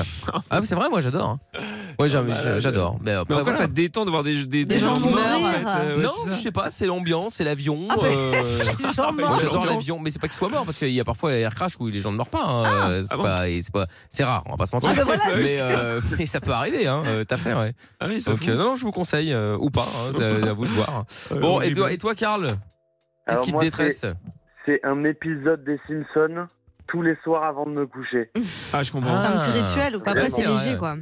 Speaker 2: Ah, c'est vrai, moi, j'adore. hein. Ouais, j'aime- j'adore.
Speaker 3: Mais
Speaker 2: Mais après,
Speaker 3: en quoi
Speaker 2: voilà.
Speaker 3: ça te détend de voir des, des, des gens qui en fait, euh, ouais,
Speaker 2: Non,
Speaker 3: c'est ça.
Speaker 2: je sais pas, c'est l'ambiance, c'est l'avion.
Speaker 3: Ah, mais-
Speaker 2: euh,
Speaker 3: Les gens
Speaker 2: moi,
Speaker 3: morts.
Speaker 2: J'adore
Speaker 3: L'ambiance.
Speaker 2: l'avion, mais c'est pas qu'il soit mort, parce qu'il y a parfois air crash où les gens ne meurent pas. hein, euh, C'est pas- et c'est pas- c'est rare, on va pas se mentir.
Speaker 3: Ah, bah voilà,
Speaker 2: mais,
Speaker 3: c'est ça. Ah
Speaker 2: euh, mais ça peut arriver, hein, euh, t'as fait, ouais.
Speaker 3: c'est
Speaker 2: Donc,
Speaker 3: fou.
Speaker 2: euh, non, non, je vous conseille, euh, ou pas, hein, c'est à vous de voir. Bon, et toi, et toi, Karl Qu'est-ce
Speaker 16: Alors
Speaker 2: qui te
Speaker 16: moi,
Speaker 2: détresse
Speaker 16: c'est- C'est un épisode des Simpsons tous les soirs avant de me coucher.
Speaker 3: Ah, je comprends.
Speaker 16: Ah. Un petit rituel ou quoi Après, c'est léger,
Speaker 4: quoi.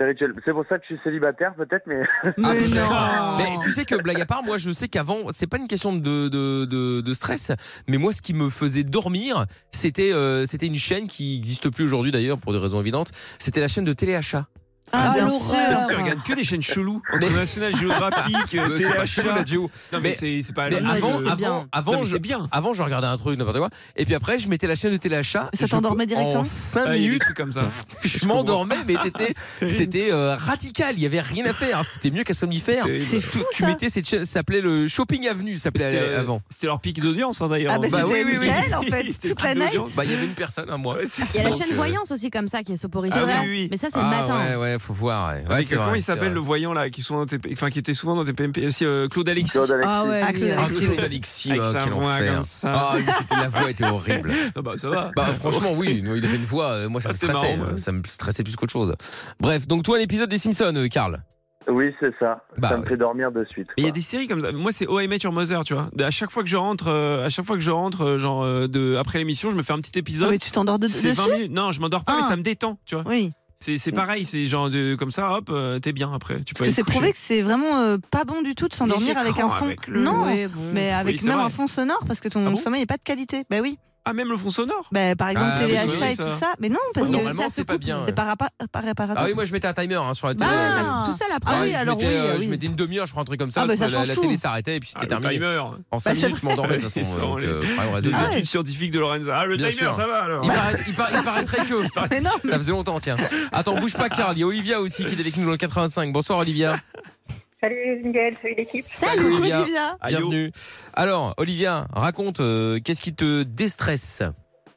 Speaker 16: C'est rituel. C'est pour ça que je suis célibataire peut-être, mais.
Speaker 2: Mais Ah, Mais tu sais que blague à part, moi je sais qu'avant, c'est pas une question de, de, de, de stress, mais moi ce qui me faisait dormir, c'était euh, c'était une chaîne qui n'existe plus aujourd'hui d'ailleurs pour des raisons évidentes, c'était la chaîne de téléachat.
Speaker 3: Ah,
Speaker 2: bien
Speaker 3: Bien sûr, regarde que des chaînes cheloues. Entre National Geographic,
Speaker 2: Mais c'est pas
Speaker 3: THA.
Speaker 2: chelou, la Géo.
Speaker 3: Non, mais, c'est c'est pas
Speaker 2: Mais
Speaker 3: la-
Speaker 2: avant,
Speaker 3: euh,
Speaker 2: avant,
Speaker 3: Non,
Speaker 2: avant,
Speaker 3: mais
Speaker 2: je,
Speaker 3: c'est bien.
Speaker 2: avant, je regardais un truc, n'importe quoi. Et puis après, je mettais la chaîne de téléachat. Ça t'endormait
Speaker 3: directement
Speaker 2: En
Speaker 3: Ah,
Speaker 2: 5
Speaker 3: il y a des
Speaker 2: minutes.
Speaker 3: trucs comme ça.
Speaker 2: Je m'endormais, mais c'était, c'était euh, radical. Il y avait rien à faire. C'était mieux qu'à somnifère.
Speaker 3: C'est fou,
Speaker 2: Tu, tu mettais cette chaîne, ça s'appelait le Shopping Avenue, ça s'appelait
Speaker 3: C'était, euh,
Speaker 2: avant.
Speaker 3: C'était leur pic d'audience, hein, d'ailleurs.
Speaker 2: Ah, bah, c'était Michael, en
Speaker 4: fait,
Speaker 3: C'était
Speaker 4: toute
Speaker 3: le pic
Speaker 4: la night.
Speaker 3: d'audience.
Speaker 2: Bah, il y avait une personne, à moi.
Speaker 4: Il y a la
Speaker 2: Donc,
Speaker 4: chaîne
Speaker 2: euh,
Speaker 4: Voyance aussi, comme ça, qui est soporisée.
Speaker 3: Ah oui, oui, oui.
Speaker 4: Mais ça, c'est le matin.
Speaker 2: Ah Ouais, ouais, faut voir. ouais. Ouais,
Speaker 3: Avec, euh,
Speaker 2: c'est
Speaker 3: Ah, comment
Speaker 2: vrai,
Speaker 3: il
Speaker 2: c'est
Speaker 3: s'appelle
Speaker 2: vrai.
Speaker 3: le voyant là qui, sont dans tes- enfin, qui était souvent dans tes PMP aussi euh, Claude Alexis.
Speaker 2: Claude Alexis.
Speaker 4: Ah ouais, Ah, Claude oui. Alexis.
Speaker 2: Claude Alexis,
Speaker 3: Avec
Speaker 2: ah,
Speaker 3: sa
Speaker 2: quel
Speaker 3: voix
Speaker 2: enfer.
Speaker 3: comme ça.
Speaker 2: Ah, lui, c'était- la voix était horrible.
Speaker 3: Ah bah ça va.
Speaker 2: Bah franchement oui, nous, il avait une voix, euh, moi ça
Speaker 3: Ah,
Speaker 2: me
Speaker 3: c'était
Speaker 2: stressait,
Speaker 3: marrant,
Speaker 2: euh,
Speaker 3: ouais.
Speaker 2: ça me stressait plus qu'autre chose. Bref, donc toi l'épisode des Simpsons, euh, Karl.
Speaker 16: Oui, c'est ça.
Speaker 2: Bah,
Speaker 16: ça me fait dormir de suite.
Speaker 3: Mais il y a des séries comme ça. Moi, c'est OMH sur Mother, tu vois. À chaque fois que je rentre, euh, à chaque fois que je rentre, euh, genre euh, de après l'émission, je me fais un petit épisode.
Speaker 5: Ah, mais tu t'endors de-
Speaker 3: C'est
Speaker 5: dessus
Speaker 3: minutes. Non, je m'endors pas, mais
Speaker 5: Ah.
Speaker 3: ça me détend, tu vois.
Speaker 5: Oui.
Speaker 3: C'est c'est pareil, c'est genre de, comme ça, hop, euh, t'es bien après. Tu peux
Speaker 5: Parce que
Speaker 3: aller
Speaker 5: c'est
Speaker 3: te coucher.
Speaker 5: prouvé que c'est vraiment euh, pas bon du tout de s'endormir
Speaker 3: L'effet
Speaker 5: avec
Speaker 3: cran
Speaker 5: un fond.
Speaker 3: avec le-
Speaker 5: Non,
Speaker 3: Ouais, bon.
Speaker 5: mais
Speaker 3: Oui,
Speaker 5: avec
Speaker 3: c'est
Speaker 5: même
Speaker 3: vrai.
Speaker 5: un fond sonore parce que ton sommeil n'est pas de qualité. Bah oui.
Speaker 3: Ah, même le fond sonore
Speaker 5: Bah, Par
Speaker 3: Ah,
Speaker 5: exemple, téléachat et tout ça. Mais non, parce
Speaker 2: Oui,
Speaker 5: que
Speaker 2: normalement,
Speaker 5: ça
Speaker 2: c'est
Speaker 5: se
Speaker 2: pas
Speaker 5: coupe.
Speaker 2: bien,
Speaker 5: C'est
Speaker 2: euh.
Speaker 5: par, rapa- par réparateur.
Speaker 2: Ah oui, moi je mettais un timer hein, sur la
Speaker 5: Bah,
Speaker 2: télé.
Speaker 5: ça se coupe tout seul après. Ah oui,
Speaker 2: je
Speaker 5: alors
Speaker 2: mettais,
Speaker 5: oui,
Speaker 2: euh,
Speaker 5: oui.
Speaker 2: Je mettais une demi-heure, je prends un truc comme ça.
Speaker 5: Ah, bah, ça
Speaker 2: la- la,
Speaker 5: change
Speaker 2: la
Speaker 5: tout.
Speaker 2: télé s'arrêtait et puis c'était
Speaker 3: Ah, le
Speaker 2: terminé.
Speaker 3: timer.
Speaker 2: En 5
Speaker 3: Bah, ça
Speaker 2: minutes, je m'endormais de toute façon.
Speaker 3: Ça,
Speaker 2: donc,
Speaker 3: on
Speaker 2: euh,
Speaker 3: est-
Speaker 2: problème
Speaker 3: Les
Speaker 2: résolu.
Speaker 5: Ah,
Speaker 3: études scientifiques de Lorenza. Ah, le
Speaker 2: Bien
Speaker 3: timer,
Speaker 2: sûr.
Speaker 3: ça va alors.
Speaker 2: Il, paraît- il par- il paraîtrait que. Ça faisait longtemps, tiens. Attends, bouge pas, Karl. Il y a Olivia aussi qui est avec nous dans le 85. Bonsoir, Olivia.
Speaker 17: Salut Miguel, salut l'équipe.
Speaker 3: oh.
Speaker 2: Bienvenue. Alors, Olivia, raconte, euh, qu'est-ce qui te déstresse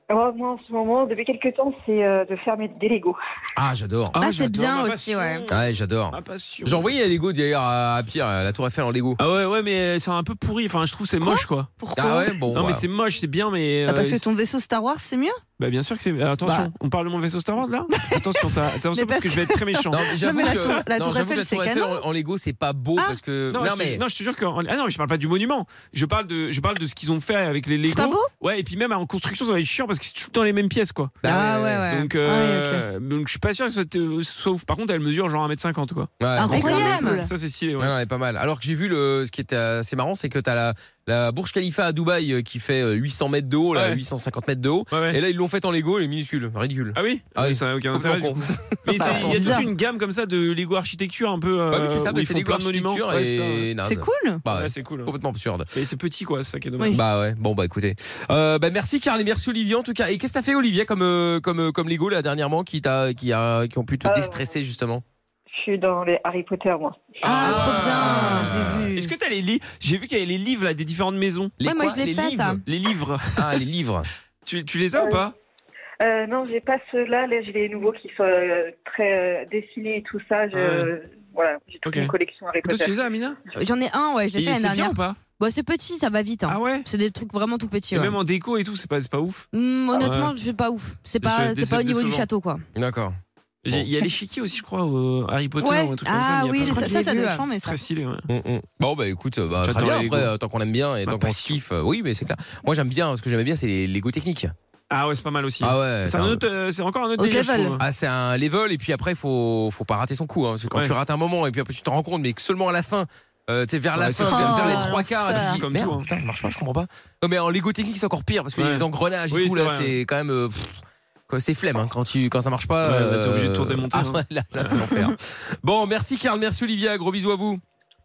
Speaker 17: Alors, Oh, moi, en ce moment, depuis quelques temps, c'est euh, de faire mes délégos.
Speaker 2: Ah, j'adore.
Speaker 17: Ah, Ah, c'est j'adore bien ma aussi, passion. ouais.
Speaker 2: Ouais, j'adore. J'ai envoyé un Lego d'ailleurs à Pierre, à la Tour Eiffel en Lego.
Speaker 3: Ah ouais, ouais, mais c'est un peu pourri. Enfin, je trouve c'est moche quoi.
Speaker 5: Pourquoi
Speaker 2: Ah ouais, bon,
Speaker 3: Non, mais
Speaker 2: ouais.
Speaker 3: c'est moche, c'est bien, mais.
Speaker 5: Ah, parce
Speaker 3: euh,
Speaker 5: que ton vaisseau Star Wars, c'est mieux
Speaker 3: Bah bien sûr que c'est. Attention,
Speaker 5: Bah.
Speaker 3: on parle de mon vaisseau Star Wars là Attention ça, attention
Speaker 5: Mais
Speaker 3: parce que
Speaker 5: parce-
Speaker 3: je vais être très méchant.
Speaker 5: Non, mais Non, j'avoue mais la que- tour- la non, tour j'avoue que la Eiffel, tour c'est Eiffel canon. Ah.
Speaker 2: en, Lego c'est pas beau parce que. euh,
Speaker 3: Non,
Speaker 2: Non,
Speaker 3: je te-
Speaker 2: mais-
Speaker 3: non, je te jure que ah non mais je parle pas du monument. Je parle de je parle de ce qu'ils ont fait avec les Lego.
Speaker 5: pas beau
Speaker 3: ouais et puis même en construction ça va être chiant parce que c'est tout le temps les mêmes pièces quoi.
Speaker 2: Bah, Ah ouais, ouais, ouais.
Speaker 3: Donc euh, donc je suis pas sûr que ce soit, euh, soit ouf. Par contre elle mesure genre 1m50 quoi.
Speaker 2: Ouais,
Speaker 3: Ça, ça, c'est stylé. Ouais.
Speaker 2: Ouais, non, elle est pas mal. Alors que j'ai vu le, ce qui était assez marrant, c'est que t'as la, la Burj Khalifa à Dubaï euh, qui fait euh, 800 mètres de haut, là,
Speaker 3: Ouais.
Speaker 2: 850 mètres de haut. Et là, ils l'ont fait en Lego, elle est minuscule, ridicule.
Speaker 3: Ah oui
Speaker 2: Ah oui,
Speaker 3: ça n'a aucun
Speaker 2: complètement
Speaker 3: intérêt. du
Speaker 2: con.
Speaker 3: coup. Mais
Speaker 2: Pas
Speaker 3: Bah, c'est- il y a
Speaker 2: bizarre.
Speaker 3: toute une gamme comme ça de Lego architecture un peu.
Speaker 2: Ouais, mais c'est ça,
Speaker 3: euh, où
Speaker 2: mais
Speaker 3: ils
Speaker 2: c'est
Speaker 3: font
Speaker 2: Lego
Speaker 3: plein de monuments.
Speaker 2: architecture
Speaker 3: Ouais, ça.
Speaker 2: et naze. Bah
Speaker 3: Bah,
Speaker 2: ouais,
Speaker 3: c'est cool.
Speaker 2: Complètement absurde.
Speaker 3: Mais c'est petit quoi, c'est ça qui est dommage.
Speaker 2: Bah ouais, bon bah écoutez. Euh, bah merci Karl et merci Olivier en tout cas. Et qu'est-ce que t'as fait Olivier comme euh, comme euh, comme Lego là dernièrement qui t'a qui a qui ont pu te déstresser justement
Speaker 17: Je suis dans les Harry Potter, moi.
Speaker 3: Ah, trop bien, j'ai vu. Est-ce que t'as les livres J'ai vu qu'il y avait les livres là des différentes maisons.
Speaker 17: Les Ouais, moi, quoi je l'ai
Speaker 3: les
Speaker 17: fait,
Speaker 3: livres
Speaker 17: ça.
Speaker 3: Les livres.
Speaker 2: Ah, les livres.
Speaker 3: tu, tu les as ou pas
Speaker 17: Euh, non, j'ai pas ceux-là. Là, j'ai les nouveaux qui sont euh, très euh, dessinés et tout ça. Je,
Speaker 3: Ouais.
Speaker 17: Ah. Voilà, j'ai toute
Speaker 3: Ok.
Speaker 17: une collection Harry
Speaker 3: Toi,
Speaker 17: Potter.
Speaker 3: tu les as, Amina
Speaker 4: J'en ai un, ouais, je l'ai
Speaker 3: Et
Speaker 4: fait l'année
Speaker 3: c'est bien
Speaker 4: dernière.
Speaker 3: ou pas
Speaker 4: Bon, c'est petit, ça va vite. hein.
Speaker 3: Ah ouais
Speaker 4: C'est des trucs vraiment tout petits.
Speaker 3: Et
Speaker 4: ouais.
Speaker 3: Même en déco et tout, c'est pas, c'est pas ouf. Ah,
Speaker 4: Hum, honnêtement,
Speaker 3: Ouais.
Speaker 4: je suis pas ouf. C'est
Speaker 3: Déce-
Speaker 4: pas, c'est
Speaker 3: déce-
Speaker 4: pas au niveau du
Speaker 3: décevant.
Speaker 4: château, quoi.
Speaker 2: D'accord.
Speaker 3: J'ai- Il y a l'échiquier aussi, je crois, au Harry Potter
Speaker 4: Ouais.
Speaker 3: ou un truc
Speaker 4: Ah
Speaker 3: comme ça. mais il y a
Speaker 4: oui,
Speaker 3: pas
Speaker 4: ça-
Speaker 3: trop de-
Speaker 4: ça, ça doit être chiant, mais ça.
Speaker 3: Très stylé, ouais.
Speaker 2: Mm, mm. Bon bah écoute, euh, bah, très
Speaker 3: J'adore
Speaker 2: bien
Speaker 3: les
Speaker 2: après
Speaker 3: Lego.
Speaker 2: euh, tant qu'on aime bien et tant qu'on se kiffe. euh, oui mais c'est clair. Moi j'aime bien ce que j'aimais bien c'est les Lego techniques.
Speaker 3: Ah ouais, c'est pas mal aussi.
Speaker 2: Ah ouais.
Speaker 3: C'est un
Speaker 2: t'as-
Speaker 3: autre, euh, c'est encore un autre délire, je trouve. hein.
Speaker 2: Ah, c'est un level et puis après faut faut pas rater son coup hein, parce que quand
Speaker 3: Ouais.
Speaker 2: tu rates un moment et puis après tu te rends compte mais que seulement à la fin euh, tu sais vers la
Speaker 3: Ouais,
Speaker 2: fin
Speaker 3: c'est
Speaker 2: vers,
Speaker 3: ça.
Speaker 2: vers
Speaker 3: Oh,
Speaker 2: les trois quarts et tu te
Speaker 3: l'enfer.
Speaker 2: dis,
Speaker 3: Comme
Speaker 2: merde,
Speaker 3: tout, hein.
Speaker 2: putain, ça marche pas je comprends pas non, mais en Lego technique c'est encore pire parce que
Speaker 3: Ouais.
Speaker 2: les engrenages et
Speaker 3: Oui,
Speaker 2: tout
Speaker 3: c'est
Speaker 2: là
Speaker 3: vrai.
Speaker 2: c'est quand même euh, pff, quoi, c'est flemme hein, quand tu quand ça marche pas
Speaker 3: Ouais, là, t'es obligé de tout
Speaker 2: euh,
Speaker 3: redémonter,
Speaker 2: ah
Speaker 3: hein.
Speaker 2: ouais, là, là, c'est l'enfer bon merci Karl merci Olivia gros bisous à vous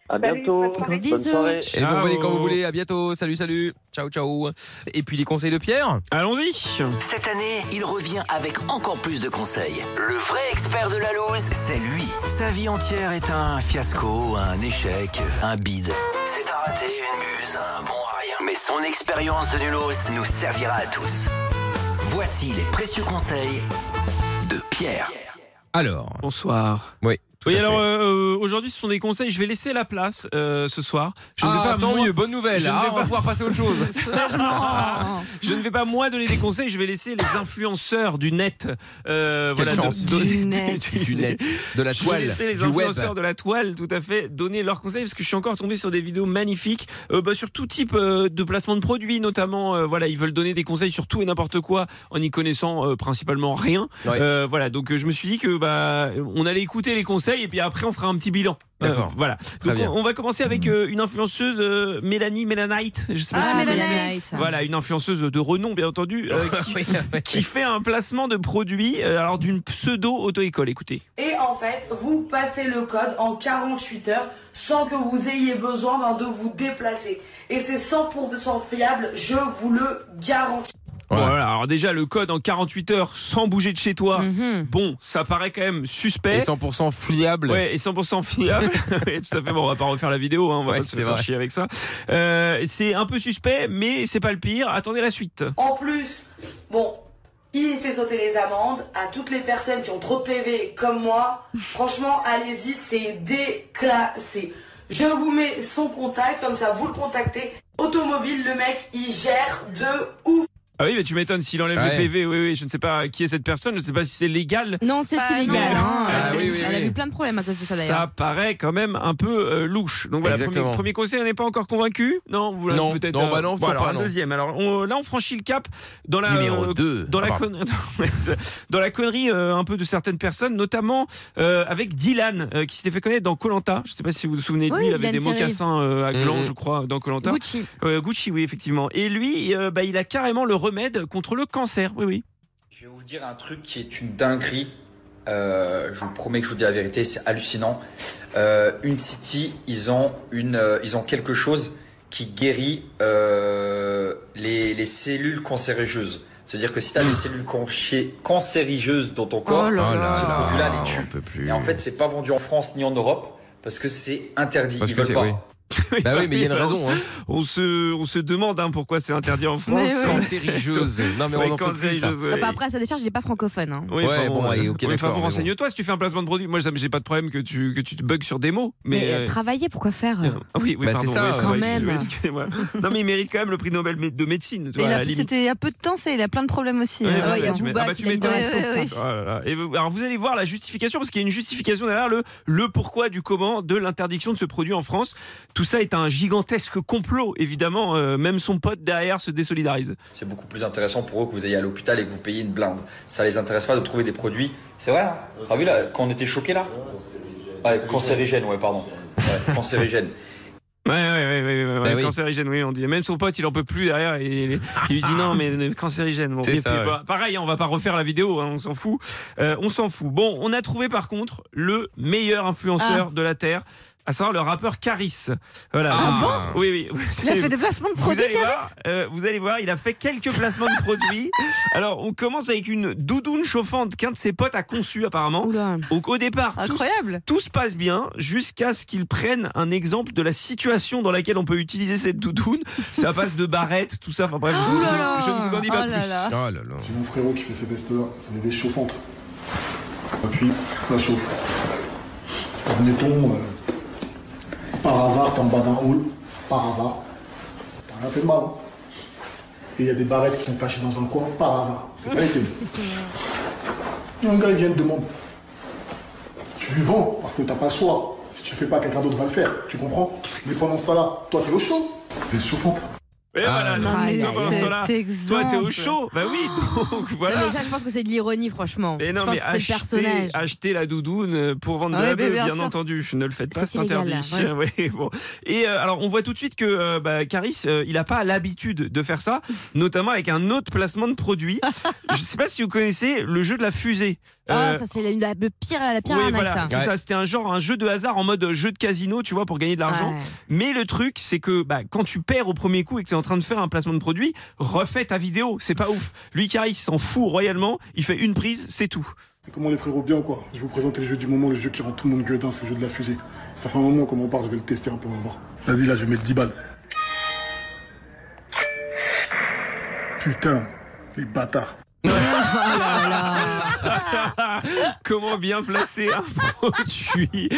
Speaker 16: À bientôt. Bonne soirée.
Speaker 2: et vous revenez quand vous voulez, à bientôt, salut, salut, ciao, ciao. Et puis les conseils de Pierre
Speaker 3: Allons-y
Speaker 1: Cette année, il revient avec encore plus de conseils. Le vrai expert de la loose, c'est lui. Sa vie entière est un fiasco, un échec, un bide. C'est un raté, une buse, un bon à rien. Mais son expérience de nulos nous servira à tous. Voici les précieux conseils de Pierre.
Speaker 2: Alors.
Speaker 3: Bonsoir.
Speaker 2: Oui.
Speaker 3: Oui, alors euh, euh, aujourd'hui, ce sont des conseils. Je vais laisser la place euh, ce soir. Je ne
Speaker 2: Ah,
Speaker 3: vais pas
Speaker 2: tant
Speaker 3: moi-
Speaker 2: mieux, bonne nouvelle.
Speaker 3: Je ne
Speaker 2: Ah,
Speaker 3: vais
Speaker 2: on va pouvoir passer à autre chose.
Speaker 3: Non. je ne vais pas moi donner des conseils. Je vais laisser les influenceurs du net. euh,
Speaker 2: Quelle
Speaker 3: voilà,
Speaker 2: chance.
Speaker 3: don- donner-
Speaker 2: Du net. Du net, de la
Speaker 3: Je vais
Speaker 2: toile,
Speaker 3: laisser les
Speaker 2: du web.
Speaker 3: influenceurs de la toile, tout à fait, donner leurs conseils parce que je suis encore tombé sur des vidéos magnifiques euh, bah, sur tout type euh, de placement de produits, notamment. euh, voilà, ils veulent donner des conseils sur tout et n'importe quoi en y connaissant euh, principalement rien.
Speaker 2: Ouais.
Speaker 3: Euh, voilà, donc euh, je me suis dit que bah on allait écouter les conseils et puis après on fera un petit bilan. Euh,
Speaker 2: D'accord.
Speaker 3: voilà.
Speaker 2: Très
Speaker 3: Donc,
Speaker 2: bien.
Speaker 3: On, on va commencer avec euh, une influenceuse euh, Mélanie Mélanite. Je sais pas si vous
Speaker 5: Mélanie.
Speaker 3: connaissez. Voilà, une influenceuse de renom, bien entendu, euh,
Speaker 2: Oh,
Speaker 3: qui,
Speaker 2: ah,
Speaker 3: qui fait un placement de produits euh, alors d'une pseudo auto-école. Écoutez.
Speaker 18: Et en fait, vous passez le code en 48 heures sans que vous ayez besoin ben, de vous déplacer. Et c'est 100% fiable, je vous le garantis.
Speaker 3: Bon, voilà, alors déjà le code en 48 heures sans bouger de chez toi. Bon, ça paraît quand même suspect.
Speaker 2: Et 100% fiable.
Speaker 3: Ouais, et 100% fiable. Ouais, tout à fait. Bon, on va pas refaire la vidéo, hein, on va
Speaker 2: Ouais,
Speaker 3: pas se
Speaker 2: c'est
Speaker 3: faire
Speaker 2: vrai.
Speaker 3: chier avec ça. Euh, c'est un peu suspect, mais c'est pas le pire. Attendez la suite.
Speaker 18: En plus, bon, il fait sauter les amendes à toutes les personnes qui ont trop de PV comme moi. Franchement, allez-y, c'est déclassé. Je vous mets son contact, comme ça vous le contactez. Automobile, le mec, il gère de ouf.
Speaker 3: Ah oui, mais tu m'étonnes s'il enlève
Speaker 2: Ouais.
Speaker 3: le PV. Oui, oui, je ne sais pas qui est cette personne, je ne sais pas si c'est légal.
Speaker 4: Non, c'est illégal. hein.
Speaker 3: Ah oui, oui,
Speaker 4: Elle a
Speaker 3: oui.
Speaker 4: eu plein de problèmes à cause de
Speaker 3: Ça
Speaker 4: ça d'ailleurs.
Speaker 3: paraît quand même un peu euh, louche. Donc voilà, premier,
Speaker 2: Exactement.
Speaker 3: premier conseil, on n'est pas encore convaincu Non, vous l'avez
Speaker 2: Non,
Speaker 3: peut-être.
Speaker 2: non, bah non, toujours
Speaker 3: alors,
Speaker 2: pas,
Speaker 3: un
Speaker 2: non.
Speaker 3: Deuxième. Alors on- là, on franchit le cap dans la
Speaker 2: Numéro
Speaker 3: euh,
Speaker 2: deux.
Speaker 3: dans la
Speaker 2: Ah, pardon.
Speaker 3: connerie, dans la connerie euh, un peu de certaines personnes, notamment euh, avec Dylan euh, qui s'était fait connaître dans Colanta. Je ne sais pas si vous vous souvenez de
Speaker 2: Oui,
Speaker 3: lui, il avait
Speaker 2: Dylan
Speaker 3: des
Speaker 2: Thierry.
Speaker 3: mocassins euh, à gland,
Speaker 2: Mhm.
Speaker 3: je crois, dans Colanta.
Speaker 2: Gucci.
Speaker 3: Gucci, oui, effectivement. Et lui, euh, bah, il a carrément le remède remède contre le cancer. Oui, oui.
Speaker 19: Je vais vous dire un truc qui est une dinguerie. Euh, je vous promets que je vous dis la vérité, c'est hallucinant. Euh, une City, ils ont, une, euh, ils ont quelque chose qui guérit euh, les, les cellules cancérigeuses. C'est-à-dire que si tu as des cellules canché- cancérigeuses dans ton corps,
Speaker 2: Oh là
Speaker 19: ce
Speaker 2: là.
Speaker 19: produit-là
Speaker 2: On
Speaker 19: les tue.
Speaker 2: peut plus.
Speaker 19: Et en fait, c'est pas vendu en France ni en Europe parce que c'est interdit.
Speaker 3: Parce
Speaker 19: Ils
Speaker 3: que
Speaker 19: veulent
Speaker 3: c'est-
Speaker 19: pas.
Speaker 3: oui.
Speaker 2: Bah oui, mais il y a une raison, hein.
Speaker 3: On se, on se demande hein, pourquoi c'est interdit en France.
Speaker 2: Mais oui. Cancérigeuse. Non, mais on
Speaker 3: Oui,
Speaker 2: en peut plus, ça.
Speaker 3: cancérigeuse, oui.
Speaker 4: Enfin, après, à sa décharge, il est pas francophone. Hein.
Speaker 3: Oui, enfin, bon,
Speaker 2: allez, ok,
Speaker 3: oui, enfin,
Speaker 2: d'accord,
Speaker 3: bon,
Speaker 2: mais
Speaker 3: renseigne-toi si tu fais un placement de produit. Moi, ça me- j'ai pas de problème que tu, que tu te bugs sur des mots. Mais,
Speaker 4: Mais, euh,
Speaker 3: euh,
Speaker 4: travailler, pourquoi faire euh
Speaker 3: ah oui, oui,
Speaker 2: Bah,
Speaker 3: pardon,
Speaker 2: c'est ça,
Speaker 3: oui,
Speaker 4: quand
Speaker 3: vrai,
Speaker 4: même.
Speaker 3: oui, excusez-moi. non, mais il mérite quand même le prix Nobel mé- de médecine. Tu
Speaker 5: Et
Speaker 3: vois,
Speaker 5: il
Speaker 3: à
Speaker 5: a-
Speaker 3: la limite.
Speaker 5: C'était il y a peu de temps, ça, il a plein de problèmes aussi.
Speaker 3: Ouais,
Speaker 5: hein.
Speaker 3: ouais, tu mets- ah bah, tu mets-
Speaker 5: Ouais, ouais, ouais.
Speaker 3: Oh là là. Et vous- alors vous allez voir la justification parce qu'il y a une justification derrière le le pourquoi du comment de l'interdiction de ce produit en France. Tout ça est un gigantesque complot évidemment. euh, même son pote derrière se désolidarise.
Speaker 19: C'est beaucoup plus intéressant pour eux que vous ayez à l'hôpital et que vous payiez une blinde. Ça les intéresse pas de trouver des produits. C'est vrai, hein Ah oui, là, quand on était choqués, là Ouais, cancérigène, ouais, pardon. Ouais, cancérigène.
Speaker 3: Ouais, ouais, ouais, ouais, ouais, ouais,
Speaker 19: Bah oui.
Speaker 3: cancérigène, oui, on dit. Même son pote, il en peut plus derrière. et Il, il lui dit non, mais euh, cancérigène. Bon,
Speaker 2: C'est
Speaker 3: et
Speaker 2: ça,
Speaker 3: puis,
Speaker 2: ouais.
Speaker 3: bah, pareil, on va pas refaire la vidéo, hein, on s'en fout. Euh, on s'en fout. Bon, on a trouvé par contre le meilleur influenceur de la Terre, à savoir le rappeur Caris. Voilà.
Speaker 5: Ah
Speaker 3: bon Oui, oui.
Speaker 5: Il a fait des placements de
Speaker 3: Vous
Speaker 5: produits,
Speaker 3: allez, voir, euh, vous allez voir, il a fait quelques placements de produits. Alors, on commence avec une doudoune chauffante qu'un de ses potes a conçue apparemment. Donc, au départ, tout,
Speaker 5: Incroyable.
Speaker 3: tout se passe bien jusqu'à ce qu'il prenne un exemple de la situation dans laquelle on peut utiliser cette doudoune. Ça passe de barrettes, tout ça. Enfin bref, je,
Speaker 5: Ouh là là.
Speaker 3: je- je ne vous en dis pas
Speaker 5: Oh là
Speaker 3: plus.
Speaker 5: là.
Speaker 20: J'ai mon frérot qui fait ces tests-là, c'est des vestes chauffantes. Appuie, ça chauffe. Admettons, euh, par hasard, t'es en bas d'un hall, par hasard, t'as rien fait de mal. hein. Et il y a des barrettes qui sont cachées dans un coin, par hasard. C'est pas les tiennes. Il y a Un gars il vient et te demande. Tu lui vends parce que t'as pas le choix. Si tu le fais pas, quelqu'un d'autre va le faire. Tu comprends Mais pendant ce temps-là, toi t'es au chaud. Des chauffantes.
Speaker 3: Et
Speaker 5: Ah,
Speaker 3: voilà,
Speaker 4: non,
Speaker 3: donc,
Speaker 4: mais
Speaker 3: donc, pendant ce temps-là,
Speaker 4: cet
Speaker 3: toi t'es au
Speaker 4: exemple.
Speaker 3: chaud. Bah oui, donc voilà.
Speaker 4: Non, mais ça, je pense que c'est de l'ironie, franchement.
Speaker 3: Mais non,
Speaker 4: je pense
Speaker 3: mais
Speaker 4: que c'est le personnage.
Speaker 3: achetez, achetez la doudoune euh, pour vendre
Speaker 4: Ah
Speaker 3: de la
Speaker 4: oui, mais
Speaker 3: beuh,
Speaker 4: bien
Speaker 3: bien,
Speaker 4: sûr.
Speaker 3: entendu. Ne le faites pas,
Speaker 4: C'est
Speaker 3: c'est
Speaker 4: illégal,
Speaker 3: interdit.
Speaker 4: là,
Speaker 3: Oui, bon. Et euh, alors, on voit tout de suite que euh, bah, Caris, euh, il n'a pas l'habitude de faire ça, notamment avec un autre placement de produit. Je ne sais pas si vous connaissez le jeu de la fusée.
Speaker 4: Ah,
Speaker 3: Euh,
Speaker 4: ça, c'est la, la- le pire, la pire
Speaker 3: oui,
Speaker 4: arnaque,
Speaker 3: voilà,
Speaker 4: ça.
Speaker 3: c'est ça. C'était un genre un jeu de hasard en mode jeu de casino, tu vois, pour gagner de l'argent.
Speaker 4: Ouais.
Speaker 3: Mais le truc, c'est que bah, quand tu perds au premier coup et que tu es en train de faire un placement de produit, refais ta vidéo. C'est pas ouf. Lui, Caris, il s'en fout royalement. Il fait une prise, c'est tout.
Speaker 20: C'est comment les frérots bien ou quoi Je vais vous présenter le jeu du moment, le jeu qui rend tout le monde gueudin, c'est le jeu de la fusée. Ça fait un moment qu'on m'en parle, je vais le tester un peu, on va voir. Vas-y là, je vais mettre 10 balles. Putain, les bâtards.
Speaker 3: Oh
Speaker 2: Oh
Speaker 3: Comment bien placer un produit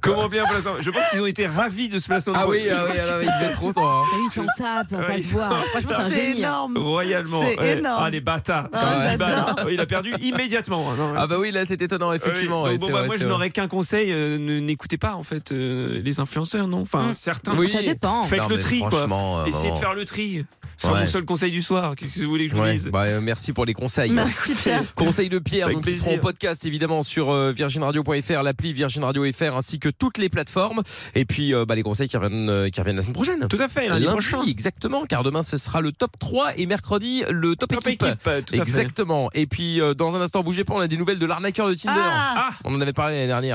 Speaker 3: Comment bien placer un- Je pense qu'ils ont été ravis de ce placement de
Speaker 2: Ah
Speaker 3: produit.
Speaker 2: oui, ah oui, alors, ils devaient être contents, hein.
Speaker 4: Et lui, Ah il s'en tape, ça
Speaker 3: Ouais,
Speaker 4: se voit. Franchement, c'est un
Speaker 5: C'est
Speaker 4: génie. hein.
Speaker 3: Royalement.
Speaker 4: C'est
Speaker 3: ouais.
Speaker 4: énorme.
Speaker 3: Ah, les bâtards.
Speaker 4: Ah,
Speaker 3: Dix balles. Il a perdu immédiatement. Non, ouais.
Speaker 2: Ah bah oui, là c'est étonnant, effectivement.
Speaker 3: Oui,
Speaker 2: ouais,
Speaker 3: donc, bon,
Speaker 2: c'est
Speaker 3: bah,
Speaker 2: vrai,
Speaker 3: moi,
Speaker 2: c'est
Speaker 3: je
Speaker 2: vrai.
Speaker 3: n'aurais qu'un conseil. euh, ne- N'écoutez pas, en fait, euh, les influenceurs, non Enfin,
Speaker 4: Mm.
Speaker 3: certains.
Speaker 2: Oui. Ça dépend.
Speaker 3: Faites
Speaker 2: Non,
Speaker 3: le
Speaker 2: mais
Speaker 3: tri,
Speaker 2: franchement,
Speaker 3: quoi.
Speaker 2: euh,
Speaker 3: Essayez de
Speaker 2: bon.
Speaker 3: faire le tri. C'est mon
Speaker 2: Ouais.
Speaker 3: seul conseil du soir. Qu'est-ce que vous voulez que je vous
Speaker 2: Ouais,
Speaker 3: dise
Speaker 2: bah, euh, merci pour les conseils. Conseils de Pierre,
Speaker 3: Avec
Speaker 2: donc, qui
Speaker 3: plaisir.
Speaker 2: seront en podcast évidemment sur euh, virginradio.fr, l'appli Virgin Radio FR ainsi que toutes les plateformes. Et puis euh, bah, les conseils qui reviennent, euh, qui reviennent la semaine prochaine.
Speaker 3: Tout à fait, lundi prochain.
Speaker 2: Exactement, car demain ce sera le top 3 et mercredi le top,
Speaker 3: Top
Speaker 2: équipe.
Speaker 3: équipe, euh, tout à fait.
Speaker 2: exactement. Et puis euh, dans un instant, bougez pas, on a des nouvelles de l'arnaqueur de Tinder.
Speaker 3: Ah.
Speaker 2: on en avait parlé l'année dernière.